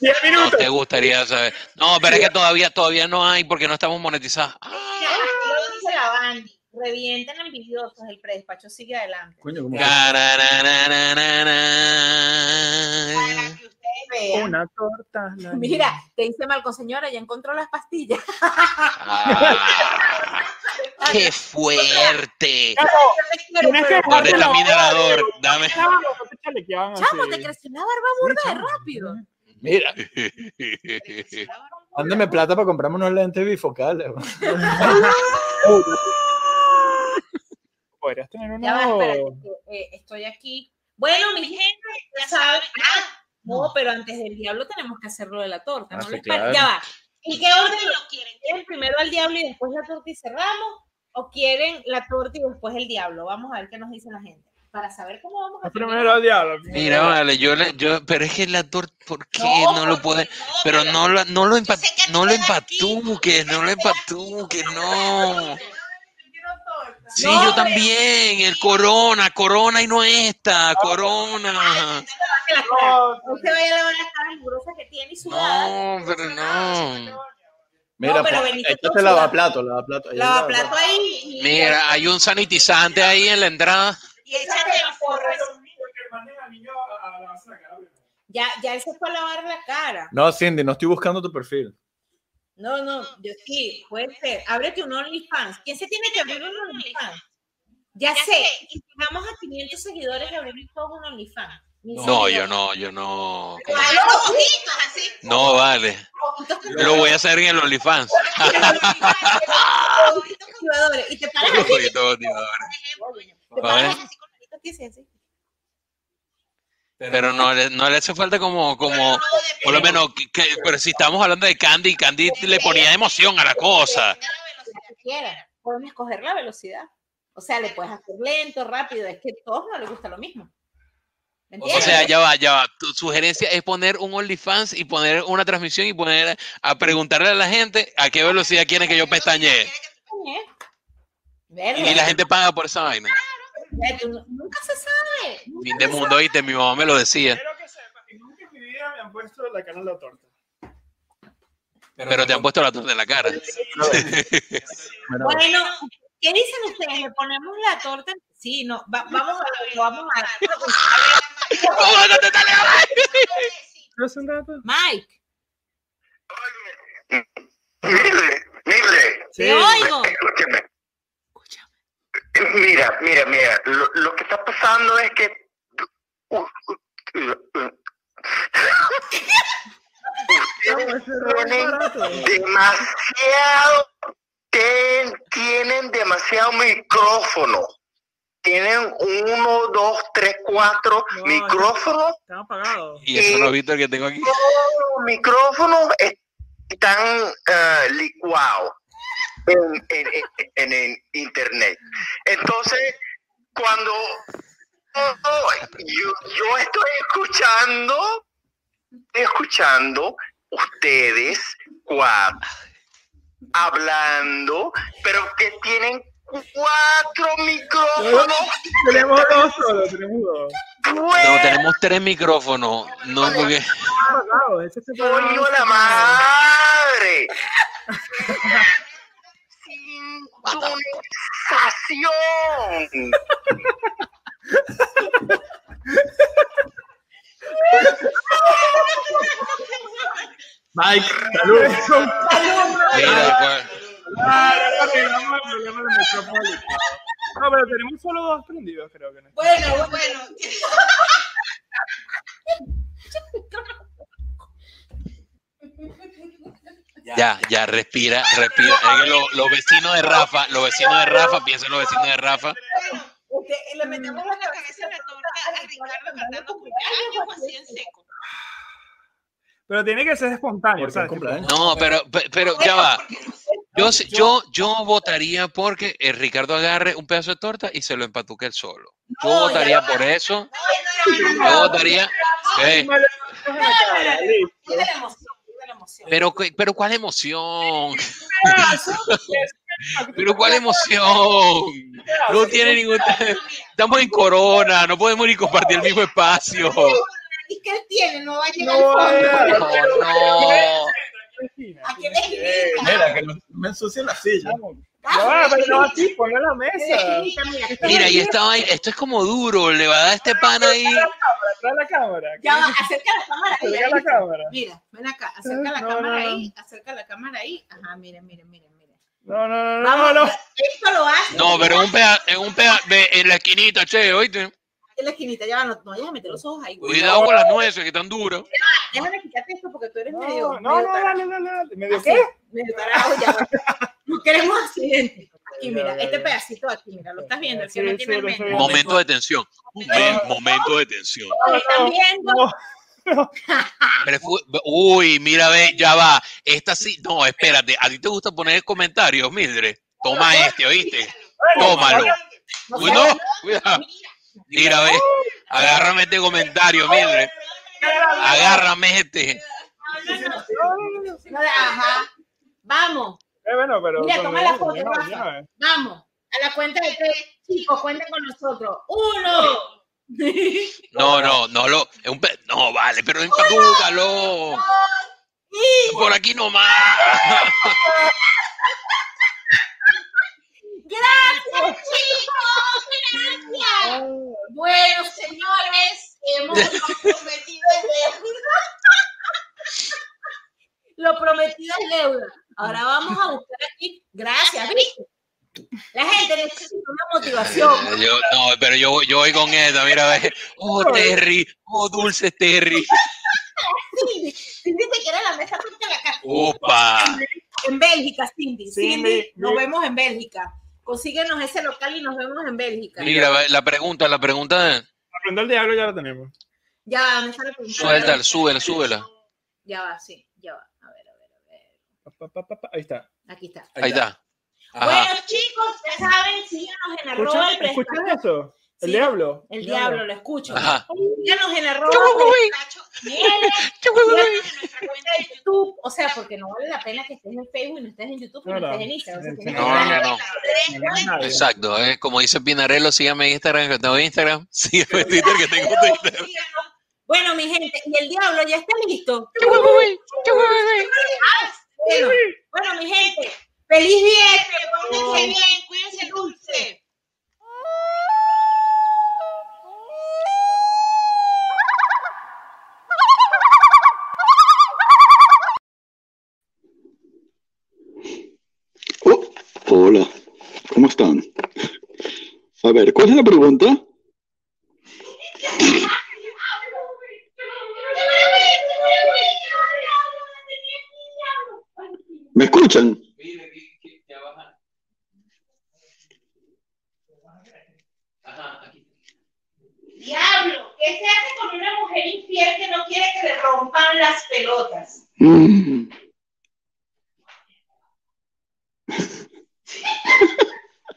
K: 10
F: No
K: minutos.
F: te gustaría saber. No, pero es que todavía, todavía no hay porque no estamos monetizados.
H: Ya, lo dice la Bandi. Revienten envidiosos, el predespacho sigue adelante.
I: Coño, como que-
F: Carararararara.
H: Que ustedes vean.
K: Una torta. la
H: Mira, te dice Malco, señora, ya encontró las pastillas.
F: Ah, ¡Qué fuerte!
H: Pero,
K: tienes
H: pero,
K: que-
F: ¿Dónde está mi nadador? Dame.
K: Ah, no, te chalequeaban así.
H: Chamo, te creció una barba burda de rápido.
I: Mira, ándame plata para comprarme unos lentes bifocales.
K: Podrías tener uno.
H: Ya va, espérate, que, eh, estoy aquí. Bueno, mi gente, ya saben. Ah, no, pero antes del diablo tenemos que hacer lo de la torta.
I: Ah,
H: ¿no?
I: sí,
H: Les pare-
I: claro.
H: Ya va. ¿Y qué orden lo quieren? ¿Quieren primero al diablo y después la torta y cerramos? ¿O quieren la torta y después el diablo? Vamos a ver qué nos dice la gente. Para saber cómo vamos a
K: Haz primero al diablo.
F: Mira, vale, yo, le- yo, pero es que el actor, ¿por qué no lo puede? Pero no, lo- no lo empa- no lo empatuques, no lo empatuques, no. Sí,
H: No,
F: yo
H: pero-
F: también, el corona, corona y no esta, corona.
H: que la cara. No se vaya a lavar las caras mugrosas que tiene y sudada.
F: No, pero no.
I: Mira,
H: pero
I: pues,
H: Benito,
I: échate
H: tú-
I: lavaplato, lavaplato. Ahí
H: Lava
I: hay
H: plato ahí. y-
F: Mira, hay un sanitizante ahí en la entrada.
H: Y échate el forro. Ya, ya él se fue a lavar la cara.
I: No, Cindy, no estoy buscando tu perfil.
H: No, no, yo sí, puede ser. Ábrete un OnlyFans. ¿Quién se tiene que abrir un OnlyFans? Ya, sé, y llegamos a 500 seguidores y abrimos todos un OnlyFans.
F: No, yo no, yo no.
H: Pero hay los ojitos así,
F: No, vale.
H: ojitos con-
F: Lo voy a hacer en el OnlyFans.
H: los ojitos activadores. Y te paras así,
F: Uy, no, tío.
H: te paras así con los ojitos que hacen así.
F: Pero no, le- no le hace falta como, como, por lo menos, que- que- pero si estamos hablando de Candy, Candy le ponía emoción a la cosa.
H: la que quieras. Pueden escoger la velocidad. O sea, le puedes hacer lento, rápido. Es que a todos no les gusta lo mismo. ¿Me
F: O
H: entiendes?
F: sea, ya va, ya va. Tu sugerencia es poner un OnlyFans y poner una transmisión y poner a preguntarle a la gente a qué velocidad quieren que yo pestañee.
H: Verga.
F: Y la gente paga por esa vaina.
H: Tú Nunca se sabe. nunca
F: Fin de
H: se
F: mundo, oíste, mi mamá me lo decía.
K: Quiero que sepas que nunca es han puesto la cara en la torta.
F: Pero, te han puesto la torta en la cara.
H: Bueno, ¿qué dicen ustedes? ¿Le ponemos la torta? en- Sí, no, va- vamos a lo vamos a.
K: ¿No es un dato?
H: Mike,
M: Mire, mire.
H: Te oigo.
M: Escúchame. Mira, mira, mira. Lo, lo que está pasando es que. Tienen demasiado. ten- tienen demasiado micrófono. Tienen uno, dos, tres, cuatro micrófonos.
K: Están apagados.
F: Y eso no es Víctor que tengo aquí.
M: Los micrófonos están eh, licuados en, en- en- en el internet. Entonces, cuando oh, yo, yo estoy escuchando, estoy escuchando ustedes cuatro hablando, pero que tienen cuatro micrófonos.
K: Tenemos dos solo, tenemos dos.
F: No, tenemos tres micrófonos. No, porque.
K: Están apagados, Ah, ese se
M: ¡Coño la madre! ¡Sintonización!
I: Mike, salud.
F: Mira, pues,
K: Ah, ya arreglamos el problema de Metropolis. No, pero tenemos solo dos prendidos, creo que no.
C: Bueno, bueno.
F: Ya, ya, respira, respira. Es que lo- los vecinos de Rafa, los vecinos de Rafa, piensa en los vecinos de Rafa.
H: usted- le metemos la cabeza en la torta a Ricardo cantando cumpleaños o así en seco.
K: Pero tiene que ser espontáneo, ¿sabes?
F: No, pero, pe- pero ya va. Yo, sí- yo, yo votaría porque el Ricardo agarre un pedazo de torta y se lo empatuque él solo. Yo
K: No, ya
F: votaría
K: va.
F: por eso.
K: no,
F: Yo votaría. eh, Sí.
H: Vive la emoción, vive la emoción.
F: Pero, cu- pero cuál emoción. Pero cuál emoción. No tiene ningún. Estamos en corona, no podemos ni compartir el mismo espacio.
H: ¿Y qué él tiene? No va a llegar
K: No va a
H: al fondo.
K: llegar.
F: No.
H: ¿A qué le
I: Mira, que no me ensucien la silla.
K: Ya
H: Ah,
K: va, pero no así, ponlo en la mesa.
F: Mira, y esta vaina, esto es como duro, le va a dar este pan ahí.
K: Trae la cámara.
H: Ya va, acerca la cámara ahí.
K: Acerca la
H: ahí.
K: cámara.
H: Mira, ven acá, acerca la
K: No,
H: cámara
K: no, no.
H: ahí, acerca la cámara ahí. Ajá, miren, miren, miren, miren.
K: No, no, no, no,
H: Vamos,
K: no.
H: Esto lo hace.
F: No, pero en un peda, en un peda, ve, en la esquinita, che, oíste.
H: En la esquinita, ya va, no, no vayas a meter los ojos ahí. güey.
F: Cuidado con las nueces que están duras.
H: Déjame quitarte esto porque tú eres medio.
K: No, no,
H: medio
K: no,
H: tarado.
K: dale, dale, dale. ¿Me dio
H: ¿Qué?
K: qué?
H: Medio tarado, ya va. No queremos accidentes. Aquí,
K: Ya,
H: mira,
K: ya,
H: este
K: ya.
H: pedacito aquí, mira, lo estás viendo, el que
K: Sí,
H: no tiene
K: sí,
H: el
K: lo
H: medio.
K: estoy viendo.
F: Momento de tensión. Momen- Momento de tensión.
H: Lo están viendo.
K: No,
F: Pero fue- Uy, mira, ve, ya va. Esta sí. No, espérate. ¿A ti te gusta poner comentarios, Mildred? Toma este, ¿oíste? Tómalo.
H: No
F: Uy,
H: sé,
F: no. Cuidado. Mira, ve. Agárrame este comentario, Mildred. Agárrame este.
H: no, Ajá. Vamos,
K: Eh, bueno, pero.
H: Mira,
K: cuando
H: toma la
K: ya,
H: foto,
K: ya,
H: Rafa.
K: ya, eh.
H: vamos. A la cuenta de tres, chicos, cuenten con nosotros. Uno.
F: No, no, no lo. es un pe- No, vale, pero empatúcalo. Por aquí nomás.
C: Gracias, chicos. Gracias. Bueno, señores, hemos comprometido el dedo.
H: Lo prometido es deuda. Ahora vamos a buscar aquí. Gracias, ¿viste? La gente necesita una motivación.
F: Eh, yo- no, pero yo, voy- yo voy con esta, mira, ve. Oh, Terry. Oh, dulce Terry.
H: Cindy, Cindy te quiere la mesa frente a la casa.
F: Opa.
H: En Bélgica, Cindy.
K: Cindy,
H: Cindy, nos
K: sí.
H: vemos en Bélgica. Consíguenos ese local y nos vemos en Bélgica.
F: Mira, ve, la pregunta, la pregunta.
K: La pregunta del diablo ya la tenemos.
H: Ya, me sale preguntando.
F: Suéltala, súbela, súbela.
H: Ya va, sí, ya va. A ver, a ver, a ver.
K: Pa, pa, pa, pa, pa, Ahí está.
H: Aquí está.
F: Ahí está. Ajá.
C: Bueno, chicos, ya saben, síganos en arroba el
K: ¿Escuchan,
C: prestacho.
K: ¿escuchan eso? El
H: Sí,
K: diablo.
H: El diablo, lo escucho.
F: Ajá.
H: Síganos en arroba.
C: prestacho. Miren, síganos en nuestra cuenta de YouTube.
H: YouTube, o sea, porque no vale la pena que estés en Facebook y no estés en YouTube y no
K: Claro.
H: estés en Instagram. O sea, tienes
F: No,
H: que estar-
F: no, no.
K: No le hagas nadie.
F: Exacto. eh, Como dice Pinarello, sígame en Instagram, que tengo Instagram. Sígame en Twitter, que tengo Twitter.
C: Síganos
H: Bueno, mi gente, y el diablo ya está listo. Bueno, bueno, mi gente, feliz viernes, pórtense bien, cuídense dulce.
I: Hola, ¿cómo están? A ver, ¿cuál es la pregunta? ¿Me escuchan?
N: Diablo, ¿qué se hace con una mujer infiel que no quiere que le rompan las pelotas?
I: Mm.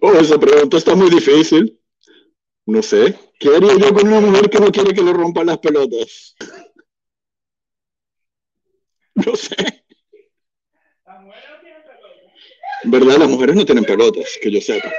I: Oh, esa pregunta está muy difícil. No sé. ¿Qué haría yo con una mujer que no quiere que le rompan las pelotas? No sé. ¿Verdad? Las mujeres no tienen pelotas, que yo sepa.